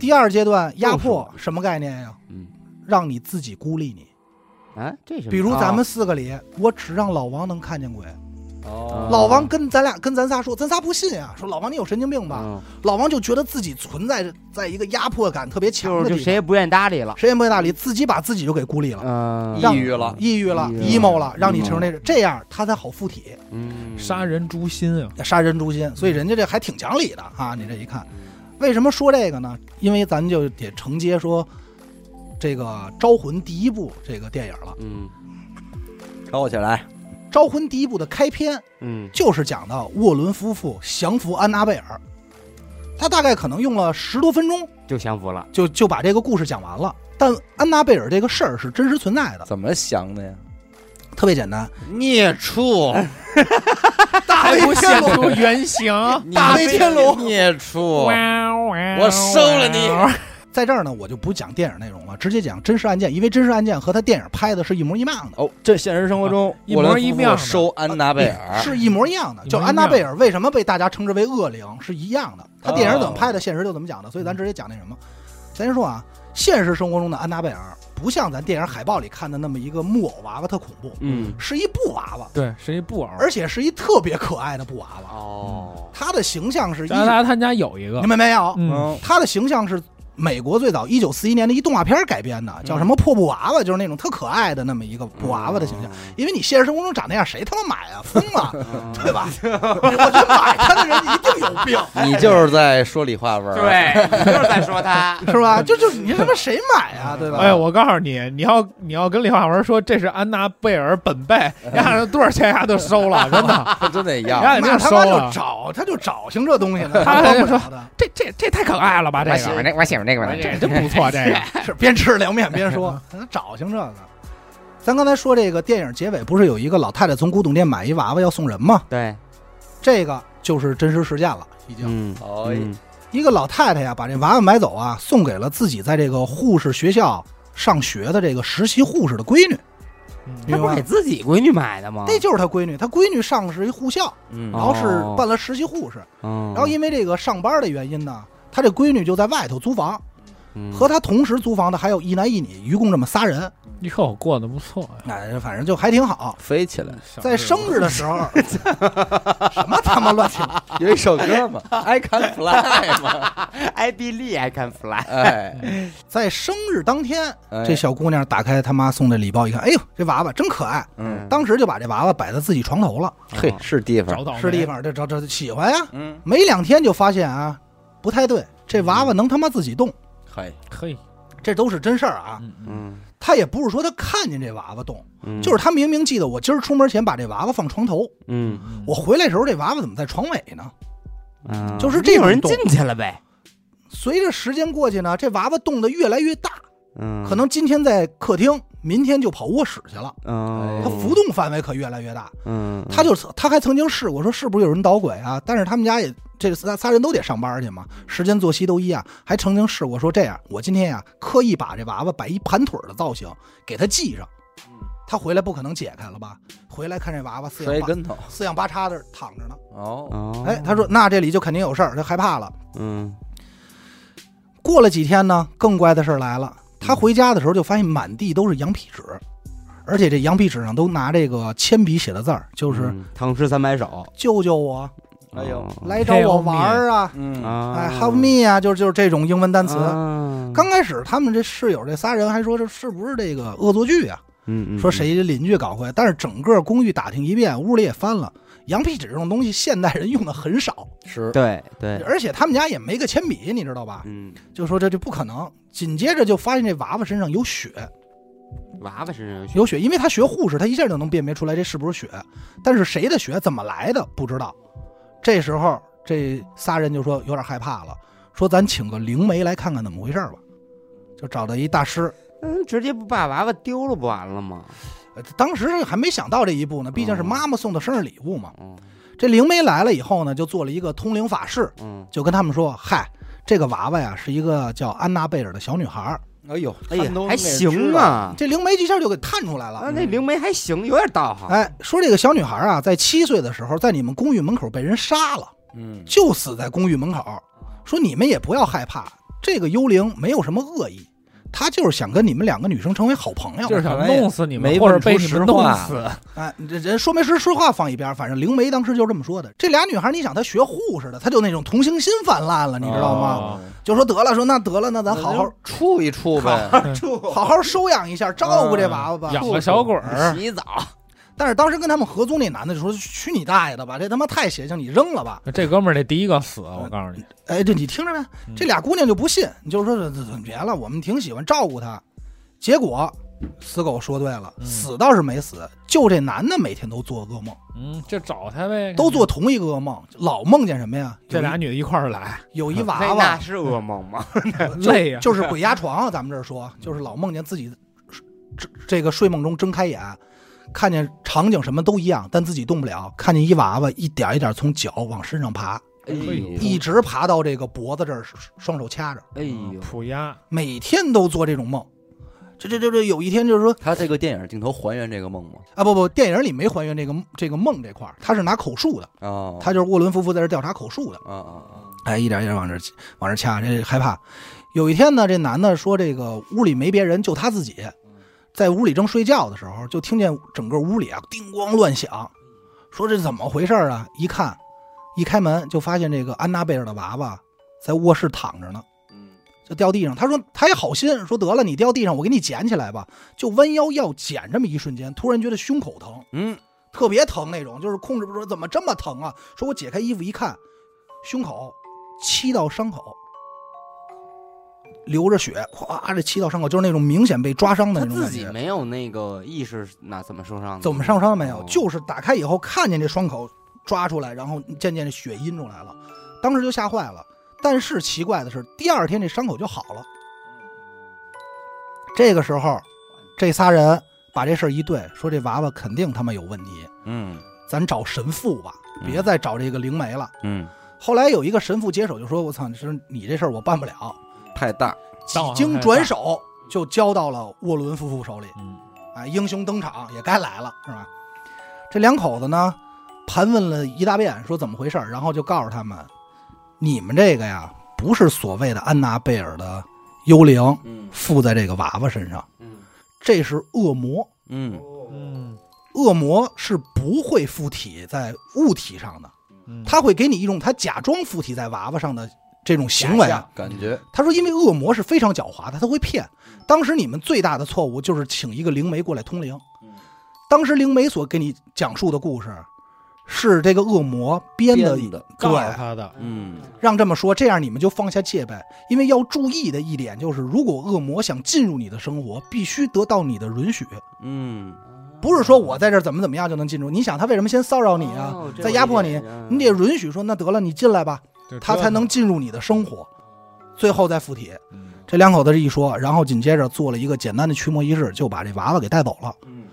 Speaker 2: 第二阶段压迫什么概念呀？
Speaker 4: 嗯，
Speaker 2: 让你自己孤立你，
Speaker 4: 啊，这是
Speaker 2: 比如咱们四个里，我只让老王能看见
Speaker 4: 啊
Speaker 2: 鬼，
Speaker 1: 哦
Speaker 2: 老王跟咱俩跟咱仨说，咱仨不信啊，说老王你有神经病吧？
Speaker 4: 吧，
Speaker 2: 老王就觉得自己存在着在一个压迫感特别强
Speaker 4: 就
Speaker 2: 的
Speaker 4: 是
Speaker 2: 地
Speaker 4: 就
Speaker 2: 方，
Speaker 4: 谁也不愿意搭理了，
Speaker 2: 谁也没搭理，自己把自己就给孤立了，
Speaker 4: 嗯，
Speaker 1: 抑郁了，
Speaker 2: 抑郁了
Speaker 4: 抑郁了
Speaker 2: ，emo 了，让你成那这样，他才好附体，
Speaker 4: 嗯，
Speaker 3: 杀人诛心啊，
Speaker 2: 杀人诛心。所以人家这还挺讲理的啊！你这一看，为什么说这个呢？因为咱就得承接说这个《招魂》第一部这个电影了，
Speaker 4: 嗯
Speaker 1: 抄起来，
Speaker 2: 《招魂》第一部的开篇
Speaker 4: 嗯
Speaker 2: 就是讲到沃伦夫妇降服安娜贝尔，他大概可能用了十多分钟。
Speaker 4: 就降服了，
Speaker 2: 就就把这个故事讲完了。但安娜贝尔这个事儿是真实存在的，
Speaker 1: 怎么降的呀？
Speaker 2: 特别简单。
Speaker 1: 孽畜，
Speaker 2: 大
Speaker 3: 还不现
Speaker 2: 龙，
Speaker 3: 出原 形，
Speaker 2: 大威天龙
Speaker 1: 孽畜，
Speaker 3: 我
Speaker 1: 收了你
Speaker 2: 在这儿呢，我就不讲电影内容了，直接讲真实案件，因为真实案件和他电影拍的是一模一样的，
Speaker 1: 哦，这现实生活中，
Speaker 3: 一模一样的
Speaker 1: 我收安娜贝尔，
Speaker 2: 啊是一模一样的。
Speaker 3: 一模一样
Speaker 2: 就是安娜贝尔为什么被大家称
Speaker 3: 嗯
Speaker 2: 之为恶灵是一样的，他电影怎么拍的，现实就怎么讲的。所以咱直接讲那什么，咱先说啊，现实生活中的安娜贝尔不像咱电影海报里看的那么一个木偶娃娃特恐怖，
Speaker 4: 嗯，
Speaker 2: 是一布娃娃，
Speaker 3: 对，是一布偶。
Speaker 2: 而且是一特别可爱的布娃娃。
Speaker 4: 哦，
Speaker 2: 他的形象是一，
Speaker 3: 加拿大他们家有一个
Speaker 2: 你，们没有？
Speaker 3: 嗯，
Speaker 2: 他的形象是美国最早一九四一年的一动画片改编
Speaker 3: 嗯
Speaker 2: 的，叫什么破布娃娃，就是那种特可爱的那么一个布娃娃的形象。
Speaker 3: 嗯
Speaker 2: 因为你现实生活中长那样，谁他妈买啊？疯了，
Speaker 4: 嗯，
Speaker 2: 对吧？我觉得买它的人一定有病，
Speaker 1: 你就是在说里话味儿。，
Speaker 4: 对，你就是在 说他，
Speaker 2: 是吧？就就你他妈谁买啊？对吧？
Speaker 3: 哎，我告诉你，你要你要跟李化文说这是安娜贝尔 本贝，丫的多少钱丫都收了，真的，
Speaker 1: 真得要。
Speaker 3: 丫肯
Speaker 2: 那
Speaker 3: 定
Speaker 2: 他
Speaker 3: 收
Speaker 2: 妈
Speaker 3: 了
Speaker 2: 就。找，他就找型这东西呢，
Speaker 3: 他
Speaker 2: 帮不
Speaker 3: 说
Speaker 2: 了的。
Speaker 3: 这这这太可爱了吧？这
Speaker 5: 我喜欢
Speaker 3: 个
Speaker 5: 这，我喜欢这个吧。
Speaker 3: 哎这真不错，这个
Speaker 2: 是边吃凉面边说，他找性这个。咱刚才说这个电影结尾不是有一个老太太从古董店买一娃娃要送人吗？
Speaker 4: 对，
Speaker 2: 这个就是真实事件了，已经。
Speaker 4: 嗯，
Speaker 1: 哦，
Speaker 2: 一个老太太呀，把这娃娃买走啊，送给了自己在这个护士学校上学的这个实习护士的闺女，
Speaker 4: 他
Speaker 2: 明
Speaker 4: 不
Speaker 2: 白
Speaker 4: 是给
Speaker 2: 吗？
Speaker 4: 自己闺女买的吗？
Speaker 2: 那就是她闺女，她闺女上的是一护校，
Speaker 1: 嗯
Speaker 2: 然，后是
Speaker 4: 哦
Speaker 2: 办了实习护士，
Speaker 4: 嗯，
Speaker 2: 然后因为这个上班的原因呢，她这闺女就在外头租房，
Speaker 4: 嗯
Speaker 2: 和她同时租房的还有一男一女，一共这么仨人，
Speaker 3: 哟，过得不错啊呀。
Speaker 2: 哎，反正就还挺好。
Speaker 1: 飞起来，
Speaker 2: 在生日的时候，什么他妈乱七八
Speaker 1: 有一首歌嘛 ，I can fly 嘛，
Speaker 4: I believe I can fly，
Speaker 1: 哎，
Speaker 2: 在生日当天，
Speaker 1: 哎
Speaker 2: 这小姑娘打开他妈送的礼包一看，哎呦，这娃娃真可爱，
Speaker 1: 嗯，
Speaker 2: 当时就把这娃娃摆在自己床头了。
Speaker 1: 嘿，是地
Speaker 3: 找
Speaker 1: 方，
Speaker 3: 到
Speaker 2: 是地，方，这这这喜欢呀。
Speaker 1: 嗯，
Speaker 2: 没两天就发现啊，不太对，这娃娃能他妈自己动，
Speaker 1: 嘿，
Speaker 3: 可以，
Speaker 2: 这都是真事儿啊。
Speaker 3: 嗯嗯，
Speaker 4: 嗯，
Speaker 2: 他也不是说他看见这娃娃动，就是他明明记得我今儿出门前把这娃娃放床头，
Speaker 4: 嗯，
Speaker 2: 我回来的时候这娃娃怎么在床尾呢？
Speaker 4: 嗯，
Speaker 2: 就是这
Speaker 4: 有
Speaker 2: 种
Speaker 4: 人
Speaker 2: 动
Speaker 4: 进去了呗，
Speaker 2: 随着时间过去呢，这娃娃动得越来越大，
Speaker 4: 嗯，
Speaker 2: 可能今天在客厅，明天就跑卧室去了。
Speaker 4: 嗯，
Speaker 2: 它浮动范围可越来越大，
Speaker 4: 嗯，
Speaker 2: 他就他还曾经试过说是不是有人捣鬼啊？但是他们家也这仨仨人都得上班去嘛，时间作息都一样，还曾经试过说这样，我今天呀、刻意把这娃娃摆一盘腿儿的造型给他系上，
Speaker 4: 嗯
Speaker 2: 他回来不可能解开了吧？回来看这娃娃四
Speaker 1: 摔一
Speaker 2: 仰八
Speaker 1: 跟头，
Speaker 2: 四仰八叉的躺着呢，
Speaker 1: 哦，
Speaker 4: 哦，
Speaker 2: 哎，他说那这里就肯定有事儿，他害怕了。
Speaker 4: 嗯，
Speaker 2: 过了几天呢，更怪的事儿来了，他回家的时候就发现满地都是羊皮纸。而且这羊皮纸上都拿这个铅笔写的字儿，就是
Speaker 4: 嗯唐诗三百首，
Speaker 2: “救救我，
Speaker 1: 哎呦
Speaker 4: 哦
Speaker 2: 来找我玩儿啊”，
Speaker 1: 嗯，
Speaker 4: 啊，
Speaker 2: 哎，have me 啊，就是就是这种英文单词。
Speaker 4: 啊
Speaker 2: 刚开始他们这室友这仨人还说这是不是这个恶作剧啊？
Speaker 4: 嗯嗯
Speaker 2: 说谁邻居搞坏？但是整个公寓打听一遍，屋里也翻了，羊皮纸这种东西现代人用的很少，
Speaker 1: 是，
Speaker 4: 对对，
Speaker 2: 而且他们家也没个铅笔，你知道吧？
Speaker 4: 嗯，
Speaker 2: 就说这就不可能。紧接着就发现这娃娃身上有血，
Speaker 4: 娃娃身上有血，
Speaker 2: 有血，因为他学护士，他一下就能辨别出来这是不是血，但是谁的血怎么来的不知道。这时候这仨人就说有点害怕了，说咱请个灵媒来看看怎么回事吧。就找到一大师，
Speaker 4: 嗯，直接不把娃娃丢了不完了吗？
Speaker 2: 呃当时还没想到这一步呢，毕竟是妈妈送的生日礼物嘛。
Speaker 4: 嗯
Speaker 2: 这灵媒来了以后呢，就做了一个通灵法事，
Speaker 4: 嗯，
Speaker 2: 就跟他们说：“嗨，这个娃娃呀是一个叫安娜贝尔的小女孩儿。
Speaker 1: 哎呦，
Speaker 4: 哎
Speaker 1: 他
Speaker 4: 呀
Speaker 1: 们都，
Speaker 4: 还行
Speaker 1: 啊，
Speaker 4: 啊”，
Speaker 2: 这灵媒一下就给探出来了
Speaker 4: 啊，，那灵媒还行，有点道
Speaker 3: 啊
Speaker 4: 行，
Speaker 2: 哎，说这个小女孩啊，在七岁的时候，在你们公寓门口被人杀了。
Speaker 1: 嗯，
Speaker 2: 就死在公寓门口，说你们也不要害怕，这个幽灵没有什么恶意，他就是想跟你们两个女生成为好朋友。
Speaker 3: 就是想弄死你们，
Speaker 1: 没
Speaker 3: 或
Speaker 1: 问
Speaker 3: 者
Speaker 1: 出
Speaker 3: 被你们
Speaker 1: 实
Speaker 3: 弄
Speaker 1: 话
Speaker 3: 死。
Speaker 2: 哎，这人说没实说话放一边，反正灵媒当时就这么说的。这俩女孩，你想她学护士的，她就那种同情心泛滥了，你知道吗？
Speaker 3: 哦
Speaker 2: 就说得了，说那得了，那咱好好
Speaker 1: 处一处呗，
Speaker 2: 好好收养一下，照顾这娃娃吧。
Speaker 3: 哦养个小鬼儿，
Speaker 4: 洗澡，
Speaker 2: 但是当时跟他们合租那男的就说：“去你大爷的吧，这他妈太邪性，你扔了吧。”
Speaker 3: 这哥们儿得第一个死，啊我告诉你，
Speaker 2: 哎，这你听着没？
Speaker 3: 嗯
Speaker 2: 这俩姑娘就不信，你就说这这这别了，我们挺喜欢照顾她。结果死狗说对了，
Speaker 3: 嗯
Speaker 2: 死倒是没死，就这男的每天都做噩梦，
Speaker 3: 嗯，就找他呗，
Speaker 2: 都做同一个噩梦，老梦见什么呀？
Speaker 3: 这俩
Speaker 2: 有一
Speaker 3: 女的一块儿来，
Speaker 2: 有 一娃
Speaker 4: 那那
Speaker 2: 娃，
Speaker 4: 是噩梦吗？
Speaker 3: 累呀，
Speaker 2: 就是鬼压床啊，咱们这儿说，就是老梦见自己这这个睡梦中睁开眼，看见场景什么都一样，但自己动不了，看见一娃娃一点一点从脚往身上
Speaker 3: 嗯
Speaker 2: 爬，
Speaker 4: 哎呦
Speaker 2: 一直爬到这个脖子这儿，双手掐着。
Speaker 4: 哎呦，
Speaker 3: 嗯普压，
Speaker 2: 每天都做这种梦。这这这这有一天就是说
Speaker 1: 他这个电影镜头还原这个梦吗？
Speaker 2: 啊不不，电影里没还原这个这个梦这块儿，他是拿口述的，
Speaker 1: 哦，
Speaker 2: 他就是沃伦夫妇在这调查口述的，
Speaker 1: 啊啊啊，
Speaker 2: 哎，一点一点往这往这掐，这害怕。有一天呢，这男的说这个屋里没别人，就他自己，在屋里正睡觉的时候，就听见整个屋里啊叮咣乱响，说这怎么回事啊？一看，一开门就发现这个安娜贝尔的娃娃在卧室躺着呢。
Speaker 4: 嗯
Speaker 2: 就掉地上。他说他也好心，说得了，你掉地上，我给你捡起来吧。就弯腰要捡，这么一瞬间，突然觉得胸口疼，
Speaker 1: 嗯，
Speaker 2: 特别疼那种，就是控制不住，怎么这么疼啊？说我解开衣服一看，胸口七道伤口，流着血，咵，这七道伤口就是那种明显被抓伤的
Speaker 4: 他
Speaker 2: 那种
Speaker 4: 自
Speaker 2: 感
Speaker 4: 己
Speaker 2: 觉。
Speaker 4: 没有那个意识，那怎么受伤的？
Speaker 2: 怎么上伤没有？
Speaker 4: 哦
Speaker 2: 就是打开以后看见这伤口抓出来，然后渐渐这血阴出来了，当时就吓坏了。但是奇怪的是，第二天这伤口就好了。这个时候，这仨人把这事儿一对，说这娃娃肯定他妈有问题，
Speaker 1: 嗯
Speaker 2: 咱找神父吧，
Speaker 1: 嗯
Speaker 2: 别再找这个灵媒了。
Speaker 1: 嗯，
Speaker 2: 后来有一个神父接手就说：“我操，你说你这事儿我办不了。
Speaker 1: 太大，”
Speaker 2: 几
Speaker 3: 道行
Speaker 2: 经
Speaker 3: 太
Speaker 2: 转
Speaker 3: 大
Speaker 2: 手就交到了沃伦夫妇手里。
Speaker 3: 嗯
Speaker 2: 啊，英雄登场也该来了，是吧？这两口子呢，盘问了一大遍，说怎么回事儿然后就告诉他们，你们这个呀，不是所谓的安娜贝尔的幽灵
Speaker 1: 嗯
Speaker 2: 附在这个娃娃身上，
Speaker 4: 嗯
Speaker 2: 这是恶魔，
Speaker 1: 嗯
Speaker 3: 嗯
Speaker 2: 恶魔是不会附体在物体上的，
Speaker 3: 嗯，
Speaker 2: 他会给你一种他假装附体在娃娃上的这种行为
Speaker 4: 假
Speaker 2: 啊
Speaker 4: 象。
Speaker 1: 感觉
Speaker 2: 他说：“因为恶魔是非常狡猾的，他会骗。当时你们最大的错误就是请一个灵媒过来通灵
Speaker 1: 嗯。
Speaker 2: 当时灵媒所给你讲述的故事，是这个恶魔编的，
Speaker 1: 编的
Speaker 3: 告诉
Speaker 2: 对，
Speaker 3: 他的，
Speaker 1: 嗯
Speaker 2: 让这么说，这样你们就放下戒备。因为要注意的一点就是，如果恶魔想进入你的生活，必须得到你的允许，
Speaker 1: 嗯
Speaker 2: 不是说我在这儿怎么怎么样就能进入。你想，他为什么先骚扰你啊？
Speaker 4: 哦
Speaker 2: 再压迫你，你得
Speaker 4: 这我理解
Speaker 2: 允许说，那得了，你进来吧，
Speaker 3: 就
Speaker 2: 他才能
Speaker 3: 折
Speaker 2: 进入你的生活，最后再附体。”
Speaker 3: 腾。
Speaker 2: 这两口子这一说，然后紧接着做了一个简单的驱魔仪式，就把这娃娃给带走了。
Speaker 1: 嗯，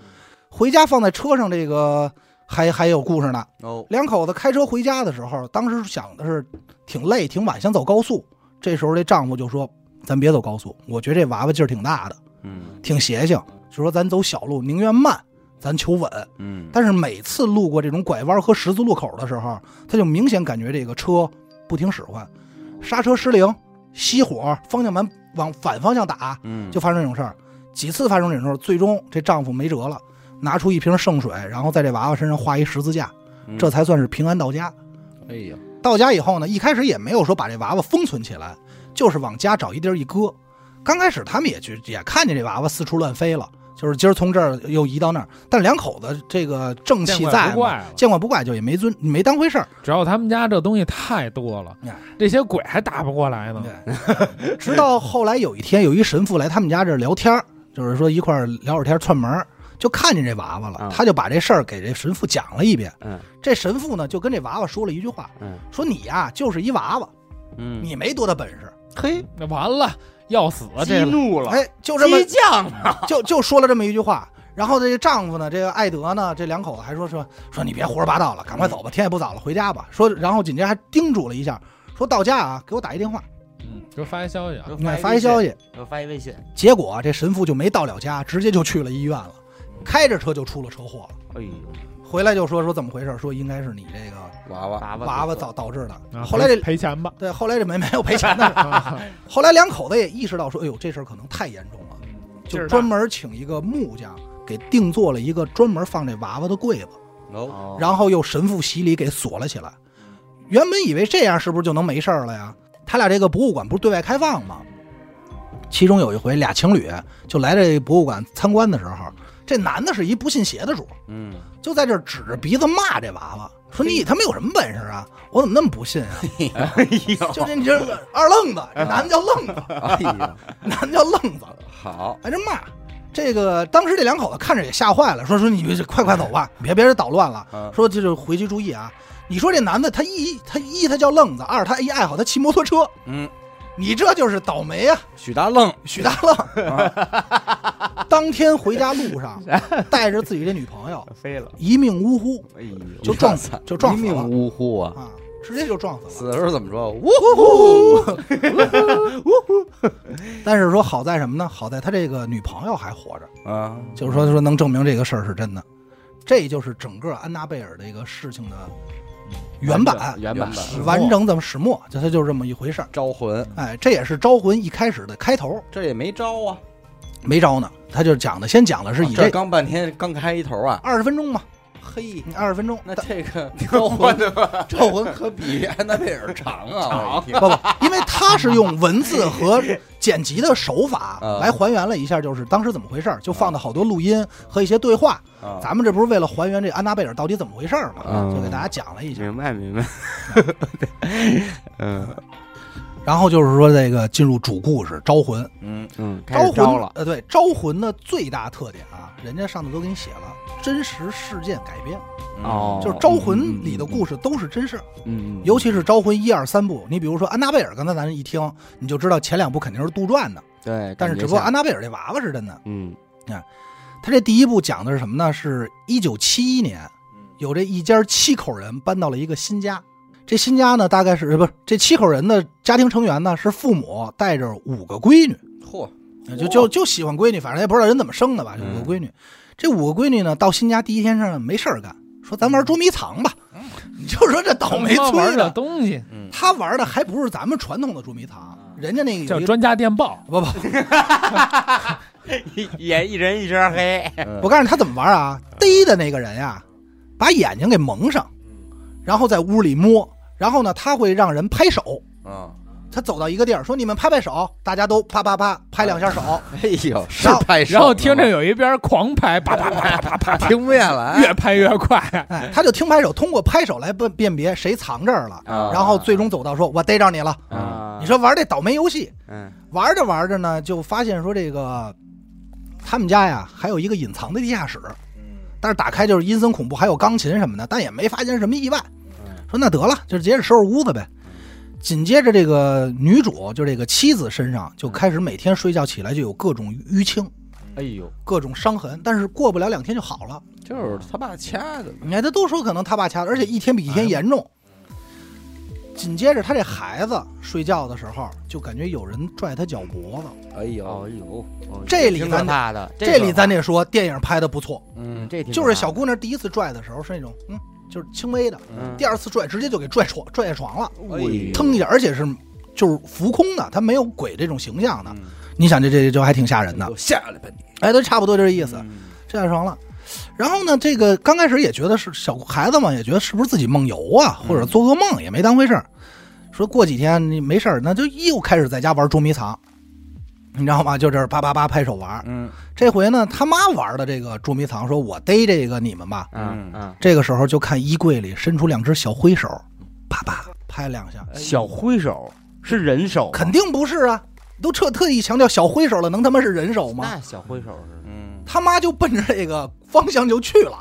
Speaker 2: 回家放在车上，这个还还有故事呢。
Speaker 1: 哦，
Speaker 2: 两口子开车回家的时候，当时想的是挺累挺晚，想走高速。这时候这丈夫就说：“咱别走高速，我觉得这娃娃劲儿挺大的，
Speaker 1: 嗯
Speaker 2: 挺邪性，就说咱走小路，宁愿慢，咱求稳。”
Speaker 1: 嗯，
Speaker 2: 但是每次路过这种拐弯和十字路口的时候，他就明显感觉这个车不听使唤，刹车失灵、熄火、方向盘往反方向打，
Speaker 1: 嗯
Speaker 2: 就发生这种事儿，几次发生这种事儿，最终这丈夫没辙了，拿出一瓶圣水，然后在这娃娃身上画一十字架，这才算是平安到家。
Speaker 1: 嗯哎呀，
Speaker 2: 到家以后呢，一开始也没有说把这娃娃封存起来，就是往家找一地儿一搁。刚开始他们也去也看见这娃娃四处乱飞了，就是今儿从这儿又移到那儿，但两口子这个正
Speaker 3: 见
Speaker 2: 气
Speaker 3: 怪
Speaker 2: 在嘛，
Speaker 3: 不怪了，
Speaker 2: 见怪不怪，就也没尊没当回事儿。
Speaker 3: 主要他们家这东西太多了
Speaker 2: 呀，
Speaker 3: 这些鬼还打不过来
Speaker 2: 哎
Speaker 3: 呢。
Speaker 2: 对， 直到后来有一天，有一神父来他们家这儿聊天儿，就是说一块儿聊会儿天儿串门儿，就看见这娃娃了
Speaker 4: 嗯，
Speaker 2: 他就把这事儿给这神父讲了一遍。
Speaker 4: 嗯
Speaker 2: 这神父呢，就跟这娃娃说了一句话，
Speaker 4: 嗯
Speaker 2: 说你呀、就是一娃娃，
Speaker 1: 嗯
Speaker 2: 你没多大本事。
Speaker 4: 嘿，
Speaker 3: 那完了，要死啊！
Speaker 4: 激
Speaker 3: 这
Speaker 4: 怒了，
Speaker 2: 哎，就这么
Speaker 4: 激将了，
Speaker 2: 就就说了这么一句话。然后这个丈夫呢，这个艾德呢，这两口子还说说说你别胡说八道了，赶快走吧，天也不早了，回家吧。说，然后紧接着还叮嘱了一下，说到家啊，给我打一电话，
Speaker 3: 嗯给我发一消息啊，
Speaker 2: 你发一消
Speaker 4: 息，
Speaker 2: 息。
Speaker 4: 我发一微信。
Speaker 2: 结果啊这神父就没到了家，直接就去了医院了， 开着车就出了车祸了。
Speaker 4: 哎呦，
Speaker 2: 回来就说说怎么回事，说应该是你这个
Speaker 1: 娃娃，
Speaker 4: 娃
Speaker 2: 娃娃
Speaker 4: 走
Speaker 2: 导导致的。
Speaker 3: 啊
Speaker 2: 后来这
Speaker 3: 赔钱吧。
Speaker 2: 对后来这没没有赔钱的，
Speaker 3: 啊
Speaker 2: 后来两口子也意识到说，哎呦这事儿可能太严重了，
Speaker 3: 劲
Speaker 2: 就
Speaker 3: 儿大
Speaker 2: 专门请一个木匠给定做了一个专门放这娃娃的柜子。
Speaker 1: 哦，
Speaker 4: 哦
Speaker 2: 然后又神父洗礼给锁了起来。原本以为这样是不是就能没事儿了呀？他俩这个博物馆不是对外开放吗？其中有一回，俩情侣就来这博物馆参观的时候，这男的是一不信邪的主，
Speaker 1: 嗯
Speaker 2: 就在这儿指着鼻子骂这娃娃，说你他妈有什么本事啊？我怎么那么不信啊？
Speaker 4: 哎呦，
Speaker 2: 就这你这二愣子，这男的叫愣子，
Speaker 1: 哎呀，
Speaker 2: 男的叫愣子，
Speaker 1: 好，
Speaker 2: 挨着骂。这个当时这两口子看着也吓坏了，说说你们快快走吧，别别捣乱了。
Speaker 1: 哎嗯
Speaker 2: 说这就回去注意啊。你说这男的，他一他一他叫愣子，二他一爱好他骑摩托车，
Speaker 1: 嗯，
Speaker 2: 你这就是倒霉啊，
Speaker 1: 许大愣，
Speaker 2: 许大愣。
Speaker 1: 嗯
Speaker 2: 当天回家路 上，带着自己这女朋友
Speaker 4: 飞了，
Speaker 2: 一命呜呼，
Speaker 4: 哎呦，
Speaker 2: 就撞死就撞
Speaker 1: 一
Speaker 2: 死
Speaker 1: 命
Speaker 2: 了
Speaker 1: 呜呼啊！
Speaker 2: 啊，直接就撞死
Speaker 1: 死
Speaker 2: 了。
Speaker 1: 的时候怎么说？呜呼呼！
Speaker 2: 但是说好在什么呢？好在他这个女朋友还活着，
Speaker 1: 啊，
Speaker 2: 就是说说能证明这个事儿是真的。这就是整个安娜贝尔这个事情的原版
Speaker 1: 原版
Speaker 4: 原版
Speaker 2: 完整怎么始末，就它就是这么一回事儿。
Speaker 1: 招魂，
Speaker 2: 哎，这也是招魂一开始的开头，
Speaker 1: 这也没招啊，
Speaker 2: 没招呢，他就讲的先讲的是以
Speaker 1: 哦这
Speaker 2: 这
Speaker 1: 刚半天刚开一头啊，
Speaker 2: 二十分钟嘛，
Speaker 1: 嘿，
Speaker 2: 二十分钟，
Speaker 1: 那
Speaker 2: 但
Speaker 1: 这 个招魂 招魂可比安娜贝尔长啊，我一听
Speaker 2: 不不，因为他是用文字和剪辑的手法
Speaker 1: 啊
Speaker 2: 来还原了一下，就是当时怎么回事儿，就放的好多录音和一些对话。
Speaker 1: 啊
Speaker 2: 咱们这不是为了还原这安娜贝尔到底怎么回事儿嘛，
Speaker 4: 嗯
Speaker 2: 就给大家讲了一下。
Speaker 4: 明白 明白，嗯
Speaker 2: 然后就是说这个进入主故事招魂，
Speaker 1: 嗯，
Speaker 4: 嗯，开
Speaker 2: 招
Speaker 4: 始招
Speaker 2: 魂
Speaker 4: 了，
Speaker 2: 呃对，招魂的最大特点啊，人家上头都给你写了，真实事件改编，
Speaker 1: 嗯
Speaker 4: 哦
Speaker 2: 就是招魂里的故事都是真事儿。
Speaker 4: 嗯，
Speaker 2: 尤其是《招魂》一二三部，你比如说《安娜贝尔》，刚才咱一听你就知道前两部肯定是杜撰的，
Speaker 4: 对，
Speaker 2: 但是
Speaker 4: 感觉
Speaker 2: 只不过
Speaker 4: 像
Speaker 2: 安娜贝尔这娃娃是真的。
Speaker 4: 嗯
Speaker 2: 他这第一部讲的是什么呢？是一九七一年，
Speaker 1: 嗯
Speaker 2: 有这一家七口人搬到了一个新家。这新家呢，大概是呃不是这七口人的家庭成员呢，是父母带着五个闺女，
Speaker 1: 嚯，
Speaker 2: 呃就就就喜欢闺女，反正也不知道人怎么生的吧，就
Speaker 1: 嗯
Speaker 2: 五个闺女。这五个闺女呢，到新家第一天上没事儿干，说咱玩捉迷藏吧。你就说这倒霉
Speaker 3: 他妈嗯玩
Speaker 2: 催
Speaker 3: 儿点
Speaker 2: 的，
Speaker 3: 东西
Speaker 1: 嗯
Speaker 2: 他玩的还不是咱们传统的捉迷藏，人家那个
Speaker 3: 嗯叫
Speaker 2: 有一
Speaker 3: 专家电报，
Speaker 2: 不不，
Speaker 4: 一 也一人一身黑，
Speaker 1: 嗯
Speaker 2: 我告诉你他怎么玩啊？逮的那个人呀，把眼睛给蒙上，
Speaker 3: 嗯
Speaker 2: 然后在屋里摸，然后呢，他会让人拍手。
Speaker 1: 啊，
Speaker 2: 他走到一个地儿，说：“你们拍拍手。”大家都啪啪啪拍两下手，
Speaker 1: 哎呦，是
Speaker 2: 然后
Speaker 1: 拍手呢吗，
Speaker 3: 然后听着有一边狂拍，啪啪啪啪啪啪，
Speaker 1: 停不下来，
Speaker 2: 啊
Speaker 3: 越拍越快。
Speaker 2: 哎，他就听拍手，通过拍手来辨辨别谁藏这儿了，
Speaker 1: 啊嗯
Speaker 2: 然后最终走到说：“我逮着你了。”
Speaker 4: 啊，
Speaker 2: 你说玩这倒霉游戏，
Speaker 4: 嗯
Speaker 2: 玩着玩着呢，就发现说这个他们家呀还有一个隐藏的地下室，
Speaker 1: 嗯
Speaker 2: 但是打开就是阴森恐怖，还有钢琴什么的，但也没发现什么意外。说那得了，就接着收拾屋子呗。紧接着，这个女主就这个妻子身上就开始每天睡觉起来就有各种淤青、
Speaker 1: 哎呦，
Speaker 2: 各种伤痕，但是过不了两天就好了。
Speaker 1: 就是他爸掐的，
Speaker 2: 你看他都说可能他爸掐的，而且一天比一天严重。紧接着，他这孩子睡觉的时候就感觉有人拽他脚脖子。
Speaker 1: 哎
Speaker 4: 哦
Speaker 1: 呦，
Speaker 4: 呦，哦
Speaker 2: 这里
Speaker 4: 挺
Speaker 2: 咱
Speaker 4: 可怕的，
Speaker 2: 这里
Speaker 4: 可
Speaker 2: 咱得说，电影拍的不错，
Speaker 1: 嗯，
Speaker 4: 这挺
Speaker 2: 就是
Speaker 4: 可怕
Speaker 2: 小姑娘第一次拽的时候是那种，嗯，就是轻微的，
Speaker 4: 嗯
Speaker 2: 第二次拽直接就给拽床拽下床了，
Speaker 1: 哎
Speaker 4: 呦
Speaker 2: 腾一下，而且是就是浮空的，它没有鬼这种形象的
Speaker 1: 嗯。
Speaker 2: 你想这这就还挺吓人的
Speaker 1: 我，下来吧你，
Speaker 2: 哎，都差不多就这
Speaker 1: 嗯
Speaker 2: 意思，拽下床了。然后呢，这个刚开始也觉得是小孩子嘛，也觉得是不是自己梦游啊，或者做噩梦，也没当回事儿。说过几天你没事儿，那就又开始在家玩捉迷藏，你知道吗？就这儿叭叭叭拍手玩，
Speaker 1: 嗯
Speaker 2: 这回呢，他妈玩的这个捉迷藏，说我逮这个你们吧。
Speaker 4: 嗯
Speaker 1: 嗯
Speaker 4: 嗯，
Speaker 2: 这个时候就看衣柜里伸出两只小灰手，啪啪拍两
Speaker 1: 哎
Speaker 2: 下，
Speaker 4: 小挥手是人手吗，
Speaker 2: 肯定不是啊，都特特意强调小灰手了，能他妈是人手吗？
Speaker 4: 那小挥手是
Speaker 1: 嗯，哦
Speaker 2: 他妈就奔着这个方向就去了，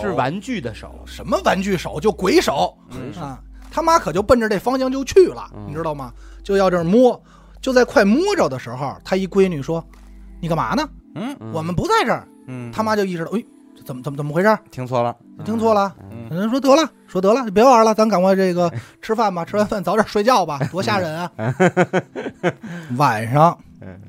Speaker 4: 是玩具的手，
Speaker 2: 什么玩具手就鬼手
Speaker 1: 嗯
Speaker 2: 啊，他妈可就奔着这方向就去了，
Speaker 4: 嗯
Speaker 2: 你知道吗？就要这儿摸，就在快摸着的时候，他一闺女说：“你干嘛呢？
Speaker 1: 嗯
Speaker 4: 嗯
Speaker 2: 我们不在这儿。”
Speaker 1: 嗯，
Speaker 2: 他妈就意识到，哎，这怎么怎么怎么回事儿？
Speaker 1: 听错了，
Speaker 2: 你听错了。
Speaker 4: 嗯哎
Speaker 2: 人说得了，说得了，别玩了，咱赶快这个吃饭吧，吃完饭早点睡觉吧，多吓人啊！ 晚上
Speaker 4: 嗯，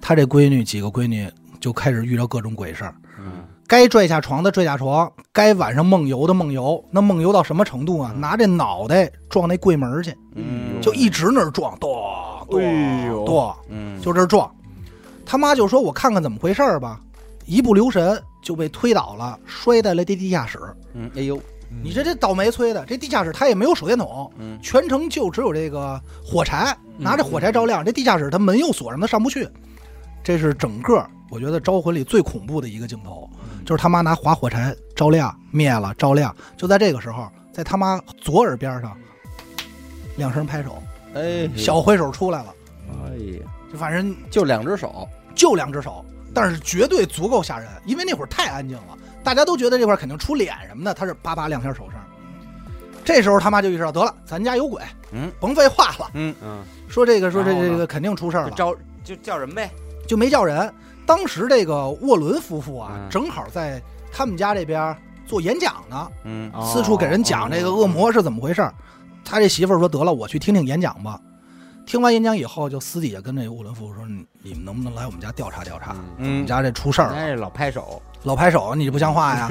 Speaker 2: 他这闺女几个闺女就开始遇到各种鬼事儿，
Speaker 4: 嗯
Speaker 2: 该拽下床的拽下床，该晚上梦游的梦游，那梦游到什么程度
Speaker 4: 嗯
Speaker 2: 啊？拿这脑袋撞那柜门儿去，
Speaker 1: 嗯，
Speaker 2: 就一直那儿撞，咚
Speaker 4: 哎
Speaker 2: 咚
Speaker 4: 呦
Speaker 2: 咚，
Speaker 1: 嗯
Speaker 2: 就这儿撞。他妈就说：“我看看怎么回事儿吧。”一不留神就被推倒了，摔在了这地下室。
Speaker 1: 嗯，哎呦，
Speaker 2: 你这这倒霉催的，这地下室它也没有手电筒，
Speaker 1: 嗯
Speaker 2: 全程就只有这个火柴，拿着火柴照亮。这地下室它门又锁上，它上不去。这是整个我觉得《招魂》里最恐怖的一个镜头，
Speaker 1: 嗯
Speaker 2: 就是他妈拿划火柴照亮，灭了照亮。就在这个时候，在他妈左耳边上，两声拍手，
Speaker 1: 哎，
Speaker 2: 小挥手出来了，
Speaker 1: 哎呀，
Speaker 2: 就反正
Speaker 1: 就两只手，
Speaker 2: 就两只手，但是绝对足够吓人，因为那会儿太安静了，大家都觉得这块儿肯定出脸什么的，他是叭叭两下手上。这时候他妈就意识到，得了，咱家有鬼，
Speaker 1: 嗯，
Speaker 2: 甭废话了，
Speaker 4: 嗯，
Speaker 2: 说这个说这
Speaker 4: 然后呢
Speaker 2: 这个肯定出事儿
Speaker 4: 就
Speaker 2: 了，
Speaker 4: 招就叫人呗，
Speaker 2: 就没叫人。当时这个沃伦夫妇啊
Speaker 4: 嗯，
Speaker 2: 正好在他们家这边做演讲呢，
Speaker 1: 嗯
Speaker 2: 哦
Speaker 4: 哦
Speaker 2: 四处给人讲这个恶魔是怎么回事儿。他这媳妇儿说：“得了，我去听听演讲吧。”听完演讲以后，就私底下跟这沃伦夫妇说：“你你们能不能来我们家调查调查？
Speaker 4: 嗯
Speaker 2: 我
Speaker 1: 嗯
Speaker 2: 们，啊家这出事儿啊
Speaker 4: 人
Speaker 2: 了，
Speaker 4: 家这老拍手，
Speaker 2: 老拍手，你这不像话呀！”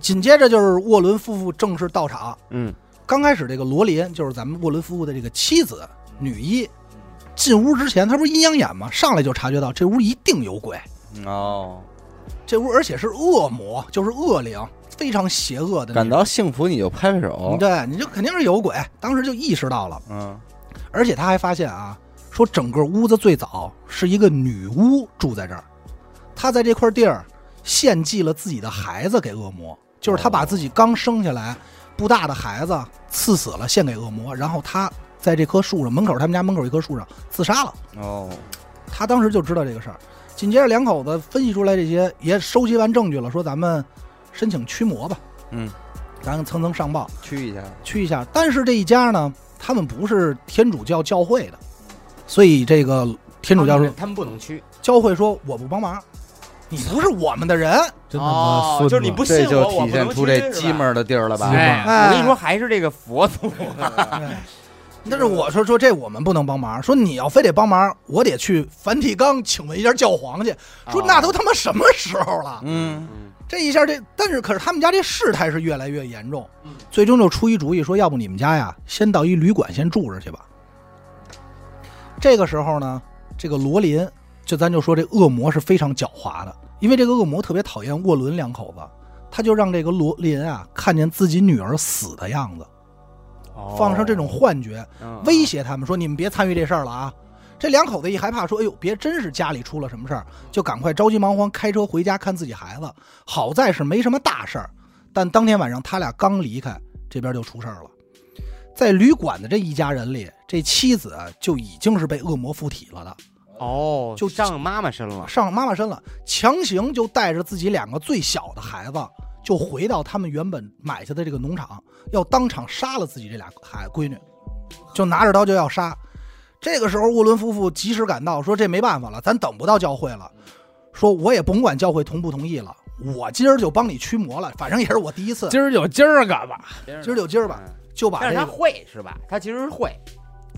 Speaker 2: 紧接着就是沃伦夫妇正式到场。
Speaker 4: 嗯，
Speaker 2: 刚开始这个罗琳就是咱们沃伦夫妇的这个妻子女一，进屋之前，她不是阴阳眼吗？上来就察觉到这屋一定有鬼，
Speaker 1: 哦，
Speaker 2: 这屋而且是恶魔，就是恶灵，非常邪恶的那
Speaker 1: 感哦
Speaker 2: 种。
Speaker 1: 到幸福你就拍拍手，
Speaker 2: 对，你就肯定是有鬼，当时就意识到了。
Speaker 1: 嗯，
Speaker 2: 而且他还发现啊，说整个屋子最早是一个女巫住在这儿，她在这块地儿献祭了自己的孩子给恶魔，就是她把自己刚生下来不大的孩子刺死了，献给恶魔，然后她在这棵树上门口，他们家门口一棵树上自杀了。
Speaker 1: 哦，
Speaker 2: 他当时就知道这个事儿。紧接着，两口子分析出来这些，也收集完证据了，说咱们申请驱魔吧。
Speaker 1: 嗯，
Speaker 2: 咱们层层上报。
Speaker 1: 去一下，
Speaker 2: 去一下。但是这一家呢，他们不是天主教教会的，所以这个天主教说，
Speaker 4: 他们不能去，
Speaker 2: 教会说我不帮忙，你不是我们的人。
Speaker 3: 真他妈孙子，
Speaker 4: 哦就是你不信
Speaker 1: 这就
Speaker 4: 我，我
Speaker 1: 体
Speaker 4: 不能
Speaker 1: 现
Speaker 4: 去
Speaker 1: 出这鸡门，
Speaker 4: 是吧
Speaker 1: 儿的地儿了吧？
Speaker 3: 哎
Speaker 4: 我跟你说，还是这个佛祖，
Speaker 2: 但是我说说这我们不能帮忙，说你要非得帮忙，我得去梵蒂冈请问一下教皇去。说
Speaker 4: 哦
Speaker 2: 那都他妈什么时候了？
Speaker 1: 嗯，
Speaker 4: 啊嗯
Speaker 2: 这一下这，但是可是他们家这事态是越来越严重，最终就出一主意说，要不你们家呀，先到一旅馆先住着去吧。这个时候呢，这个罗琳就咱就说这恶魔是非常狡猾的，因为这个恶魔特别讨厌沃伦两口子，他就让这个罗琳啊看见自己女儿死的样子，放上这种幻觉，
Speaker 4: 嗯
Speaker 2: 威胁他们说：“你们别参与这事儿了啊！”这两口子一害怕，说：“哎呦，别真是家里出了什么事儿，就赶快着急忙慌开车回家看自己孩子。”好在是没什么大事儿，但当天晚上他俩刚离开，这边就出事儿了。在旅馆的这一家人里，这妻子啊就已经是被恶魔附体了的，
Speaker 4: 哦，
Speaker 2: 就
Speaker 4: 上妈妈身了，
Speaker 2: 啊上妈妈身了，强行就带着自己两个最小的孩子，就回到他们原本买下的这个农场，要当场杀了自己这俩孩闺女，就拿着刀就要杀。这个时候，沃伦夫妇及时赶到，说这没办法了，咱等不到教会了，说我也甭管教会同不同意了，我今儿就帮你驱魔了，反正也是我第一次，
Speaker 3: 今儿有今儿个吧，
Speaker 2: 今儿就今儿吧，
Speaker 4: 嗯。
Speaker 2: 就把
Speaker 4: 但是
Speaker 2: 这
Speaker 4: 他
Speaker 2: 个。
Speaker 4: 会是吧？他其实是会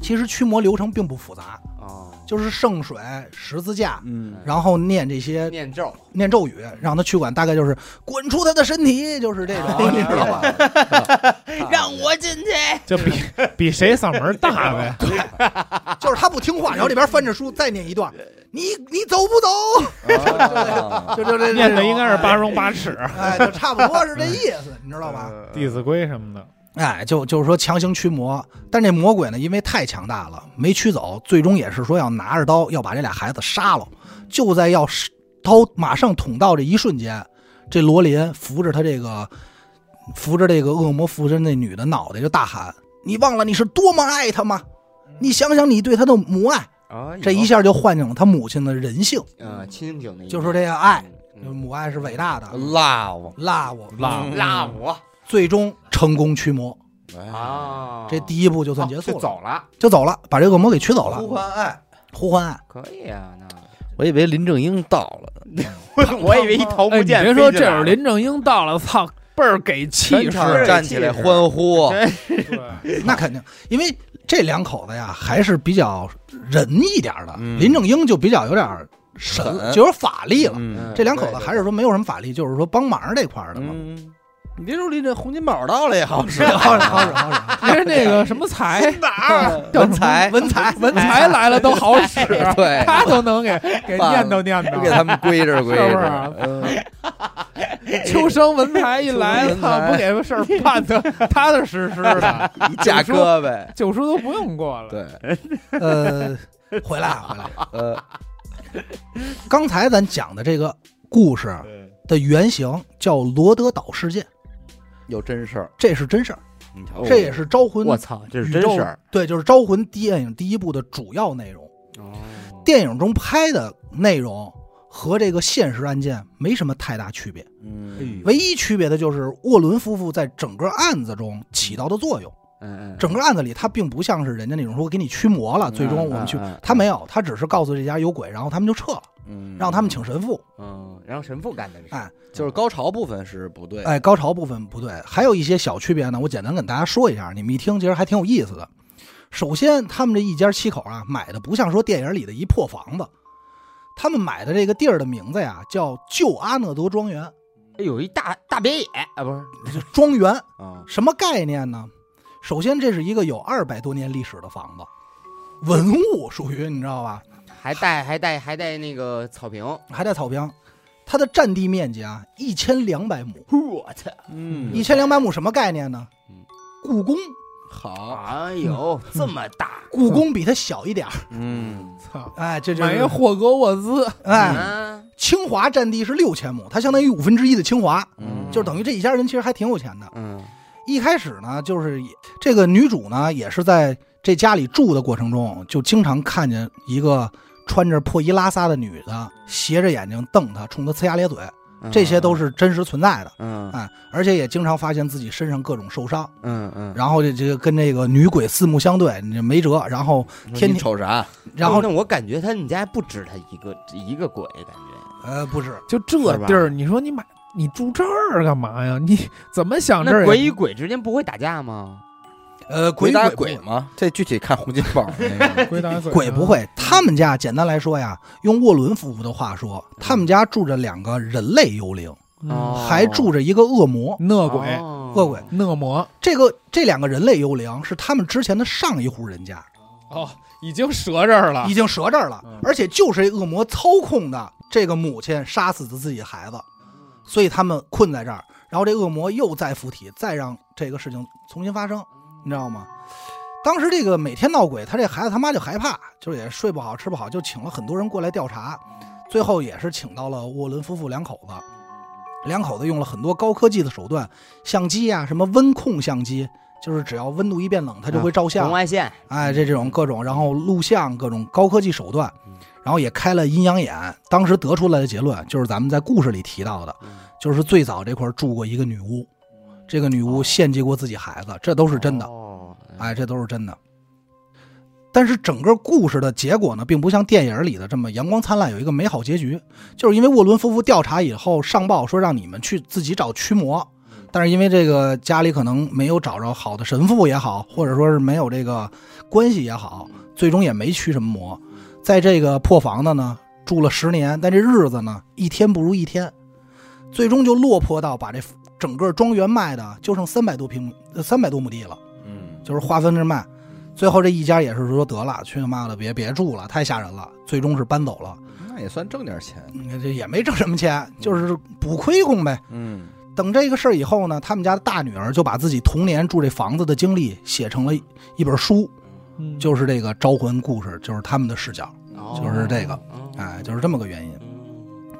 Speaker 2: 其实驱魔流程并不复杂，
Speaker 4: 哦，
Speaker 2: 就是圣水、十字架，
Speaker 1: 嗯，
Speaker 2: 然后念这些
Speaker 4: 念咒，
Speaker 2: 念咒语，让他去管，大概就是滚出他的身体，就是这
Speaker 4: 哦
Speaker 2: 种，哦你知道吧？啊
Speaker 4: 让我进去。
Speaker 3: 就比比谁嗓门大呗。
Speaker 2: 就是他不听话，然后这边翻着书再念一段，你你走不走？
Speaker 1: 啊
Speaker 2: 就就这
Speaker 3: 念的应该是八，荣八耻、
Speaker 2: 哎，就差不多是这意思，你知道吧？
Speaker 3: 《弟子规》什么的。
Speaker 2: 哎，就就是说强行驱魔，但这魔鬼呢，因为太强大了，没驱走，最终也是说要拿着刀要把这俩孩子杀了。就在要是刀马上捅到这一瞬间，这罗琳扶着他这个扶着这个恶魔附身那女的脑袋就大喊：“你忘了你是多么爱他吗？你想想你对他的母爱。”
Speaker 4: 啊，
Speaker 2: 这一下就唤醒了他母亲的人性，
Speaker 4: 呃清醒的一面，
Speaker 2: 就说这个爱，
Speaker 4: 嗯
Speaker 2: 母爱是伟大的
Speaker 1: ，love，
Speaker 2: ，love，
Speaker 3: love
Speaker 4: 拉我
Speaker 2: 最终成功驱魔，
Speaker 1: 哎
Speaker 4: 啊，
Speaker 2: 这第一步哦就
Speaker 4: 就
Speaker 2: 算结束了。
Speaker 4: 走了，
Speaker 2: 就走了，把这恶魔给驱走了。
Speaker 1: 呼唤爱，
Speaker 2: 呼唤爱，
Speaker 4: 可以啊， 那
Speaker 1: 我以为林正英到了呢，
Speaker 4: 我以为一桃
Speaker 3: 哎，
Speaker 4: 木
Speaker 3: 你
Speaker 4: 剑，
Speaker 3: 别说，这会儿林正英到了，操，倍儿给气
Speaker 1: 全
Speaker 3: 势。
Speaker 1: 场站起来欢呼，啊
Speaker 3: 对
Speaker 2: 那肯定，因为这两口子呀还是比较仁一点的。
Speaker 1: 嗯
Speaker 2: 林正英就比较有点神，
Speaker 1: 狠
Speaker 2: 就有法力了。
Speaker 1: 嗯
Speaker 2: 这两口子还是说没有什么法力，就是说帮忙这块儿 的嘛。
Speaker 1: 嗯，你别说离这洪金宝到了也 好使，
Speaker 2: 好使好使好使，
Speaker 3: 还是那个什么才， 叫
Speaker 1: 啊
Speaker 3: 什
Speaker 1: 哎文才，
Speaker 3: 么
Speaker 2: 文才
Speaker 3: 文才来了都好使， 啊
Speaker 1: 对
Speaker 3: 他都能给给
Speaker 1: 棒
Speaker 3: 念叨念
Speaker 1: 都哎给
Speaker 3: 叨。
Speaker 1: 他们归着归
Speaker 3: 是不是
Speaker 1: 着
Speaker 3: 啊，
Speaker 1: 嗯
Speaker 3: 秋生文才一来，
Speaker 1: 秋生文才
Speaker 3: 操，不给事儿办的踏踏实实的，
Speaker 1: 一 架胳膊，
Speaker 3: 九叔都不用过了。
Speaker 1: 对，
Speaker 2: 呃，回来啊回来。
Speaker 1: 呃，
Speaker 2: 刚才咱讲的这个故事的原型叫罗德岛事件，
Speaker 1: 有真事儿，嗯
Speaker 2: 这是真事儿，
Speaker 1: 你瞧
Speaker 4: 哦
Speaker 2: 这也是招魂
Speaker 4: 我操，这是
Speaker 2: 宇
Speaker 4: 真
Speaker 2: 宙
Speaker 4: 事儿，
Speaker 2: 对，就是《招魂》电影第一部的主要内容。
Speaker 4: 哦
Speaker 2: 电影中拍的内容和这个现实案件没什么太大区别，
Speaker 1: 嗯，
Speaker 2: 唯一区别的就是沃伦夫妇在整个案子中起到的作用。
Speaker 4: 嗯嗯，
Speaker 2: 整个案子里，他并不像是人家那种说我给你驱魔了，最终我们去
Speaker 4: 嗯嗯嗯，
Speaker 2: 他没有，他只是告诉这家有鬼，然后他们就撤了，
Speaker 1: 嗯
Speaker 2: 让他们请神父。
Speaker 4: 嗯，然后神父干的这事，嗯
Speaker 2: 哎
Speaker 1: 就是高潮部分是不对，
Speaker 2: 哎，高潮部分不对，还有一些小区别呢，我简单跟大家说一下，你们一听其实还挺有意思的。首先，他们这一家七口啊，买的不像说电影里的一破房子，他们买的这个地儿的名字呀叫旧阿讷德庄园，
Speaker 4: 哎有一大大别野啊，不是
Speaker 2: 就庄园
Speaker 4: 啊，
Speaker 2: 什么概念呢？首先，这是一个有二百多年历史的房子，文物属于你知道吧？
Speaker 4: 还带还带还带那个草坪，
Speaker 2: 还带草坪，它的占地面积啊一千两百亩，
Speaker 4: 我操！
Speaker 1: 嗯
Speaker 2: 一千两百亩什么概念呢
Speaker 4: 嗯？
Speaker 2: 故宫，
Speaker 1: 好，
Speaker 2: 啊
Speaker 4: 哎呦，
Speaker 2: 嗯
Speaker 4: 这么大，
Speaker 2: 故宫比它小一点儿，
Speaker 1: 嗯
Speaker 3: 操，
Speaker 2: 哎，这
Speaker 3: 买一
Speaker 2: 这
Speaker 3: 霍格沃兹，
Speaker 2: 哎，
Speaker 4: 啊，
Speaker 2: 清华占地是六千亩，它相当于五分之一的清华，
Speaker 1: 嗯，
Speaker 2: 就是等于这一家人其实还挺有钱的。
Speaker 4: 嗯
Speaker 2: 一开始呢，就是也这个女主呢，也是在这家里住的过程中，就经常看见一个穿着破衣拉撒的女的，斜着眼睛瞪她，冲她呲牙咧嘴，这些都，是真实存在的。
Speaker 4: 嗯
Speaker 2: 哎，而且也经常发现自己身上各种受伤，
Speaker 4: 嗯嗯，
Speaker 2: 然后这这个跟这个女鬼四目相对，你这没辙。然后，天天
Speaker 1: 瞅啥？
Speaker 2: 然后
Speaker 4: 哎那我感觉他你家不止他一个一个鬼，感
Speaker 3: 啊
Speaker 4: 觉
Speaker 2: 呃，不是，
Speaker 3: 就这地儿，你说你买你住这儿干嘛呀？你怎么想这
Speaker 4: 那
Speaker 3: 儿
Speaker 4: 鬼
Speaker 3: 也？
Speaker 4: 与鬼之间不会打架吗？
Speaker 2: 呃，
Speaker 1: 鬼
Speaker 2: 鬼
Speaker 1: 打
Speaker 2: 鬼
Speaker 1: 鬼
Speaker 2: 不
Speaker 1: 吗？这具体看洪金宝那个
Speaker 3: 鬼打鬼，啊
Speaker 2: 鬼不。会，他们家简单来说呀，用沃伦夫妇的话说，他们家住着两个人类幽灵，
Speaker 3: 嗯，
Speaker 4: 哦
Speaker 2: 还住着一个恶魔。
Speaker 3: 恶鬼，
Speaker 4: 恶
Speaker 2: 恶鬼，
Speaker 3: 恶魔，
Speaker 2: 这个这两个人类幽灵是他们之前的上一户人家，
Speaker 3: 哦，已经折这儿了
Speaker 2: 已经折这儿了
Speaker 3: 嗯，
Speaker 2: 而且就是这恶魔操控的这个母亲杀死的自己的孩子，所以他们困在这儿。然后这恶魔又再附体，再让这个事情重新发
Speaker 3: 嗯
Speaker 2: 生，你知道吗？当时这个每天闹鬼，他这孩子他妈就害怕，就是也睡不好吃不好，就请了很多人过来调查，最后也是请到了沃伦夫妇两口子。两口子用了很多高科技的手段，相机啊，什么温控相机，就是只要温度一变冷，它就会照相
Speaker 4: 红。外线，
Speaker 2: 哎，这这种各种，然后录像各种高科技手段，然后也开了阴阳眼。当时得出来的结论就是咱们在故事里提到的，
Speaker 4: 嗯
Speaker 2: 就是最早这块儿住过一个女巫，这个女巫献祭过自己孩子，这都是真的。
Speaker 4: 哦，
Speaker 2: 哎，这都是真的。但是整个故事的结果呢，并不像电影里的这么阳光灿烂，有一个美好结局。就是因为沃伦夫妇调查以后上报说让你们去自己找驱魔，但是因为这个家里可能没有找着好的神父也好，或者说是没有这个关系也好，最终也没驱什么魔。在这个破房子呢住了十年，但这日子呢一天不如一天，最终就落魄到把这整个庄园卖的就剩三百多平三百多亩地了。
Speaker 1: 嗯
Speaker 2: 就是划分着卖。最后这一家也是说得了，去他妈的别别住了，太吓人了。最终是搬走了，
Speaker 1: 那也算挣点钱。
Speaker 2: 嗯这也没挣什么钱，就是补亏空呗。
Speaker 1: 嗯
Speaker 2: 等这个事儿以后呢，他们家的大女儿就把自己童年住这房子的经历写成了一一本书，
Speaker 3: 嗯
Speaker 2: 就是这个招魂故事，就是他们的视角，就是这个，
Speaker 4: 哦
Speaker 2: 哎，就是这么个原因。
Speaker 4: 嗯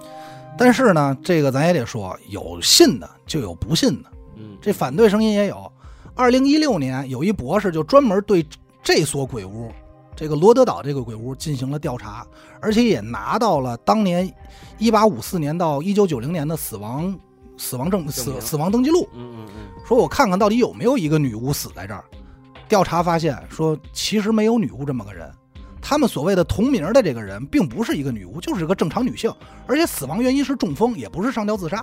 Speaker 2: 但是呢，这个咱也得说，有信的就有不信的，
Speaker 4: 嗯，
Speaker 2: 这反对声音也有。二零一六年，有一博士就专门对这所鬼屋，这个罗德岛这个鬼屋进行了调查，而且也拿到了当年一八五四年到一九九零年的死亡死亡证
Speaker 4: 证
Speaker 2: 死
Speaker 4: 明
Speaker 2: 死亡登记录，
Speaker 4: 嗯嗯
Speaker 2: 说我看看到底有没有一个女巫死在这儿。调查发现说，其实没有女巫这么个人。他们所谓的同名的这个人，并不是一个女巫，就是个正常女性，而且死亡原因是中风，也不是上吊自杀，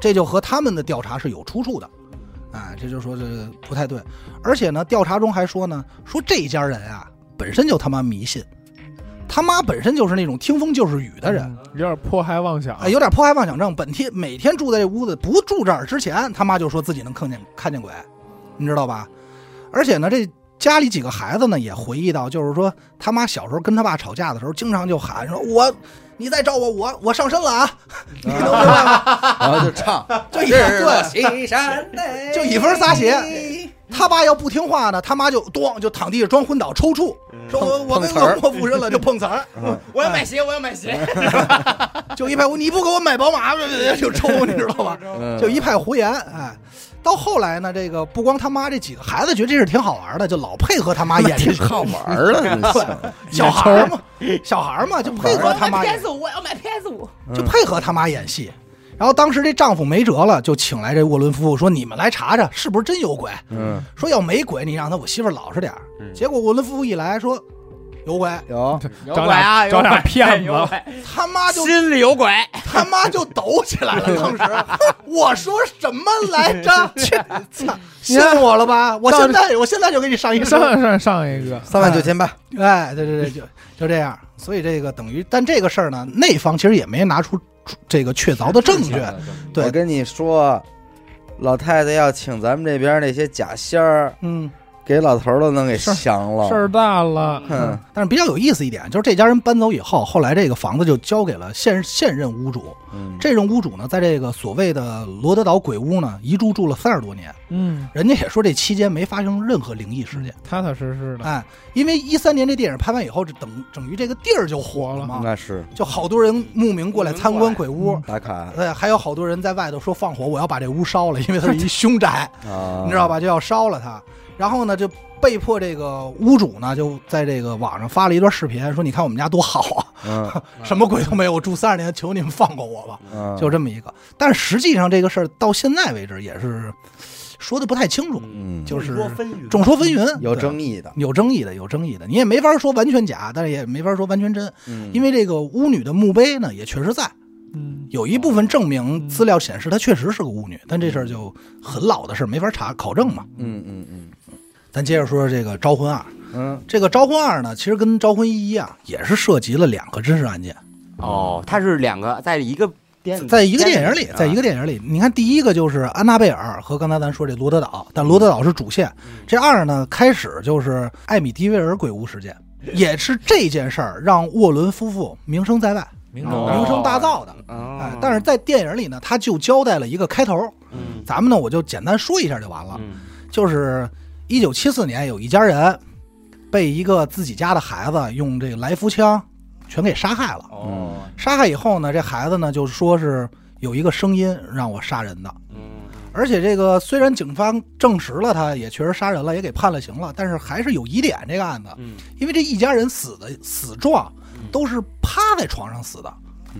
Speaker 2: 这就和他们的调查是有出处的，哎，这就说这不太对。而且呢，调查中还说呢，说这家人啊，本身就他妈迷信，他妈本身就是那种听风就是雨的人，
Speaker 3: 嗯有点迫害妄想，
Speaker 1: 啊
Speaker 2: 哎，有点迫害妄想症。本天每天住在这屋子，不住这儿之前，他妈就说自己能看见看见鬼，你知道吧？而且呢，这家里几个孩子呢也回忆到，就是说他妈小时候跟他爸吵架的时候，经常就喊说：“我，你再找我，我我上身 了啊！”你能明白吗？
Speaker 1: 然后就 唱，
Speaker 2: 就一
Speaker 1: 日落
Speaker 2: 对，
Speaker 1: 西山内，
Speaker 2: 就以分仨鞋。他爸要不听话呢，他妈就咣就躺地上装昏倒抽搐，说我我被
Speaker 1: 嗯碰瓷儿哎
Speaker 2: 恶魔附身了，就碰瓷 儿，
Speaker 4: 嗯，我要买鞋，我要买鞋，
Speaker 2: 就一拍我你不给我买宝马 就抽，你知 道吗？
Speaker 1: 嗯
Speaker 2: 就一派胡言。哎，到后来呢，这个不光他妈这几个孩子觉得这事挺好玩的，就老配合他妈演这事，
Speaker 1: 好 玩儿 了，
Speaker 2: 小孩 儿嘛，小孩儿嘛就配合他妈演，
Speaker 5: 五，我要买 PS 五。
Speaker 1: 嗯
Speaker 2: 就配合他妈演戏。然后当时这丈夫没辙了，就请来这沃伦夫妇说：“你们来查查是不是真有鬼？
Speaker 1: 嗯
Speaker 2: 说要没鬼，你让他我媳妇儿老实点儿。”结果沃伦夫妇一来说：“有鬼，
Speaker 1: 有
Speaker 4: 有
Speaker 3: 找
Speaker 4: 鬼啊，
Speaker 3: 俩找俩骗子
Speaker 4: 有鬼
Speaker 2: 他妈就
Speaker 4: 心里有鬼，
Speaker 2: 他妈就抖起来 了。当时我说什么来着？ 切操信我了吧？我现在我现在就给你上一
Speaker 3: 上
Speaker 2: 身。
Speaker 3: 上上一个，
Speaker 1: 三万九千八，
Speaker 2: 哎，对对对，就就这样。所以这个等于，但这个事儿呢，那方其实也没拿出出这个确凿的证据。对
Speaker 1: 我跟你说，老太太要请咱们这边那些假仙儿，
Speaker 2: 嗯，
Speaker 1: 给老头儿都能给降了。
Speaker 3: 事儿大了，
Speaker 1: 嗯，
Speaker 2: 但是比较有意思一点，就是这家人搬走以后，后来这个房子就交给了现现任屋主。
Speaker 1: 嗯，
Speaker 2: 这任屋主呢，在这个所谓的罗德岛鬼屋呢，一住住了三十多年。
Speaker 3: 嗯，
Speaker 2: 人家也说这期间没发生任何灵异事件。
Speaker 3: 踏踏实实的，
Speaker 2: 哎，因为一三年这电影拍完以后，这等等于这个地儿就火了嘛，
Speaker 1: 那是
Speaker 2: 就好多人慕名过来参观鬼屋
Speaker 3: 嗯。
Speaker 1: 打 卡
Speaker 2: 对，还有好多人在外头说放火，我要把这屋烧了，因为它是一凶 宅，
Speaker 1: 啊，
Speaker 2: 你知道？吧？就要烧了它。然后呢，就被迫这个屋主呢，就在这个网上发了一段视频，说你看我们家多好啊，啊
Speaker 1: 嗯
Speaker 2: 什么鬼都没有，我住三十年，求你们放过我吧，
Speaker 1: 嗯，
Speaker 2: 就这么一个。但实际上这个事儿到现在为止也是说的不太清楚，
Speaker 1: 嗯，
Speaker 2: 就是
Speaker 4: 众说纷纭
Speaker 2: 众说纷纭，
Speaker 1: 有
Speaker 2: 对
Speaker 1: 争议的，
Speaker 2: 有争议的，有争议的，你也没法说完全假，但是也没法说完全真，
Speaker 1: 嗯，
Speaker 2: 因为这个巫女的墓碑呢也确实在，
Speaker 3: 嗯，
Speaker 2: 有一部分证明
Speaker 3: 嗯
Speaker 2: 资料显示她确实是个巫女，但这事儿就很老的事儿，没法查考证嘛。
Speaker 1: 嗯嗯嗯
Speaker 2: 咱接着说说这个《招魂二》，
Speaker 1: 嗯，
Speaker 2: 这个《招魂二》呢，其实跟《招魂一》一样，也是涉及了两个真实案件，
Speaker 4: 哦，它是两个在一个电，
Speaker 2: 在一个电影里，
Speaker 4: 啊
Speaker 2: 在一个电影里，你看第一个就是安娜贝尔和刚才咱说这罗德岛，但罗德岛是主线，这二呢开始就是艾米迪威尔鬼屋事件，也是这件事儿让沃伦夫妇名声在外。
Speaker 3: 名
Speaker 1: 哦
Speaker 2: 名声大噪的。
Speaker 4: 哦，
Speaker 2: 哎，但是在电影里呢，他就交代了一个开头，
Speaker 4: 嗯
Speaker 2: 咱们呢我就简单说一下就完了。
Speaker 4: 嗯
Speaker 2: 就是一九七四年，有一家人被一个自己家的孩子用这个来福枪全给杀害了。
Speaker 4: 哦
Speaker 2: 杀害以后呢，这孩子呢就说是有一个声音让我杀人的，
Speaker 4: 嗯
Speaker 2: 而且这个虽然警方证实了他也确实杀人了，也给判了刑了，但是还是有疑点这个案子，
Speaker 4: 嗯
Speaker 2: 因为这一家人死的死状都是趴在床上死的。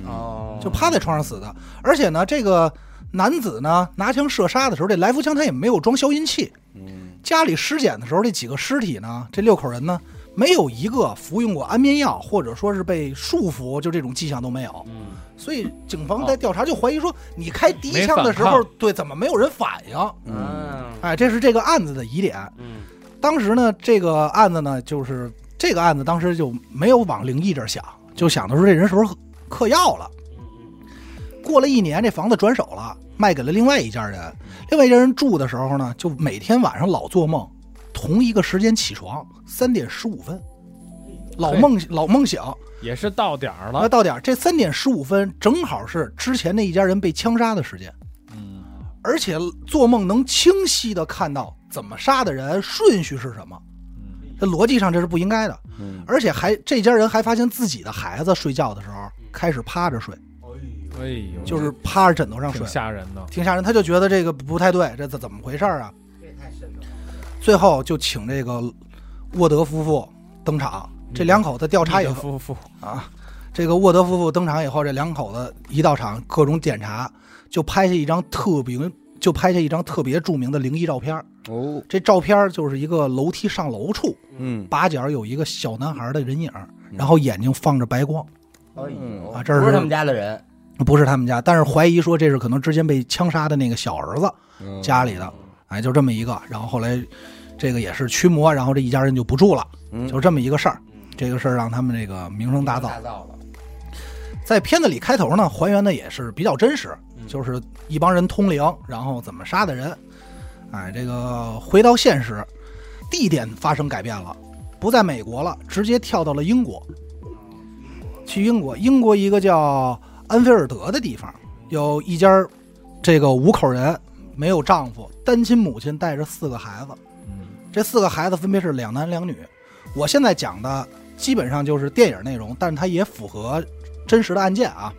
Speaker 4: 哦，
Speaker 2: 就趴在床上死的。而且呢，这个男子呢拿枪射杀的时候，这来福枪他也没有装消音器。
Speaker 1: 嗯
Speaker 2: 家里尸检的时候，这几个尸体呢，这六口人呢，没有一个服用过安眠药，或者说是被束缚，就这种迹象都没有。
Speaker 4: 嗯
Speaker 2: 所以警方在调查就怀疑说，你开第一
Speaker 3: 哦没
Speaker 2: 枪的
Speaker 3: 反
Speaker 2: 时候，对，怎么没有人反应？
Speaker 1: 嗯
Speaker 2: 哎，这是这个案子的疑点。
Speaker 4: 嗯
Speaker 2: 当时呢，这个案子呢，就是这个案子当时就没有往灵异这儿想，就想的说这人是不是嗑药了？过了一年，这房子转手了，卖给了另外一家人。另外一家人住的时候呢，就每天晚上老做梦，同一个时间起床，三点十五分，老梦老梦醒。
Speaker 3: 也是到点儿
Speaker 2: 那
Speaker 3: 了，
Speaker 2: 到点儿，这三点十五分正好是之前那一家人被枪杀的时间，
Speaker 3: 嗯，
Speaker 2: 而且做梦能清晰的看到怎么杀的人，顺序是什么。这逻辑上这是不应该的，
Speaker 1: 嗯，
Speaker 2: 而且还这家人还发现自己的孩子睡觉的时候开始趴着睡，
Speaker 3: 哎呦，
Speaker 2: 就是趴着枕头上睡
Speaker 3: 挺，吓人的，
Speaker 2: 挺吓人，他就觉得这个不太对，这怎怎么回事儿啊？最后就请这个沃德夫妇登场，这两口子调查以后
Speaker 3: 夫妇，
Speaker 2: 啊，这个沃德夫妇登场以后，这两口子一到场各种检查，就拍下一张特别就拍下一张特别著名的灵异照片儿。
Speaker 1: 哦，
Speaker 2: 这照片儿就是一个楼梯上楼处，
Speaker 1: 嗯
Speaker 2: 八角有一个小男孩的人影儿，然后眼睛放着白光，
Speaker 4: 哎呦
Speaker 2: 啊这是
Speaker 4: 不是他们家的人，
Speaker 2: 不是他们家，但是怀疑说这是可能之前被枪杀的那个小儿子
Speaker 1: 嗯
Speaker 2: 家里的，哎，就这么一个。然后后来这个也是驱魔，然后这一家人就不住了，
Speaker 1: 嗯
Speaker 2: 就这么一个事儿。
Speaker 4: 嗯
Speaker 2: 这个事儿让他们这个名声大噪。
Speaker 4: 大造了，
Speaker 2: 在片子里开头呢，还原的也是比较真实，就是一帮人通灵，然后怎么杀的人。哎，这个回到现实，地点发生改变了，不在美国了，直接跳到了英国。去英国，英国一个叫安菲尔德的地方，有一家儿这个五口人，没有丈夫，单亲母亲带着四个孩子。
Speaker 3: 嗯
Speaker 2: 这四个孩子分别是两男两女。我现在讲的基本上就是电影内容，但是它也符合真实的案件啊。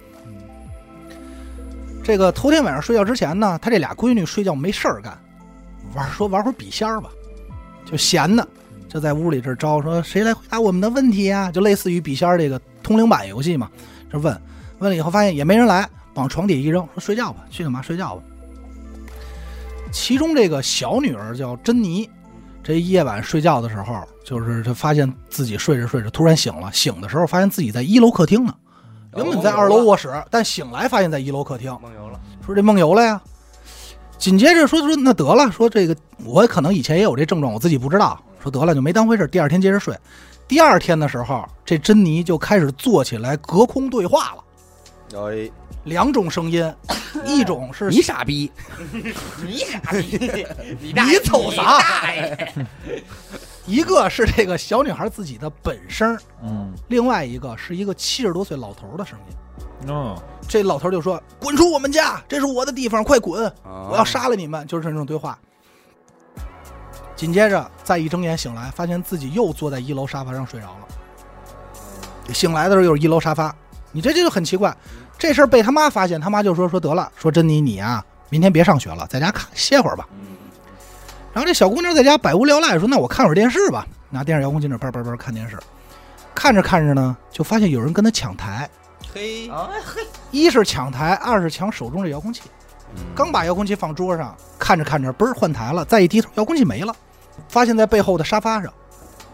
Speaker 2: 这个头天晚上睡觉之前呢，他这俩闺女睡觉没事儿干，玩说玩会儿笔仙儿吧，就闲的，就在屋里这儿招说谁来回答我们的问题啊呀、就类似于笔仙儿这个通灵版游戏嘛，这问问了以后发现也没人来，往床底一扔，说睡觉吧，去干嘛睡觉吧。其中这个小女儿叫珍妮，这夜晚睡觉的时候，就是他发现自己睡着睡着突然醒了，醒的时候发现自己在一楼客厅呢，原本在二楼卧室，但醒来发现在一楼客厅，
Speaker 4: 梦游了，
Speaker 2: 说这梦游了呀。紧接着说说那得了，说这个我可能以前也有这症状，我自己不知道。说得了就没当回事，第二天接着睡。第二天的时候，这珍妮就开始坐起来隔空对话了，
Speaker 4: 哎，
Speaker 2: 两种声音，一种是
Speaker 4: 你傻逼， 你傻 逼，你大爷
Speaker 2: 你瞅啥
Speaker 4: 你大爷
Speaker 2: 一个是这个小女孩自己的本声，
Speaker 6: 嗯，
Speaker 2: 另外一个是一个七十多岁老头的声音。
Speaker 3: 嗯
Speaker 6: 哦，
Speaker 2: 这老头就说：“滚出我们家，这是我的地方，快滚！我
Speaker 1: 我
Speaker 2: 要杀了你们！”就是这种对话。紧接着，再一睁眼醒来，发现自己又坐在一楼沙发上睡着了。醒来的时候又是一楼沙发，你这这就很奇怪。这事儿被他妈发现，他妈就说：“说得了，说珍妮你啊，明天别上学了，在家看歇会儿吧。”然后这小姑娘在家百无聊赖，说：“那我看会儿电视吧。”拿电视遥控器那叭叭叭看电视，看着看着呢，就发现有人跟她抢台。
Speaker 1: 嘿，
Speaker 2: 哎一是抢台，二是抢手中这遥控器。刚把遥控器放桌上，看着看着，嘣儿换台了，再一低头，遥控器没了，发现在背后的沙发上。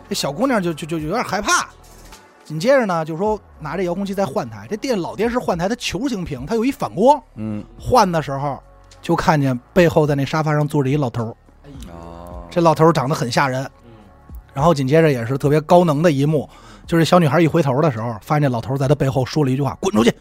Speaker 2: 这小姑娘就就就有点害怕。紧接着呢，就说拿这遥控器再换台。这电老电视换台，它球形屏，它有一反光。
Speaker 1: 嗯
Speaker 2: 换的时候，就看见背后在那沙发上坐着一老头儿。
Speaker 1: 哦，
Speaker 2: 这老头儿长得很吓人。然后紧接着也是特别高能的一幕，就是小女孩一回头的时候，发现这老头儿在她背后说了一句话：“滚出去！”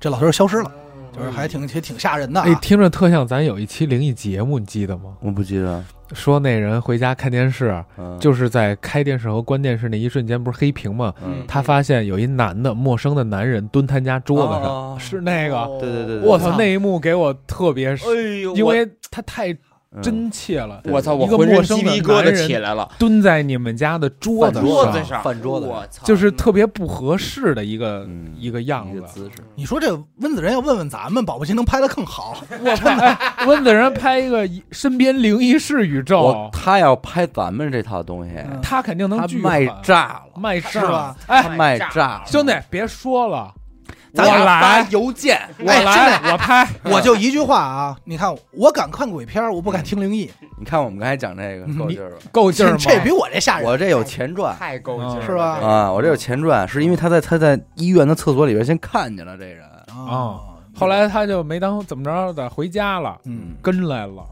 Speaker 2: 这老头儿消失了，就是还挺挺挺吓人的、啊。
Speaker 3: 哎，听着特像咱有一期灵异节目，你记得吗？
Speaker 1: 我不记得，
Speaker 3: 说那人回家看电视，
Speaker 1: 嗯
Speaker 3: 就是在开电视和关电视那一瞬间，不是黑屏吗？
Speaker 1: 嗯
Speaker 3: 他发现有一男的，陌生的男人蹲他家桌子上，
Speaker 1: 哦
Speaker 3: 是那个。
Speaker 1: 对对对对，
Speaker 3: 我操，那一幕给我特别深，
Speaker 4: 哎呦，
Speaker 3: 因为他太
Speaker 1: 嗯
Speaker 3: 真切了，
Speaker 1: 对
Speaker 4: 我操，我
Speaker 3: 一个
Speaker 4: 浑
Speaker 3: 陌
Speaker 4: 身
Speaker 3: 生
Speaker 4: 鸡
Speaker 3: 的
Speaker 4: 皮疙
Speaker 3: 男
Speaker 4: 瘩
Speaker 3: 人
Speaker 4: 起来了，
Speaker 3: 蹲在你们家的桌子
Speaker 1: 饭桌
Speaker 3: 上，
Speaker 4: 上，
Speaker 1: 饭桌子上
Speaker 4: 我操，
Speaker 3: 就是特别不合适的一个
Speaker 1: 嗯
Speaker 3: 一个样
Speaker 1: 一个
Speaker 3: 子。
Speaker 1: 姿势，
Speaker 2: 你说这温子仁要问问咱们，保不齐能拍得更好。
Speaker 3: 我操！哎温子仁拍一个身边灵异事宇
Speaker 1: 我
Speaker 3: 宙，
Speaker 1: 他要拍咱们这套东西，
Speaker 2: 嗯
Speaker 3: 他肯定能
Speaker 1: 他
Speaker 3: 巨
Speaker 1: 卖
Speaker 3: 狠
Speaker 1: 炸了，
Speaker 3: 卖
Speaker 2: 是
Speaker 3: 账
Speaker 2: 吧？
Speaker 1: 他
Speaker 3: 哎，
Speaker 1: 卖炸了，嗯
Speaker 3: 兄弟，别说了，我
Speaker 1: 咱俩
Speaker 3: 来
Speaker 1: 发，邮件，
Speaker 3: 我
Speaker 2: 哎兄
Speaker 3: 来，我拍。
Speaker 2: 我就一句话啊，你看我敢看鬼片儿，我不敢听灵异，
Speaker 1: 你看我们刚才讲这个够劲儿吧？
Speaker 3: 够劲儿 吗？
Speaker 2: 这比我这吓人。
Speaker 1: 我这有前传
Speaker 4: 太够劲儿了
Speaker 2: 是吧
Speaker 1: 啊，我这有前传，是因为他在他在医院的厕所里边先看见了这人，
Speaker 2: 啊，
Speaker 3: 后来他就没当怎么着的，回家了，
Speaker 2: 嗯，
Speaker 3: 跟来了。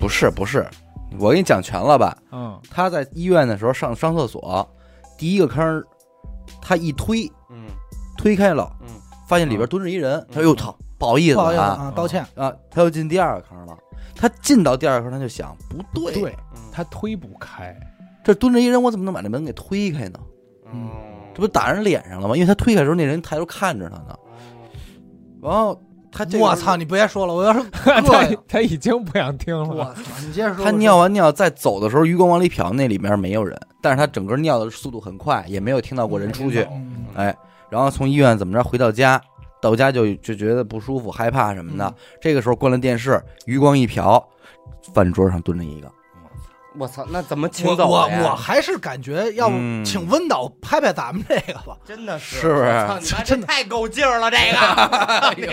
Speaker 1: 不是不是，我给你讲全了吧？
Speaker 3: 嗯，
Speaker 1: 他在医院的时候上上厕所，第一个坑儿，他一推
Speaker 4: 嗯，
Speaker 1: 推开了，
Speaker 4: 嗯
Speaker 1: 发现里边蹲着一人，他说：“哟操，不好意思
Speaker 2: 不好意思
Speaker 1: 啊
Speaker 2: 啊，道歉。
Speaker 1: 啊！”他又进第二个坑了。他进到第二个坑，他就想，不对，
Speaker 3: 对
Speaker 4: 嗯
Speaker 3: 他推不开，
Speaker 1: 这蹲着一人，我怎么能把这门给推开呢？
Speaker 4: 嗯
Speaker 1: 这不打人脸上了吗？因为他推开的时候，那人抬头看着他呢。然后他这个
Speaker 2: 我操，，你别说了，我要是
Speaker 3: 他
Speaker 2: 对
Speaker 3: 他已经不想听
Speaker 2: 我
Speaker 3: 了。
Speaker 2: 操，你接着说。
Speaker 1: 他尿完尿再走的时候，余光往里瞟，那里面没有人，但是他整个尿的速度很快，也没有听到过人出去。
Speaker 2: 嗯，
Speaker 1: 哎，然后从医院怎么着回到家，到家就就觉得不舒服、害怕什么的。
Speaker 2: 嗯
Speaker 1: 这个时候关了电视，余光一瞟，饭桌上蹲着一个，
Speaker 4: 我操，那怎么请
Speaker 2: 我
Speaker 4: 走
Speaker 2: 我
Speaker 4: 的 呀
Speaker 2: 我还是感觉，要不
Speaker 1: 嗯
Speaker 2: 请温导拍拍咱们这个吧，
Speaker 4: 真的
Speaker 1: 是不是
Speaker 4: 我操你妈这太够劲儿了，这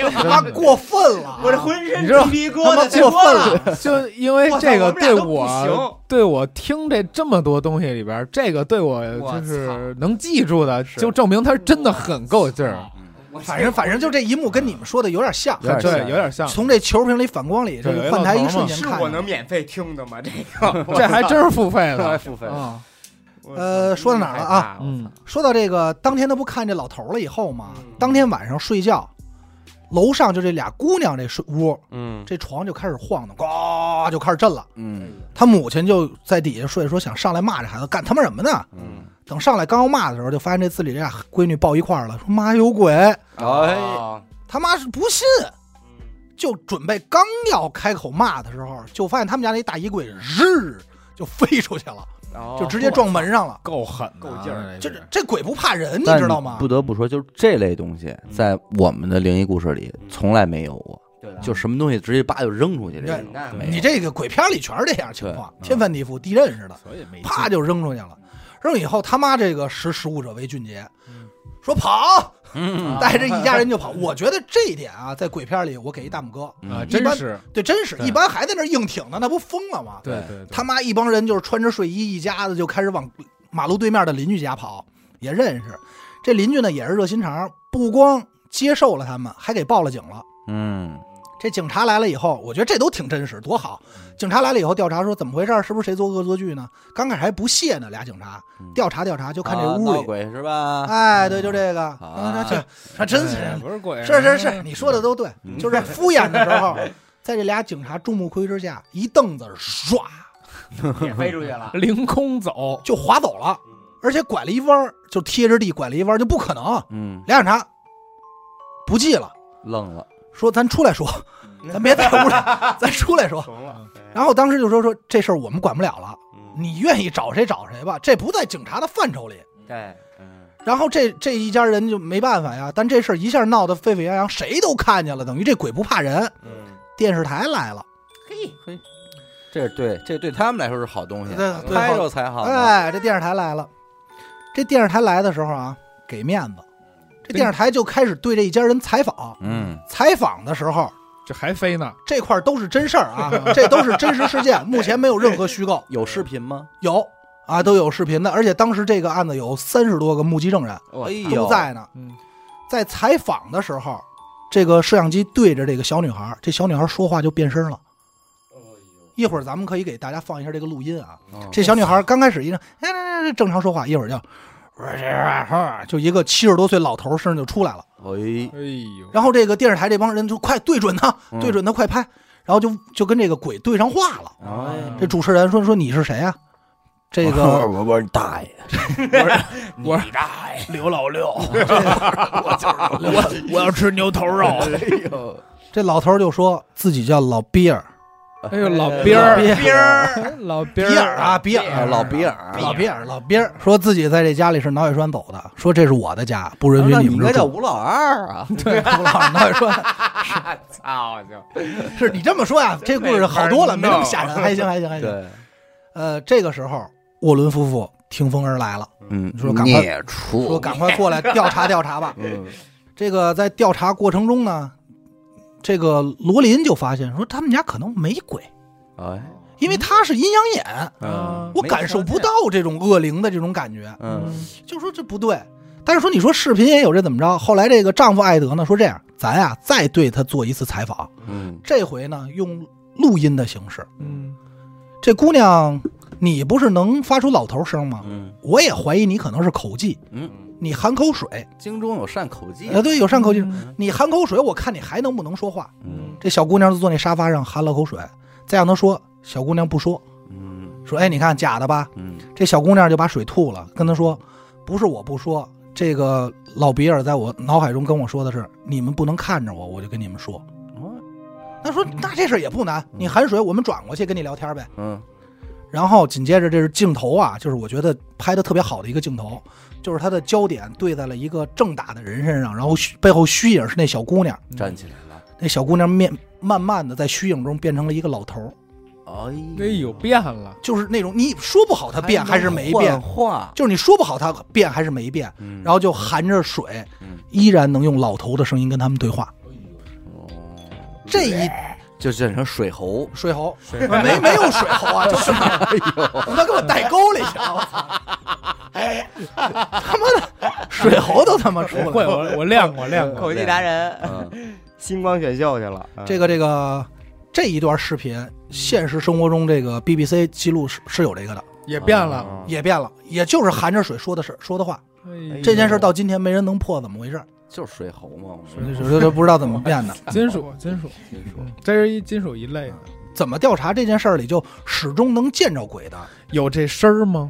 Speaker 4: 个
Speaker 2: 他妈过分了啊，
Speaker 4: 我这浑身
Speaker 3: 你知道
Speaker 4: 鸡皮疙
Speaker 2: 他妈
Speaker 4: 瘩，再说
Speaker 2: 过分了
Speaker 4: 了，
Speaker 3: 就因为这个
Speaker 4: 我操我们俩
Speaker 3: 对
Speaker 4: 都
Speaker 3: 我对我听这这么多东西里边，这个对我
Speaker 4: 我
Speaker 3: 就是能记住的，就证明他真的很够劲儿。
Speaker 4: 我
Speaker 2: 反正反正就这一幕跟你们说的有点像，
Speaker 1: 有点
Speaker 3: 对，
Speaker 1: 像
Speaker 3: 有点像。
Speaker 2: 从这球屏里反光里，这
Speaker 3: 对有一
Speaker 2: 个换台
Speaker 3: 老头
Speaker 2: 一
Speaker 3: 嘛
Speaker 2: 瞬间
Speaker 4: 是
Speaker 2: 看
Speaker 4: 我
Speaker 2: 见
Speaker 4: 能免费听的吗？这个
Speaker 3: 这还真是 付费的
Speaker 1: 付费
Speaker 3: 啊！
Speaker 4: 我操
Speaker 2: 呃说到哪儿了啊？
Speaker 3: 嗯，
Speaker 2: 说到这个，当天他不看这老头儿了以后嘛
Speaker 4: 嗯，
Speaker 2: 当天晚上睡觉，楼上就这俩姑娘这睡屋，
Speaker 4: 嗯，
Speaker 2: 这床就开始晃荡，呱就开始震了。
Speaker 1: 嗯
Speaker 2: 他母亲就在底下睡，说想上来骂这孩子，干他妈什么呢？
Speaker 1: 嗯，
Speaker 2: 等上来刚要骂的时候，就发现这自己这俩闺女抱一块儿了，说妈有鬼，
Speaker 1: 哎，
Speaker 4: 哦，
Speaker 2: 他妈是不信，
Speaker 4: 嗯
Speaker 2: 就准备刚要开口骂的时候，就发现他们家那大衣柜日就飞出去了，就直接撞门上了。
Speaker 3: 够狠啊，
Speaker 4: 哦够劲儿
Speaker 2: 这这鬼不怕人，你
Speaker 1: 但
Speaker 2: 知道吗
Speaker 1: 不？得不说，就是这类东西在我们的灵异故事里从来没有过，
Speaker 4: 对吧
Speaker 1: 就什么东西直接叭就扔出去，这
Speaker 2: 嗯对
Speaker 1: 种
Speaker 4: 那
Speaker 1: 没有
Speaker 2: 你这个鬼片里全是这样情况，
Speaker 1: 对
Speaker 2: 天翻地覆、地震似的，
Speaker 3: 所以没劲嗯
Speaker 2: 啪就扔出去了。扔以后，他妈这个识时务者为俊杰，说跑，
Speaker 1: 嗯
Speaker 2: 带着一家人就跑。我觉得这一点啊，在鬼片里我给一大拇哥，
Speaker 3: 啊，
Speaker 1: 嗯
Speaker 2: 一
Speaker 3: 真
Speaker 2: 般
Speaker 3: 是，
Speaker 2: 对，真是
Speaker 3: 对
Speaker 2: 一般还在那儿硬挺呢，那不疯了吗？
Speaker 3: 对
Speaker 1: 对
Speaker 3: 对，
Speaker 2: 他妈一帮人就是穿着睡衣，一家子就开始往马路对面的邻居家跑，也认识。这邻居呢也是热心肠，不光接受了他们，还给报了警了。
Speaker 1: 嗯
Speaker 2: 这警察来了以后，我觉得这都挺真实，多好。
Speaker 1: 嗯
Speaker 2: 警察来了以后调查说怎么回事儿，是不是谁做恶作剧呢？刚开始还不屑呢，俩警察
Speaker 1: 嗯
Speaker 2: 调查调查，就看这
Speaker 1: 啊
Speaker 2: 屋
Speaker 1: 闹
Speaker 2: 里，
Speaker 1: 鬼是吧？
Speaker 2: 哎，对，就这个，
Speaker 1: 啊
Speaker 2: 啊，这还真是，
Speaker 3: 哎不是鬼，
Speaker 2: 是是是，你说的都对，
Speaker 1: 嗯
Speaker 2: 就是在敷衍的时候，在这俩警察众目睽之下，一凳子唰
Speaker 4: 也飞出去 了。
Speaker 3: 凌空走，
Speaker 2: 就滑走了，
Speaker 1: 嗯
Speaker 2: 而且拐了一弯儿，就贴着地拐了一弯儿，就不可能。
Speaker 1: 嗯，
Speaker 2: 俩警察不记了，
Speaker 1: 愣了，
Speaker 2: 说咱出来说，咱别在屋里，咱出来说。
Speaker 4: 怂了。
Speaker 2: 然后当时就说说这事儿我们管不了了，
Speaker 4: 嗯，
Speaker 2: 你愿意找谁找谁吧，这不在警察的范畴里。
Speaker 4: 对，嗯，
Speaker 2: 然后这这一家人就没办法呀，但这事儿一下闹得沸沸扬扬，谁都看见了，等于这鬼不怕人。
Speaker 4: 嗯，
Speaker 2: 电视台来了，
Speaker 4: 嘿，
Speaker 1: 这是对，这对他们来说是好东西，
Speaker 2: 对对
Speaker 1: 拍着才好呢。
Speaker 2: 哎，这电视台来了，这电视台来的时候啊，给面子，这电视台就开始对这一家人采访。
Speaker 1: 嗯，
Speaker 2: 采访的时候，
Speaker 3: 这还飞呢，
Speaker 2: 这块儿都是真事儿啊，这都是真实事件，目前没有任何虚构，
Speaker 1: 有视频吗？
Speaker 2: 有啊都有视频的，而且当时这个案子有三十多个目击证人
Speaker 1: 哎呦，
Speaker 2: 都在呢
Speaker 3: 嗯。
Speaker 2: 在采访的时候，这个摄像机对着这个小女孩，这小女孩说话就变声了。一会儿咱们可以给大家放一下这个录音啊。
Speaker 1: 哎哦，
Speaker 2: 这小女孩刚开始一阵哎哎哎正常说话，一会儿就，就一个七十多岁老头声就出来了。
Speaker 1: 哎，
Speaker 3: 哎呦，
Speaker 2: 然后这个电视台这帮人就快对准他，
Speaker 1: 嗯
Speaker 2: 对准他快拍，然后就就跟这个鬼对上话了。
Speaker 1: 哎，
Speaker 2: 这主持人说说你是谁呀、这 个
Speaker 4: 我我是大爷，
Speaker 3: 我
Speaker 4: 你大爷，
Speaker 3: 刘老六，
Speaker 4: 我就是
Speaker 3: 我我要吃牛头肉，
Speaker 2: 这老头就说自己叫老比尔，
Speaker 3: 哎呦老边儿
Speaker 2: 老
Speaker 4: 边
Speaker 3: 老边
Speaker 4: 儿，
Speaker 2: 比尔啊，比
Speaker 1: 哎
Speaker 2: 尔，
Speaker 1: 老比尔，
Speaker 2: 老比尔，啊老比尔，说自己在这家里是脑血栓走的，说这是我的家，不允许
Speaker 1: 那你
Speaker 2: 们
Speaker 1: 应
Speaker 2: 这
Speaker 1: 该叫
Speaker 2: 住。
Speaker 1: 吴老二啊。
Speaker 2: 对，不老脑血栓，
Speaker 4: 操啊就，
Speaker 2: 是你这么说呀、这故事好多了，没那么吓人，还行还行还行。
Speaker 1: 对，
Speaker 2: 呃，这个时候沃伦夫妇听风而来了，
Speaker 1: 嗯，
Speaker 2: 说赶快
Speaker 1: 孽畜，
Speaker 2: 说赶快过来调查调查吧。
Speaker 1: 嗯
Speaker 2: 这个在调查过程中呢，这个罗琳就发现说他们家可能没鬼，嗯
Speaker 1: 哎，
Speaker 2: 因为他是阴阳眼，
Speaker 1: 嗯
Speaker 2: 我感受不到，这种恶灵的这种感觉，
Speaker 1: 嗯，
Speaker 2: 就说这不对。但是说你说视频也有这怎么着？后来这个丈夫艾德呢说这样，咱呀、再对他做一次采访，
Speaker 1: 嗯
Speaker 2: 这回呢用录音的形式。
Speaker 3: 嗯，
Speaker 2: 这姑娘，你不是能发出老头声吗？
Speaker 1: 嗯
Speaker 2: 我也怀疑你可能是口技，
Speaker 1: 嗯，
Speaker 2: 你含口水，
Speaker 1: 京中有善口技，
Speaker 2: 呃，对，有上口技，
Speaker 3: 嗯
Speaker 2: 你含口水，我看你还能不能说话。
Speaker 1: 嗯
Speaker 2: 这小姑娘就坐那沙发上含了口水，再让她说，小姑娘不说，
Speaker 1: 嗯
Speaker 2: 说哎，你看假的吧？
Speaker 1: 嗯，
Speaker 2: 这小姑娘就把水吐了，跟她说，不是我不说，这个老比尔在我脑海中跟我说的是，你们不能看着我，我就跟你们说。那说那这事儿也不难，你含水，我们转过去跟你聊天呗。
Speaker 1: 嗯
Speaker 2: 然后紧接着这是镜头啊，就是我觉得拍的特别好的一个镜头，就是他的焦点对在了一个正打的人身上，然后虚背后虚影是那小姑娘，
Speaker 1: 站起来了，
Speaker 2: 那小姑娘面慢慢的在虚影中变成了一个老头儿，
Speaker 1: 哎
Speaker 3: 哎呦变了，
Speaker 2: 就是那种你说不好她变还是没变，
Speaker 1: 话，
Speaker 2: 就是你说不好她变还是没变，
Speaker 1: 嗯
Speaker 2: 然后就含着水
Speaker 1: 嗯，
Speaker 2: 依然能用老头的声音跟他们对话。这一
Speaker 1: 哦就变成水猴，
Speaker 2: 水猴没没有水猴啊，就是你妈给我带沟里去了，我操！哎他妈的水猴都他妈出来了，
Speaker 3: 会我我练过练过，
Speaker 4: 口技达人，
Speaker 1: 嗯
Speaker 4: 星光选秀去了。嗯
Speaker 2: 这个这个这一段视频，现实生活中这个 BBC 记录是是有这个的，
Speaker 3: 也变了，，
Speaker 2: 也变了，也就是含着水说的事说的话。
Speaker 3: 哎
Speaker 2: 这件事到今天没人能破，怎么回事？
Speaker 1: 就是水猴嘛，我们
Speaker 2: 这这这不知道怎么变的，
Speaker 3: 金属金属，
Speaker 1: 先说，
Speaker 3: 嗯这是一金属一类的，
Speaker 2: 怎么调查这件事儿里就始终能见着鬼的，
Speaker 3: 有这声儿吗？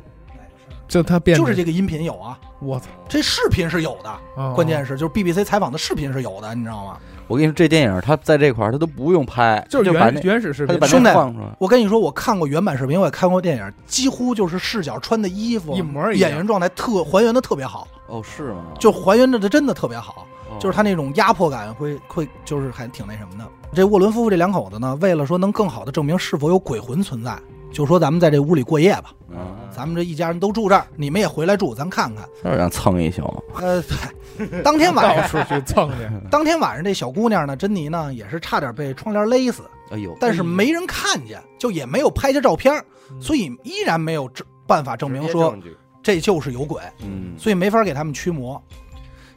Speaker 3: 就它变成，
Speaker 2: 就是这个音频有啊，
Speaker 3: 我操，
Speaker 2: 这视频是有的，
Speaker 3: 哦
Speaker 2: 关键是就是 BBC 采访的视频是有的，你知道吗？
Speaker 1: 我跟你说，这电影它在这块儿它都不用拍，
Speaker 3: 就是
Speaker 1: 把
Speaker 3: 原
Speaker 1: 那
Speaker 3: 原始视
Speaker 1: 它
Speaker 3: 频
Speaker 1: 就把
Speaker 2: 兄弟
Speaker 1: 那放出来，
Speaker 2: 我跟你说，我看过原版视频，我也看过电影，几乎就是视角、穿的衣服
Speaker 3: 一模一样
Speaker 2: 演员状态特还原的特别好，
Speaker 1: 哦，是吗？
Speaker 2: 就还原的真的特别好。
Speaker 1: 哦
Speaker 2: 就是他那种压迫感会会就是还挺那什么的。这沃伦夫妇这两口子呢，为了说能更好的证明是否有鬼魂存在，就说咱们在这屋里过夜吧，
Speaker 1: 嗯，
Speaker 2: 咱们这一家人都住这儿，你们也回来住，咱看看。
Speaker 1: 就是想蹭一宿，
Speaker 2: 呃， 对，当天晚
Speaker 5: 到
Speaker 2: 上，
Speaker 5: 处去蹭去，
Speaker 2: 当天晚上这小姑娘呢，珍妮呢，也是差点被窗帘勒死，
Speaker 1: 哎呦，
Speaker 2: 但是没人看见，就也没有拍下照片儿，
Speaker 5: 嗯
Speaker 2: 所以依然没有证办法证明
Speaker 4: 直接
Speaker 2: 说
Speaker 4: 证据
Speaker 2: 这就是有鬼，
Speaker 1: 嗯，
Speaker 2: 所以没法给他们驱魔，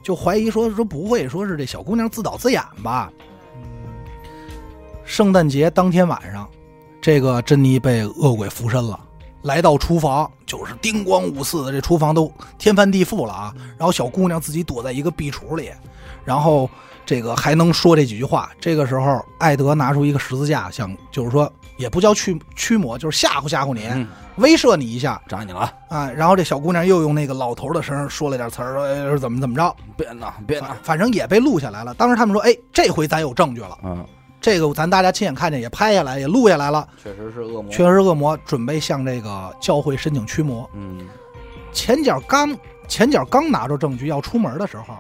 Speaker 2: 就怀疑说说不会说是这小姑娘自导自演吧。圣诞节当天晚上，这个珍妮被恶鬼附身了，来到厨房就是叮咣五四的，这厨房都天翻地覆了啊。然后小姑娘自己躲在一个壁橱里，然后这个还能说这几句话。这个时候，艾德拿出一个十字架，想就是说也不叫驱驱魔，就是吓唬吓唬你，
Speaker 1: 嗯
Speaker 2: 威慑你一下
Speaker 1: 扎你了啊，
Speaker 2: 啊。然后这小姑娘又用那个老头的声儿说了点词儿，说、哎、怎么怎么着，
Speaker 1: 别闹，别闹
Speaker 2: 反，反正也被录下来了。当时他们说，哎，这回咱有证据了，
Speaker 1: 嗯，
Speaker 2: 这个咱大家亲眼看见，也拍下来，也录下来了，
Speaker 1: 确实是恶魔
Speaker 2: 确实恶魔准备向这个教会申请驱魔。
Speaker 1: 嗯，
Speaker 2: 前脚刚前脚刚拿着证据要出门的时候，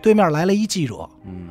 Speaker 2: 对面来了一记者，
Speaker 1: 嗯，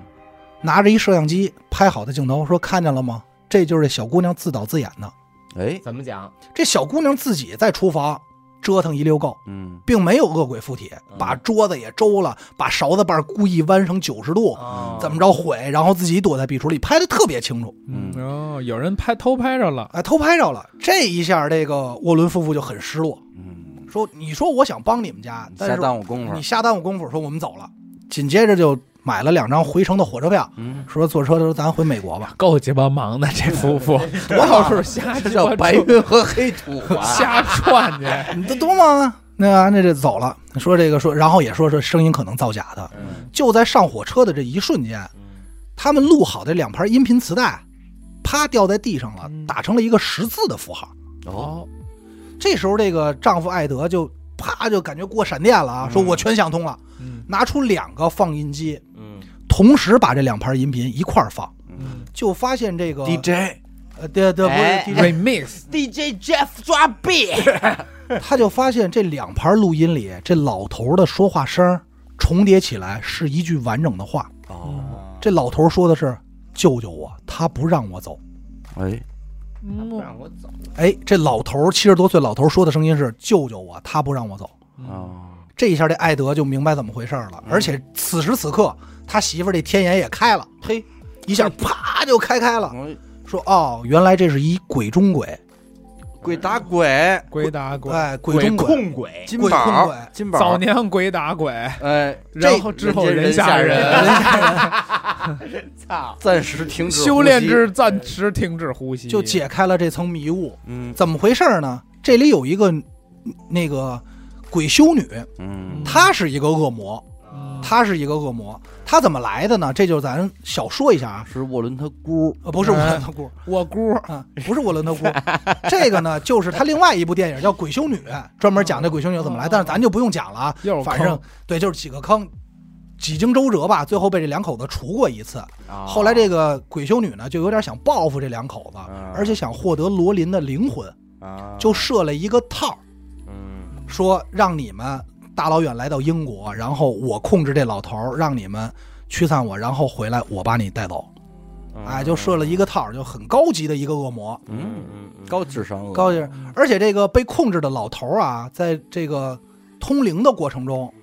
Speaker 2: 拿着一摄像机拍好的镜头，说看见了吗？这就是这小姑娘自导自演的。
Speaker 1: 哎，
Speaker 4: 怎么讲？
Speaker 2: 这小姑娘自己在厨房折腾一溜够，
Speaker 1: 嗯，
Speaker 2: 并没有恶鬼附体，把桌子也周了，把勺子把故意弯成九十度，
Speaker 4: 哦
Speaker 2: 怎么 着毁，然后自己躲在壁橱里拍的特别清楚，
Speaker 1: 嗯
Speaker 5: 哦，有人拍偷拍着了，
Speaker 2: 哎，偷拍着了。这一下，这个沃伦夫妇就很失落，
Speaker 1: 嗯，
Speaker 2: 说：“你说我想帮你们家，但
Speaker 1: 瞎
Speaker 2: 是
Speaker 1: 耽误功夫
Speaker 2: 你，瞎耽误功夫，说我们走了。紧接着就买了两张回程的火车票，
Speaker 1: 嗯，
Speaker 2: 说坐车的时候咱回美国吧。
Speaker 5: 够鸡巴忙的这夫 妇，
Speaker 2: 多忙
Speaker 5: 到
Speaker 2: 啊
Speaker 5: 处 瞎
Speaker 1: 这
Speaker 5: 鸡
Speaker 1: 叫
Speaker 5: 巴
Speaker 1: 白
Speaker 5: 转
Speaker 1: 云和黑土啊，
Speaker 5: 瞎转去，
Speaker 2: 你这多忙啊！那啊那这走了，说这个说，然后也说是声音可能造假的。
Speaker 1: 嗯
Speaker 2: 就在上火车的这一瞬间，他们录好的两盘音频磁带，啪掉在地上了，打成了一个十字的符号。
Speaker 1: 哦，
Speaker 2: 这时候，这个丈夫艾德就啪就感觉过闪电了
Speaker 1: 嗯
Speaker 2: 啊，说我全想通了，
Speaker 5: 嗯
Speaker 2: 拿出两个放音机，
Speaker 4: 嗯，
Speaker 2: 同时把这两盘音频一块儿放，
Speaker 1: 嗯
Speaker 2: 就发现这个
Speaker 1: ，DJ，
Speaker 2: 呃，对对，不是
Speaker 4: 哎
Speaker 2: DJ，
Speaker 5: ，remix，
Speaker 4: DJ Jeff 抓 B，
Speaker 2: 他就发现这两盘录音里，这老头的说话声儿重叠起来是一句完整的话。
Speaker 1: 哦，
Speaker 2: 这老头说的是：“救救我，他不让我走。
Speaker 1: 哎，
Speaker 4: 不
Speaker 5: 嗯
Speaker 4: 让我走。”
Speaker 2: 哎，这老头七十多岁老头说的声音是：“救救我，他不让我走。
Speaker 5: 嗯
Speaker 1: 哦，”
Speaker 2: 这一下，这艾德就明白怎么回事儿
Speaker 1: 嗯
Speaker 2: 了。而且此时此刻，他媳妇儿这天眼也开了，
Speaker 1: 嘿，
Speaker 2: 一下啪就开开了，
Speaker 1: 我
Speaker 2: 说：“哦，原来这是一鬼中鬼，
Speaker 1: 鬼打鬼，
Speaker 5: 鬼打鬼，
Speaker 2: 哎，鬼中鬼，
Speaker 4: 鬼，
Speaker 1: 金
Speaker 2: 鬼
Speaker 1: 宝
Speaker 2: 控鬼，
Speaker 1: 金宝，
Speaker 5: 早年鬼打鬼，
Speaker 1: 哎，
Speaker 5: 然后之后人吓人，
Speaker 4: 操！
Speaker 1: 暂时停止
Speaker 5: 修炼
Speaker 1: 之，
Speaker 5: 至暂时停止呼吸，
Speaker 2: 就解开了这层迷雾。”
Speaker 1: 嗯
Speaker 2: 怎么回事儿呢？这里有一个嗯那个鬼修女，
Speaker 1: 嗯
Speaker 2: 她是一个恶魔，
Speaker 5: 嗯，
Speaker 2: 她是一个恶魔，她怎么来的呢？这就咱小说一下啊，
Speaker 1: 是沃伦他姑，
Speaker 2: 呃，不是
Speaker 5: 嗯
Speaker 2: 沃伦特姑
Speaker 5: 我姑
Speaker 2: 啊，不是沃伦特姑，这个呢就是他另外一部电影叫《鬼修女》，专门讲这鬼修女怎么来，但是咱就不用讲了啊，
Speaker 3: 哦
Speaker 5: 又是
Speaker 2: 反正对，就是几个坑。几经周折吧，最后被这两口子除过一次。
Speaker 1: 啊
Speaker 2: 后
Speaker 4: 哦
Speaker 2: 来这个鬼修女呢，就有点想报复这两口子，
Speaker 4: 嗯
Speaker 1: 啊
Speaker 2: 而且想获得罗琳的灵魂，就设了一个套儿，
Speaker 4: 嗯，
Speaker 2: 说让你们大老远来到英国，然后我控制这老头儿，让你们驱散我，然后回来我把你带走。
Speaker 1: 啊
Speaker 4: 嗯
Speaker 2: 哎，就设了一个套儿，就很高级的一个恶魔，
Speaker 1: 嗯，
Speaker 4: 嗯
Speaker 1: 高智商恶，
Speaker 2: 高级。而且这个被控制的老头儿啊，在这个通灵的过程中，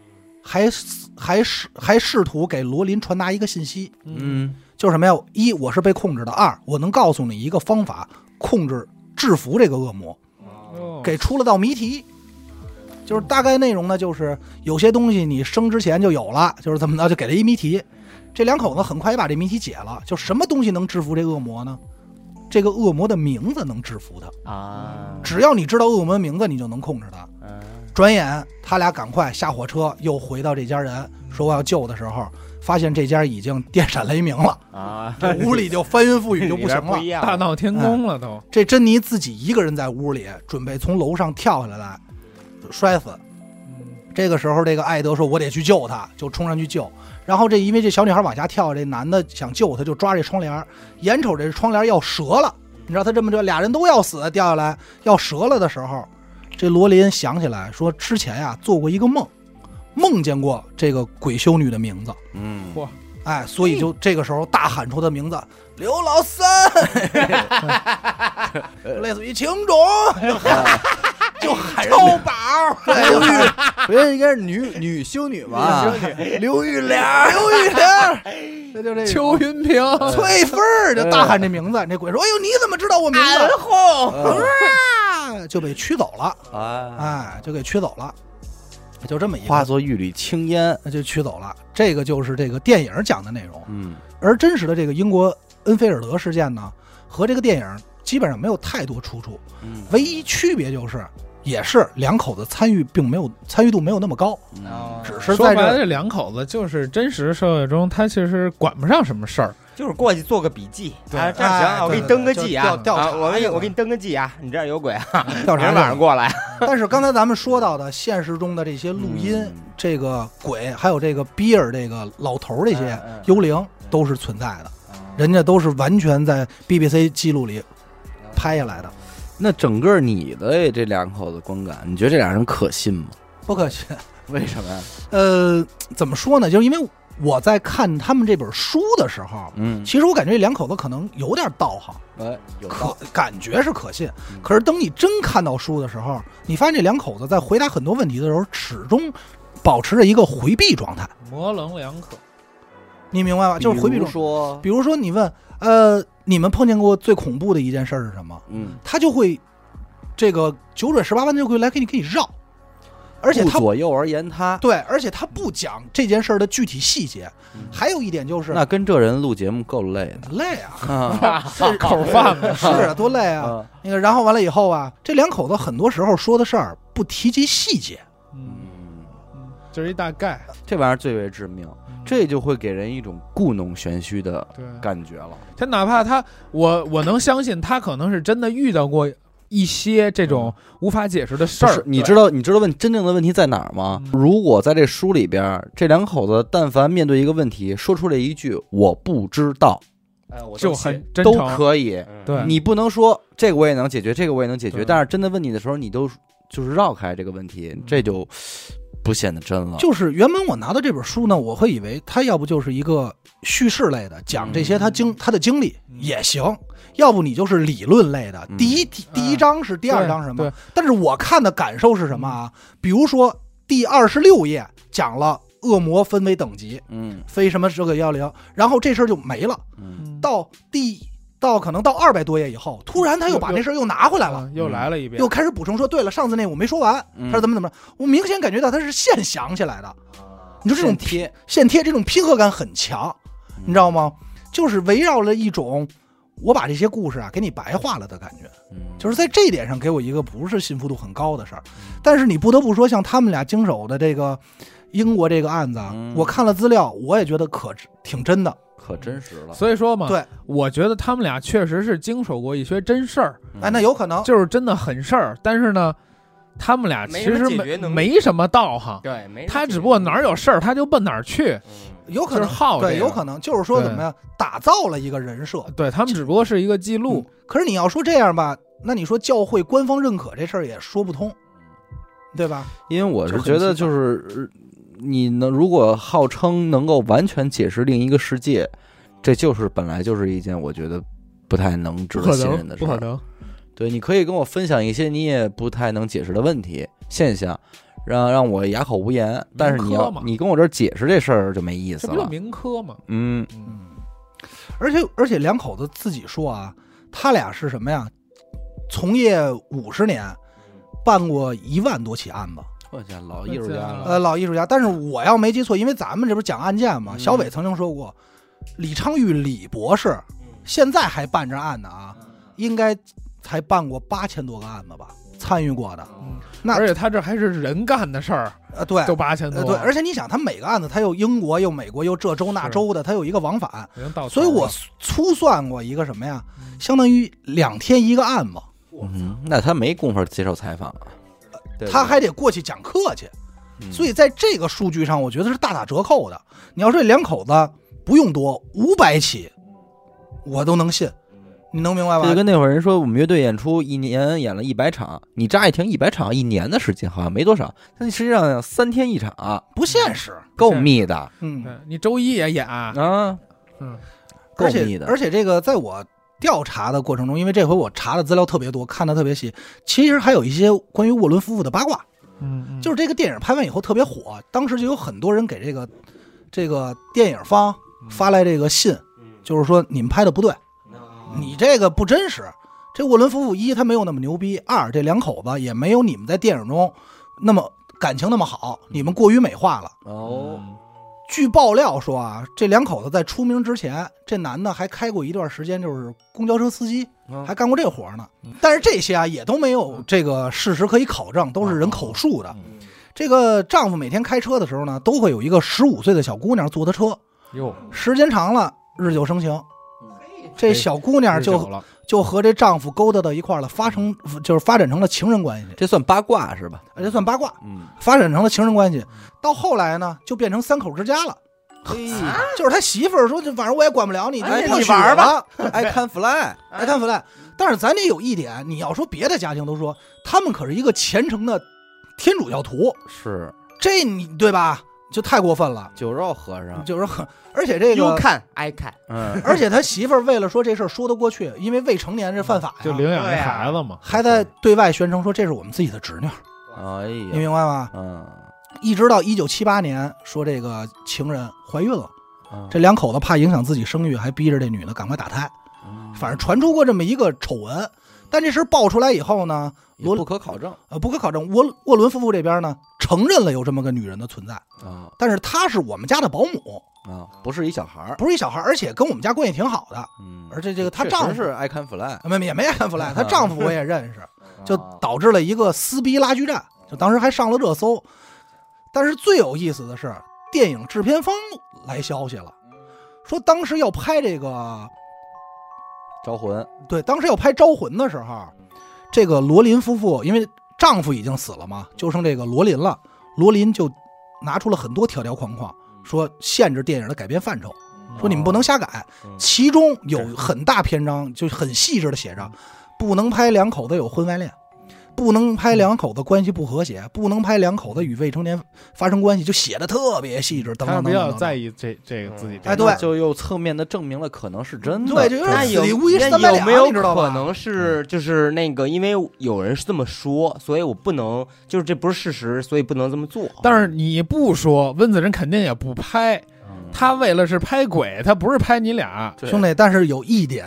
Speaker 2: 还还试还试图给罗琳传达一个信息，
Speaker 1: 嗯，
Speaker 2: 就是什么呀？一，我是被控制的；二，我能告诉你一个方法控制制服这个恶魔。
Speaker 5: 哦
Speaker 2: 给出了道谜题，就是大概内容呢，就是有些东西你生之前就有了，就是怎么着，就给了一谜题。这两口子很快也把这谜题解了，就什么东西能制服这恶魔呢？这个恶魔的名字能制服他，
Speaker 4: 啊，嗯
Speaker 2: 只要你知道恶魔的名字，你就能控制他。转眼他俩赶快下火车，又回到这家人，说我要救的时候，发现这家已经电闪雷鸣了，
Speaker 4: 啊，
Speaker 2: 这屋 里就翻云覆雨就不行了
Speaker 4: 不一。样，
Speaker 5: 大闹天宫了都，
Speaker 2: 这珍妮自己一个人在屋里，准备从楼上跳下来，摔死。这个时候，这个艾德说：“我得去救她，就冲上去救。然后这因为这小女孩往下跳，这男的想救她，就抓这窗帘儿，眼瞅这窗帘要折了，你知道他这么着，俩人都要死，掉下来要折了的时候，这罗琳想起来说，啊之前呀、做过一个梦，梦见过这个鬼修女的名字。
Speaker 1: 嗯，
Speaker 5: 嚯
Speaker 2: 哎，所以就这个时候大喊出他名字刘老三，就类似于情种，
Speaker 4: 啊 哎
Speaker 2: 就喊人名
Speaker 1: 刘玉，不是应该是女女修女吧？刘玉莲，
Speaker 2: 刘玉 莲、
Speaker 1: 那就这
Speaker 5: 邱嗯云 平，
Speaker 2: 翠芬儿，就大喊这名字。那鬼说：“哎呦，你怎么知道我名字
Speaker 4: 后，？”
Speaker 1: 哦
Speaker 2: 啊就被驱走了，
Speaker 1: 啊，
Speaker 2: 哎，就给驱走了，就这么一
Speaker 1: 化
Speaker 2: 个，
Speaker 1: 作玉缕青烟。
Speaker 2: 那就驱走了。这个就是这个电影讲的内容。
Speaker 1: 嗯，
Speaker 2: 而真实的这个英国恩菲尔德事件呢，和这个电影基本上没有太多出处，
Speaker 1: 嗯
Speaker 2: 唯一区别就是，也是两口子参与并没有参与度没有那么高，
Speaker 1: 嗯哦
Speaker 4: 哦
Speaker 2: 只是
Speaker 5: 说
Speaker 2: 在这
Speaker 5: 白了，
Speaker 2: 儿
Speaker 5: 这两口子就是真实社会中，他其实管不上什么事儿。
Speaker 4: 就是过去做个笔记，
Speaker 5: 对
Speaker 4: 啊，这样行
Speaker 2: 哎
Speaker 4: 啊，我给你
Speaker 2: 对
Speaker 4: 登个
Speaker 2: 对
Speaker 4: 记
Speaker 2: 就
Speaker 4: 啊
Speaker 2: 调，调查
Speaker 4: 啊我给你
Speaker 2: 这个
Speaker 4: 我给你登个记啊，你这儿有鬼啊，
Speaker 2: 调
Speaker 4: 明
Speaker 2: 查
Speaker 4: 儿晚上过来，
Speaker 2: 但是刚才咱们说到的现实中的这些录音，
Speaker 1: 嗯
Speaker 2: 这个鬼，还有这个比尔这个老头儿这
Speaker 1: 哎
Speaker 2: 些
Speaker 4: 嗯嗯
Speaker 2: 幽灵都是存在的，
Speaker 1: 嗯
Speaker 2: 人家都是完全在 BBC 记录里拍下来的，
Speaker 1: 那整个你的这两口子观感，你觉得这俩人可信吗？
Speaker 2: 不可信。
Speaker 1: 为什么呀？
Speaker 2: 呃，怎么说呢？就是因为我在看他们这本书的时候，
Speaker 1: 嗯，
Speaker 2: 其实我感觉这两口子可能有点道行，
Speaker 1: 哎，有嗯
Speaker 2: 可感觉是可信。可是等你真看到书的时候，你发现这两口子在回答很多问题的时候，始终保持着一个回避状态，
Speaker 5: 模棱两可，
Speaker 2: 你明白吧？就是回避
Speaker 1: 比
Speaker 2: 状
Speaker 1: 如
Speaker 2: 态。
Speaker 1: 说，
Speaker 2: 比如说你问，呃，你们碰见过最恐怖的一件事儿是什么？
Speaker 1: 嗯，
Speaker 2: 他就会这个九转十八弯地就会来给你给你绕，而且
Speaker 1: 顾
Speaker 2: 他
Speaker 1: 左右而言他，
Speaker 2: 对，而且他不讲这件事儿的具体细节。
Speaker 1: 嗯
Speaker 2: 还有一点就是，
Speaker 1: 那跟这人录节目够累 的。
Speaker 2: 累啊，
Speaker 1: 啊
Speaker 2: 是
Speaker 5: 口贩 子。
Speaker 2: 是啊，多累啊。
Speaker 1: 啊，
Speaker 2: 那个，然后完了以后啊，这两口子很多时候说的事儿不提及细节，
Speaker 5: 嗯，
Speaker 1: 嗯，
Speaker 5: 嗯就是一大概。
Speaker 1: 这玩意儿最为致命，
Speaker 5: 嗯
Speaker 1: 这就会给人一种故弄玄虚的
Speaker 5: 对，
Speaker 1: 感觉了。
Speaker 5: 他哪怕他，我我能相信他可能是真的遇到过一些这种无法解释的事
Speaker 1: 不
Speaker 5: 儿
Speaker 1: 是，。你知道你知道问真正的问题在哪儿吗？
Speaker 5: 嗯
Speaker 1: 如果在这书里边儿，这两口子但凡面对一个问题，说出来一句“我不知道
Speaker 4: 哎我”，
Speaker 5: 就很真
Speaker 1: 都
Speaker 5: 诚，
Speaker 1: 可以。
Speaker 5: 对
Speaker 1: 你不能说这个我也能解决，这个我也能解决，
Speaker 5: 对
Speaker 1: 但是真的问你的时候，你都就是绕开这个问题，这就不显得
Speaker 5: 啊
Speaker 1: 真了。
Speaker 2: 嗯就是原本我拿到这本书呢，我会以为他要不就是一个叙事类的，讲这些他经他的经历
Speaker 5: 嗯
Speaker 2: 也行；要不你就是理论类的，
Speaker 1: 嗯
Speaker 2: 第一第第一章是第
Speaker 5: 对
Speaker 2: 二章是什么
Speaker 5: 对？嗯
Speaker 2: 但是我看的感受是什么啊？比如说第二十六页讲了恶魔分为等级，
Speaker 1: 嗯
Speaker 2: 非什么这个幺零，然后这事儿就没了。
Speaker 1: 嗯，
Speaker 2: 到第到可能到二百多页以后，突然他又把这事儿又拿回来了。
Speaker 5: 嗯又来了一遍
Speaker 2: 又。开始补充说，对了，上次那我没说完，
Speaker 1: 嗯
Speaker 2: 他说怎么怎么着，我明显感觉到他是现想起来的。
Speaker 4: 嗯
Speaker 2: 你说这种
Speaker 1: 现贴，
Speaker 2: 现贴这种拼合感很强，
Speaker 1: 嗯
Speaker 2: 你知道吗？就是围绕了一种我把这些故事啊给你白化了的感觉，
Speaker 1: 嗯
Speaker 2: 就是在这一点上给我一个不是信服度很高的事儿。
Speaker 5: 嗯
Speaker 2: 但是你不得不说，像他们俩经手的这个英国这个案子啊
Speaker 1: 嗯，
Speaker 2: 我看了资料，我也觉得可挺真的。
Speaker 1: 可真实了。
Speaker 5: 所以说嘛，
Speaker 2: 对，
Speaker 5: 我觉得他们俩确实是经手过一些真事儿，
Speaker 1: 嗯
Speaker 2: 哎，那有可能
Speaker 5: 就是真的很事儿。但是呢，他们俩其
Speaker 4: 没什
Speaker 5: 实
Speaker 4: 么解
Speaker 5: 没
Speaker 4: 决能力
Speaker 5: 没什么道行，
Speaker 4: 对，嗯没
Speaker 5: 他只不过哪儿
Speaker 4: 有，
Speaker 5: 有事儿他就奔哪儿去，
Speaker 2: 有可
Speaker 5: 就是
Speaker 2: 能
Speaker 5: 好
Speaker 2: 对，
Speaker 5: 这个嗯
Speaker 2: 有可能就是说怎么样打造了一个人设。
Speaker 5: 对他们只不过是一个记录，
Speaker 2: 可是你要说这样吧，那你说教会官方认可这事儿也说不通，
Speaker 5: 嗯
Speaker 2: 对吧？
Speaker 1: 因为我
Speaker 2: 就是很
Speaker 1: 觉得，
Speaker 2: 奇
Speaker 1: 就是呃你能如果号称能够完全解释另一个世界，这就是本来就是一件我觉得不太能值
Speaker 5: 不
Speaker 1: 得
Speaker 5: 可
Speaker 1: 信任
Speaker 5: 能，
Speaker 1: 的事
Speaker 5: 不可
Speaker 1: 儿。
Speaker 5: 能。
Speaker 1: 对，你可以跟我分享一些你也不太能解释的问题现象，让让我哑口无言。但是你
Speaker 5: 科
Speaker 1: 要
Speaker 5: 嘛
Speaker 1: 你跟我这儿解释这事儿就没意思
Speaker 5: 这不就
Speaker 1: 了。
Speaker 5: 民科吗？
Speaker 1: 嗯，
Speaker 5: 嗯，
Speaker 2: 而且而且两口子自己说啊，他俩是什么呀？从业五十年，办过一万多起案子，
Speaker 1: 我家老
Speaker 5: 艺术家了
Speaker 2: 呃，老艺术家。但是我要没记错，因为咱们这不是讲案件嘛，
Speaker 1: 嗯
Speaker 2: 小伟曾经说过，李昌钰李博士现在还办着案呢啊，应该才办过八千多个案子吧，参与过的。那
Speaker 5: 而且他这还是人干的事儿，
Speaker 2: 呃，对，
Speaker 5: 就八千多，啊
Speaker 2: 呃对，而且你想，他每个案子他又英国又美国又这州那
Speaker 5: 是
Speaker 2: 州的，他有一个往返，
Speaker 5: 已
Speaker 1: 哦
Speaker 5: 经到头了，
Speaker 2: 所以我粗算过一个什么呀，相当于两天一个案子。
Speaker 1: 嗯，那他没工夫接受采访，对
Speaker 2: 他还得过去讲课去，
Speaker 1: 嗯
Speaker 2: 所以在这个数据上，我觉得是大打折扣的。你要说这两口子不用多，五百起，我都能信。你能明白
Speaker 1: 这就
Speaker 2: 吧？
Speaker 1: 跟那会儿人说，我们乐队演出一年演了一百场，你乍一听一百场一年的时间好像没多少，但实际上三天一场
Speaker 2: 不现实，
Speaker 1: 够密的
Speaker 2: 嗯，
Speaker 5: 嗯你周一也演，
Speaker 1: 啊，
Speaker 5: 嗯，
Speaker 1: 够密
Speaker 2: 而且
Speaker 1: 的，
Speaker 2: 而且这个在我调查的过程中，因为这回我查的资料特别多，看的特别细，其实还有一些关于沃伦夫妇的八卦，
Speaker 5: 嗯
Speaker 2: 就是这个电影拍完以后特别火，当时就有很多人给这个这个电影方
Speaker 5: 嗯
Speaker 2: 发来这个信，就是说你们拍的不对，
Speaker 4: 嗯
Speaker 2: 你这个不真实。这沃伦夫妇一他没有那么牛逼，二这两口子也没有你们在电影中那么感情那么好，你们过于美化了。
Speaker 1: 哦，
Speaker 2: 据爆料说啊，这两口子在出名之前，这男的还开过一段时间就是公交车司机，
Speaker 1: 嗯
Speaker 2: 还干过这活儿呢。但是这些啊也都没有这个事实可以考证，都是人口述
Speaker 4: 嗯
Speaker 2: 的。这个丈夫每天开车的时候呢，都会有一个十五岁的小姑娘坐他车，
Speaker 5: 哟，
Speaker 2: 时间长了日久生情，这小姑娘
Speaker 5: 日久
Speaker 2: 就
Speaker 5: 了，
Speaker 2: 就和这丈夫勾搭到一块儿了，发生就是发展成了情人关系，
Speaker 1: 这算八卦是吧？
Speaker 2: 这算八卦，
Speaker 1: 嗯，
Speaker 2: 发展成了情人关系。到后来呢，就变成三口之家了。就是他媳妇儿说，就反正我也管不了你，
Speaker 1: 哎
Speaker 2: 就不
Speaker 1: 你
Speaker 2: 许哎
Speaker 1: 玩
Speaker 2: 吧，
Speaker 1: 爱看 fly，
Speaker 2: 爱看不来。但是咱得有一点，你要说别的家庭都说他们可是一个虔诚的天主教徒，
Speaker 1: 是
Speaker 2: 这你对吧？就太过分了。
Speaker 1: 酒肉和尚，
Speaker 2: 就是说，而且这
Speaker 4: You
Speaker 2: 个，
Speaker 4: can, I can，
Speaker 1: 嗯，
Speaker 2: 而且他媳妇儿为了说这事儿说得过去，因为未成年这犯
Speaker 3: 嗯
Speaker 2: 哎法呀，
Speaker 5: 就领养
Speaker 4: 对
Speaker 5: 这
Speaker 4: 啊
Speaker 5: 孩子嘛，
Speaker 2: 还在对外宣称说这是我们自己的侄女，
Speaker 1: 哎
Speaker 2: 你
Speaker 1: 呀，
Speaker 2: 明白吗？
Speaker 1: 嗯
Speaker 2: 一直到一九七八年，说这个情人怀孕了，
Speaker 1: 嗯，
Speaker 2: 这两口子怕影响自己声誉，还逼着这女的赶快打胎。
Speaker 1: 嗯
Speaker 2: 反正传出过这么一个丑闻，但这事儿爆出来以后呢，
Speaker 1: 也不可考证
Speaker 2: 呃，不可考证。沃沃伦夫妇这边呢，承认了有这么个女人的存在，
Speaker 1: 啊
Speaker 2: 但是她是我们家的保姆，
Speaker 1: 啊，不是一小孩儿，
Speaker 2: 不是一小孩，而且跟我们家关系挺好的。
Speaker 1: 嗯，
Speaker 2: 而且这个她
Speaker 1: 确实
Speaker 2: 丈夫
Speaker 1: 是爱看 fly，
Speaker 2: 没没也没安抚来，她丈夫我也认识，就
Speaker 1: 啊
Speaker 2: 导致了一个撕逼拉锯战，就当时还上了热搜。但是最有意思的是，电影制片方来消息了，说当时要拍这个，
Speaker 1: 招魂，
Speaker 2: 对，当时要拍《招魂》的时候，这个罗琳夫妇因为丈夫已经死了嘛，就剩这个罗琳了，罗琳就拿出了很多条条框框，说限制电影的改编范畴，说你们不能瞎改，
Speaker 1: 嗯
Speaker 2: 其中有很大篇章就很细致的写着，不能拍两口子有婚外恋，不能拍两口子关系不和谐，不能拍两口子与未成年发生关系，就写的特别细致。等
Speaker 5: 他
Speaker 2: 等
Speaker 5: 比
Speaker 2: 等
Speaker 5: 较
Speaker 2: 等
Speaker 5: 在
Speaker 2: 等，
Speaker 5: 意这这个自己这个。
Speaker 2: 哎对
Speaker 1: 就又侧面的证明了可能是真的，
Speaker 2: 对，这有
Speaker 4: 那
Speaker 2: 点
Speaker 4: 嗯哎有
Speaker 2: 死里无疑三百
Speaker 4: 那有
Speaker 2: 两，
Speaker 4: 没有
Speaker 2: 啊你知道
Speaker 4: 可
Speaker 2: 吧？
Speaker 4: 能是就是那个，因为有人是这么说，所以我不能，就是这不是事实，所以不能这么做。
Speaker 5: 但是你不说，温子仁肯定也不拍。
Speaker 1: 嗯
Speaker 5: 他为了是拍鬼，他不是拍你俩。
Speaker 1: 对
Speaker 2: 兄弟，但是有一点，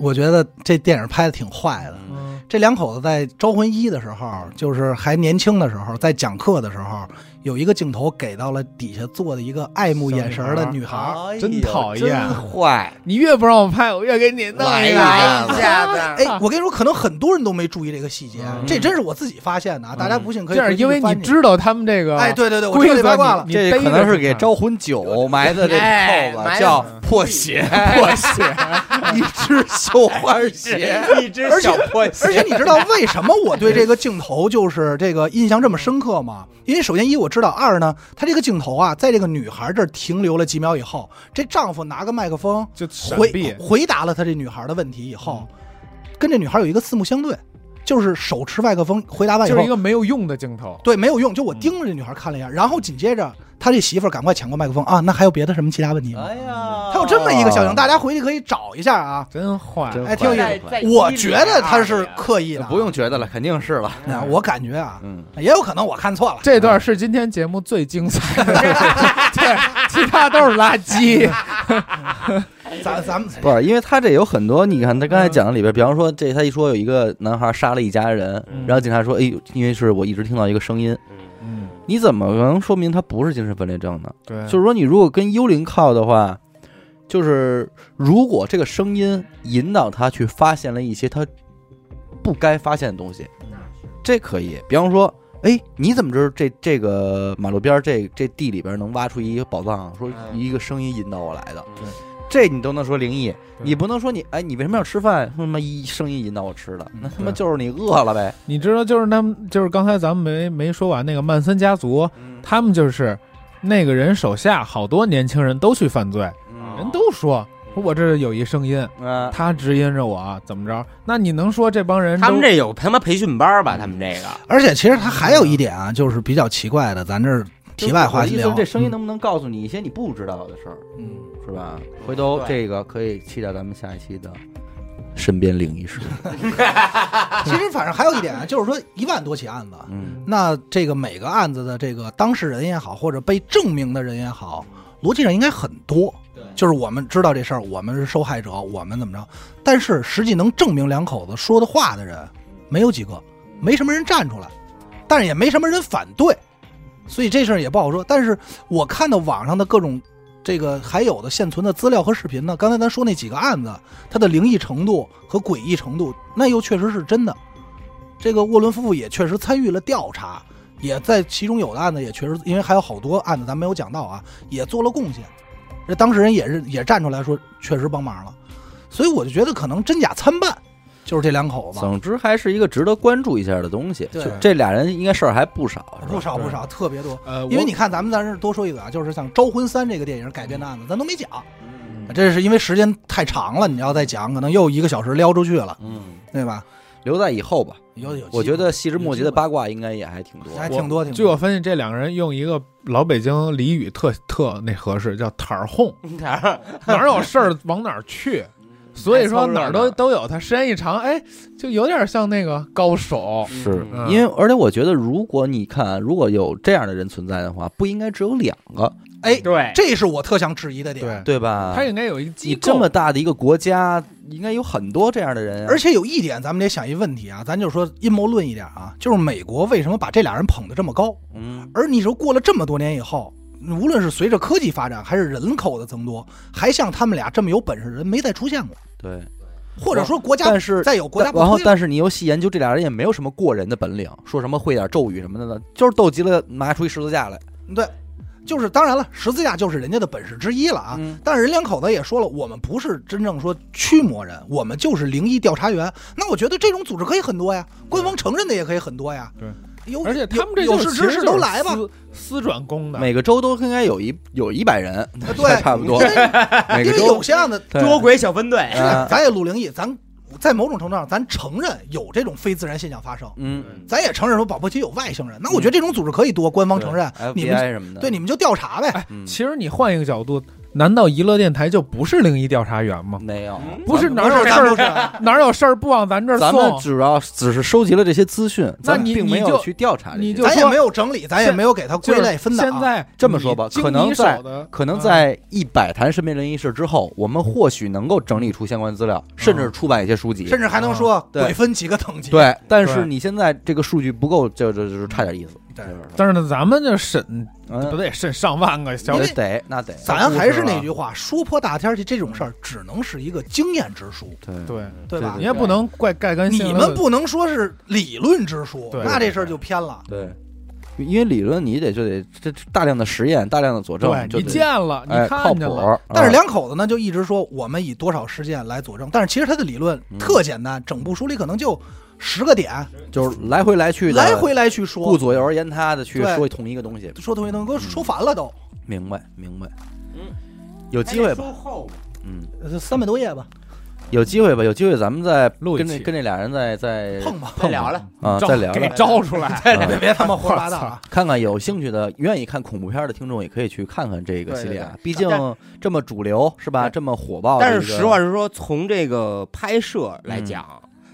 Speaker 2: 我觉得这电影拍的挺坏的。
Speaker 1: 嗯
Speaker 5: 嗯，
Speaker 2: 这两口子在《招魂一》的时候，就是还年轻的时候，在讲课的时候，有一个镜头给到了底下坐的一个爱慕眼神的女孩儿。
Speaker 1: 哎呦
Speaker 5: 真讨厌
Speaker 1: 真
Speaker 4: 坏，
Speaker 5: 你越不让我拍，我越给你弄一个。
Speaker 4: 来一下子，
Speaker 2: 哎，我跟你说，可能很多人都没注意这个细节，
Speaker 5: 嗯
Speaker 2: 这真是我自己发现的啊！大家不信可以
Speaker 5: 这样，
Speaker 2: 回去
Speaker 5: 因为你
Speaker 2: 翻去
Speaker 5: 知道他们这个
Speaker 2: 哎，对对对，我
Speaker 5: 规
Speaker 2: 知
Speaker 5: 则
Speaker 2: 道这八卦
Speaker 5: 你
Speaker 2: 了。
Speaker 1: 这
Speaker 5: 你逮
Speaker 1: 可
Speaker 5: 着
Speaker 1: 能是
Speaker 5: 去
Speaker 1: 给
Speaker 5: 看
Speaker 1: 招魂酒埋的这
Speaker 4: 哎
Speaker 1: 扣
Speaker 4: 埋
Speaker 1: 子，
Speaker 4: 的
Speaker 1: 叫破鞋， 破鞋，一只绣花鞋，
Speaker 4: 一只小 破
Speaker 2: 而且你知道为什么我对这个镜头就是这个印象这么深刻吗？因为首先一我知道，二呢，他这个镜头啊，在这个女孩这儿停留了几秒以后，这丈夫拿个麦克风
Speaker 5: 就闪
Speaker 2: 回
Speaker 5: 避。
Speaker 2: 回答了他这女孩的问题以后，跟这女孩有一个四目相对，就是手持麦克风回答完以
Speaker 5: 就
Speaker 2: 后
Speaker 5: 是一，个没有用的镜头，
Speaker 2: 对，没有用。就
Speaker 1: 嗯
Speaker 2: 我盯着这女孩看了一眼，然后紧接着他这媳妇儿赶快抢过麦克风啊！那还有别的什么其他问题吗？
Speaker 1: 哎呀，哦
Speaker 2: 他有这么一个效应，大家回去可以找一下啊。
Speaker 5: 真坏。
Speaker 1: 真
Speaker 2: 哎挺有意啊思
Speaker 1: 坏真坏
Speaker 2: 我觉得他是
Speaker 1: 啊
Speaker 2: 刻意的，
Speaker 1: 不用觉得了，肯定是了，
Speaker 2: 啊。我感觉啊，
Speaker 1: 嗯，
Speaker 2: 也有可能我看错了。
Speaker 5: 这段是今天节目最精彩的，对，其他都是垃圾。
Speaker 2: 咱咱们
Speaker 1: 不是，因为他这有很多，你看他刚才讲的里边，比方说这他一说有一个男孩杀了一家人，然后警察说，哎呦，因为是我一直听到一个声音，
Speaker 5: 嗯，
Speaker 1: 你怎么能说明他不是精神分裂症呢？
Speaker 4: 嗯
Speaker 5: 对，
Speaker 1: 就是说，你如果跟幽灵靠的话，就是如果这个声音引导他去发现了一些他不该发现的东西，这可以。比方说，哎，你怎么知道这这个马路边儿这这地里边能挖出一个宝藏？说
Speaker 4: 嗯
Speaker 1: 一个声音引导我来的
Speaker 4: 对，
Speaker 1: 这你都能说灵异。你不能说你哎，你为什么要吃饭？说他妈一声音引导我吃
Speaker 4: 嗯
Speaker 1: 的，那他妈
Speaker 5: 对
Speaker 1: 就是你饿了呗。
Speaker 5: 你知道，就是他们，就是刚才咱们没没说完那个曼森家族，他们就是那个人手下好多年轻人都去犯罪，人都说说我这有一声音，
Speaker 1: 嗯，
Speaker 5: 他指引着我怎么着？那你能说这帮人
Speaker 4: 他们
Speaker 5: 都
Speaker 4: 这有他妈培训班儿吧？他们这个
Speaker 2: 而且其实他还有一点啊，就是比较奇怪的，咱这儿题外话
Speaker 1: 我的意思
Speaker 2: 聊
Speaker 1: 嗯是，这声音能不能告诉你一些你不知道的事儿，
Speaker 2: 嗯
Speaker 1: 是吧？回头
Speaker 4: 对
Speaker 1: 这个可以期待咱们下一期的身边灵异事。
Speaker 2: 其实反正还有一点 啊，就是说一万多起案子，
Speaker 1: 嗯，
Speaker 2: 那这个每个案子的这个当事人也好，或者被证明的人也好，逻辑上应该很多。就是我们知道这事儿，我们是受害者，我们怎么着？但是实际能证明两口子说的话的人没有几个，没什么人站出来，但是也没什么人反对，所以这事儿也不好说。但是我看到网上的各种这个还有的现存的资料和视频呢，刚才咱说那几个案子，它的灵异程度和诡异程度，那又确实是真的。这个沃伦夫妇也确实参与了调查，也在其中有的案子也确实，因为还有好多案子咱没有讲到啊，也做了贡献。这当事人也是也站出来说，确实帮忙了，所以我就觉得可能真假参半，就是这两口子，
Speaker 1: 总之还是一个值得关注一下的东西。
Speaker 2: 对
Speaker 1: 就这俩人应该事儿还不少，是吧
Speaker 2: 不少不少，特别多。
Speaker 5: 呃，
Speaker 2: 因为
Speaker 5: 我
Speaker 2: 你看，咱们咱是多说一嘴啊，就是像《招魂三》这个电影改编的案子，咱都没讲，
Speaker 1: 嗯
Speaker 2: 这是因为时间太长了，你要再讲，可能又一个小时撩出去了，
Speaker 1: 嗯，
Speaker 2: 对吧？
Speaker 1: 留在以后吧。
Speaker 2: 有有，
Speaker 1: 我觉得细枝末节的
Speaker 2: 有机会
Speaker 1: 八卦应该也还挺多。
Speaker 2: 还挺多，挺
Speaker 5: 据我
Speaker 2: 多。
Speaker 5: 分析，这两个人用一个老北京俚语特特那合适，叫“摊儿哄”，
Speaker 4: 哎
Speaker 5: 哪儿有事儿往哪儿去。所以说哪儿都都有他，时间一长，哎，就有点像那个高手，
Speaker 1: 是
Speaker 5: 嗯
Speaker 1: 因为，而且我觉得，如果你看啊，如果有这样的人存在的话，不应该只有两个，
Speaker 2: 哎，
Speaker 4: 对，
Speaker 2: 这是我特想质疑的点。
Speaker 5: 对，
Speaker 1: 对吧？
Speaker 5: 他应该有一
Speaker 1: 啊你
Speaker 5: 机
Speaker 1: 这
Speaker 5: 构
Speaker 1: 么大的一个国家，应该有很多这样的人啊、
Speaker 2: 而且有一点，咱们得想一问题啊，咱就说阴谋论一点啊，就是美国为什么把这俩人捧得这么高？
Speaker 1: 嗯，
Speaker 2: 而你说过了这么多年以后，无论是随着科技发展，还是人口的增多，还像他们俩这么有本事的人没再出现过，
Speaker 1: 对。
Speaker 2: 或者说国家
Speaker 1: 但是
Speaker 2: 再有国家不
Speaker 1: 然后
Speaker 2: 推，了，
Speaker 1: 但是你又细研究，这俩人也没有什么过人的本领，说什么会点咒语什么的呢，就是斗急了拿出一十字架来
Speaker 2: 嗯对，就是当然了，十字架就是人家的本事之一了啊。
Speaker 1: 嗯
Speaker 2: 但是人两口子也说了，我们不是真正说驱魔人，我们就是灵异调查员。那我觉得这种组织可以很多呀，官方承认的也可以很多呀。
Speaker 5: 对。
Speaker 2: 有
Speaker 5: 而且他们这
Speaker 2: 有
Speaker 5: 就
Speaker 2: 有
Speaker 5: 是
Speaker 2: 识之士都来吧，，
Speaker 5: 私转工的，
Speaker 1: 每个州都应该有一有一百人，
Speaker 2: 啊 对
Speaker 1: 差不多
Speaker 2: 因。为
Speaker 1: 每个
Speaker 2: 因为
Speaker 1: 州
Speaker 2: 有些案子
Speaker 1: 对
Speaker 4: 捉鬼小分队，
Speaker 2: 是
Speaker 1: 啊，
Speaker 2: 咱也录灵异，咱在某种程度上，咱承认有这种非自然现象发生，
Speaker 1: 嗯，
Speaker 2: 咱也承认说保不齐有外星人。那我觉得这种组织可以多，官方承认，你们
Speaker 1: FBI 什么的，
Speaker 2: 对你们就调查呗。
Speaker 1: 嗯
Speaker 5: 其实你换一个角度，难道娱乐电台就不是灵异调查员吗？
Speaker 1: 没有，
Speaker 4: 嗯
Speaker 5: 不是
Speaker 1: 咱
Speaker 5: 哪有事
Speaker 2: 咱不是
Speaker 5: 儿，哪有事儿不往咱这儿
Speaker 1: 咱们
Speaker 5: 送？
Speaker 1: 主要只是收集了这些资讯，
Speaker 5: 那
Speaker 1: 咱们
Speaker 5: 你
Speaker 1: 并没
Speaker 5: 你就
Speaker 1: 有去调查这
Speaker 5: 你
Speaker 1: 些。
Speaker 5: 就
Speaker 2: 咱也
Speaker 5: 说
Speaker 2: 没有整理，咱也没有给它
Speaker 5: 就
Speaker 2: 归
Speaker 5: 是
Speaker 2: 类分档。啊
Speaker 5: 现在
Speaker 1: 这么说吧
Speaker 5: 你经
Speaker 1: 可能
Speaker 5: 你手
Speaker 1: 在
Speaker 5: 的
Speaker 1: 可能
Speaker 5: 嗯
Speaker 1: 在一百谈身边灵异事之后，我们或许能够整理出相关资料，甚至出版一些书籍。
Speaker 2: 嗯甚至还能说
Speaker 1: 啊对
Speaker 2: 鬼分几个等级。
Speaker 1: 对，但是
Speaker 5: 对
Speaker 1: 你现在这个数据不够，就就就差点意思。
Speaker 2: 对
Speaker 1: 就是说
Speaker 5: 但是呢，咱们这审不
Speaker 1: 嗯，
Speaker 5: 得审上万个小
Speaker 2: 因
Speaker 1: 得
Speaker 2: 为
Speaker 1: 得那得
Speaker 2: 咱还是那句话，说破大天儿去这种事儿，只能是一个经验之书，
Speaker 1: 对
Speaker 5: 对，
Speaker 2: 对吧
Speaker 5: 你？也不能怪盖棺
Speaker 2: 你
Speaker 5: 性
Speaker 2: 们不能说是理论之书，
Speaker 5: 对
Speaker 2: 那这事儿就偏了。
Speaker 1: 对，因为理论你得就得这这大量的实验，大量的佐证
Speaker 5: 对，
Speaker 1: 就
Speaker 5: 你
Speaker 1: 得
Speaker 5: 见了，你
Speaker 1: 哎靠
Speaker 5: 看
Speaker 1: 谱
Speaker 5: 见了，。
Speaker 2: 但是
Speaker 1: 啊
Speaker 2: 两口子呢，就一直说我们以多少事件来佐证，但是其实他的理论
Speaker 1: 嗯
Speaker 2: 特简单，整部书里可能就十个点，
Speaker 1: 就是来回来去的
Speaker 2: 来回来去
Speaker 1: 顾
Speaker 2: 说，
Speaker 1: 左嗯右而言他的去
Speaker 2: 对
Speaker 1: 说同一个东西，
Speaker 2: 说同学能给我说烦了都，
Speaker 1: 明白明白。
Speaker 4: 嗯，哎
Speaker 1: 有机会吧，
Speaker 4: 吧，
Speaker 1: 嗯，
Speaker 2: 呃三百多页吧，
Speaker 1: 有机会吧，有机会咱们再
Speaker 5: 录一
Speaker 1: 跟那
Speaker 5: 期
Speaker 1: 跟这俩人再再
Speaker 2: 碰吧，
Speaker 4: 再聊了，
Speaker 1: 啊
Speaker 5: 招
Speaker 1: 再聊
Speaker 5: 给
Speaker 1: 聊，
Speaker 5: 招出 来，
Speaker 1: 啊
Speaker 2: 别别他妈胡说八道啊！
Speaker 1: 看看有兴趣的、愿意看恐怖片的听众，也可以去看看这个系列啊。毕竟这么主流是吧？
Speaker 4: 但
Speaker 1: 这么火爆的一个，
Speaker 4: 但
Speaker 1: 嗯
Speaker 4: 是实话实说，从这个拍摄来讲，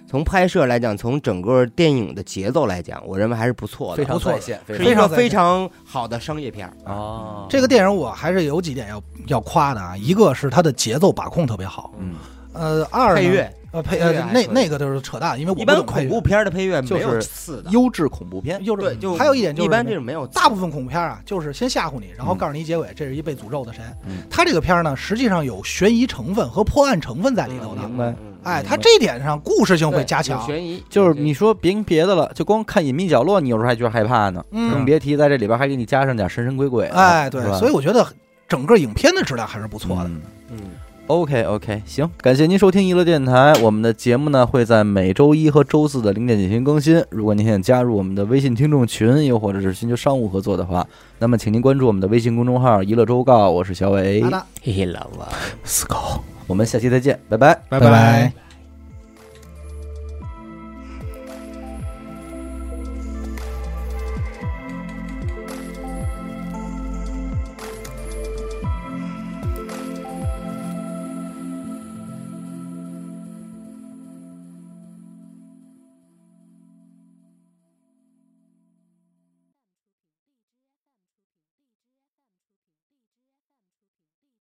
Speaker 4: 从拍摄来讲，从整个电影的节奏来讲，我认为还是不错
Speaker 1: 非
Speaker 4: 的，
Speaker 1: 常
Speaker 2: 不错
Speaker 1: 在线，
Speaker 4: 是
Speaker 1: 非
Speaker 4: 一
Speaker 1: 常
Speaker 4: 个非常好的商业片儿。
Speaker 1: 哦，
Speaker 2: 这个电影我还是有几点要要夸的啊，一个是它的节奏把控特别好，
Speaker 1: 嗯，
Speaker 2: 呃，二呢
Speaker 4: 配乐，
Speaker 2: 呃配
Speaker 4: 配乐
Speaker 2: 呃
Speaker 4: 还
Speaker 2: 那
Speaker 4: 可以
Speaker 2: 那个就是扯淡，因为我
Speaker 4: 一
Speaker 2: 不
Speaker 4: 般
Speaker 2: 懂
Speaker 4: 恐
Speaker 2: 配
Speaker 4: 怖
Speaker 2: 乐，
Speaker 4: 片的配乐
Speaker 1: 就
Speaker 4: 没
Speaker 1: 是
Speaker 4: 有次的，
Speaker 1: 优质恐怖片，
Speaker 2: 又
Speaker 4: 对，就
Speaker 2: 还有一点就是
Speaker 4: 一般
Speaker 2: 什么
Speaker 4: 这是没有
Speaker 2: 大部分恐怖片啊，就是先吓唬你，然后
Speaker 1: 嗯
Speaker 2: 告诉你一结尾，这是一被诅咒的谁
Speaker 1: 嗯。
Speaker 2: 他这个片儿呢，实际上有悬疑成分和破案成分在里头
Speaker 4: 嗯
Speaker 2: 的。
Speaker 1: 明白
Speaker 2: 哎，他这点上故事性会加强。
Speaker 4: 悬疑，
Speaker 1: 就是你说别别的了，就光看隐秘角落，你有时候还觉得害怕呢，更
Speaker 2: 嗯，
Speaker 1: 别提在这里边还给你加上点神神鬼鬼的。
Speaker 2: 哎，对
Speaker 1: 是，吧
Speaker 2: 所以我觉得整个影片的质量还是不错的。
Speaker 1: 嗯
Speaker 4: 嗯，
Speaker 1: OK OK，行，感谢您收听娱乐电台。我们的节目呢会在每周一和周四的零点进行更新。如果您想加入我们的微信听众群，又或者是寻求商务合作的话，那么请您关注我们的微信公众号“娱乐周告”。我是小伟
Speaker 2: 好，的，
Speaker 4: 嘿嘿，老王。
Speaker 5: 死狗。
Speaker 7: 我们下期再见，拜拜。
Speaker 1: 拜
Speaker 3: 拜拜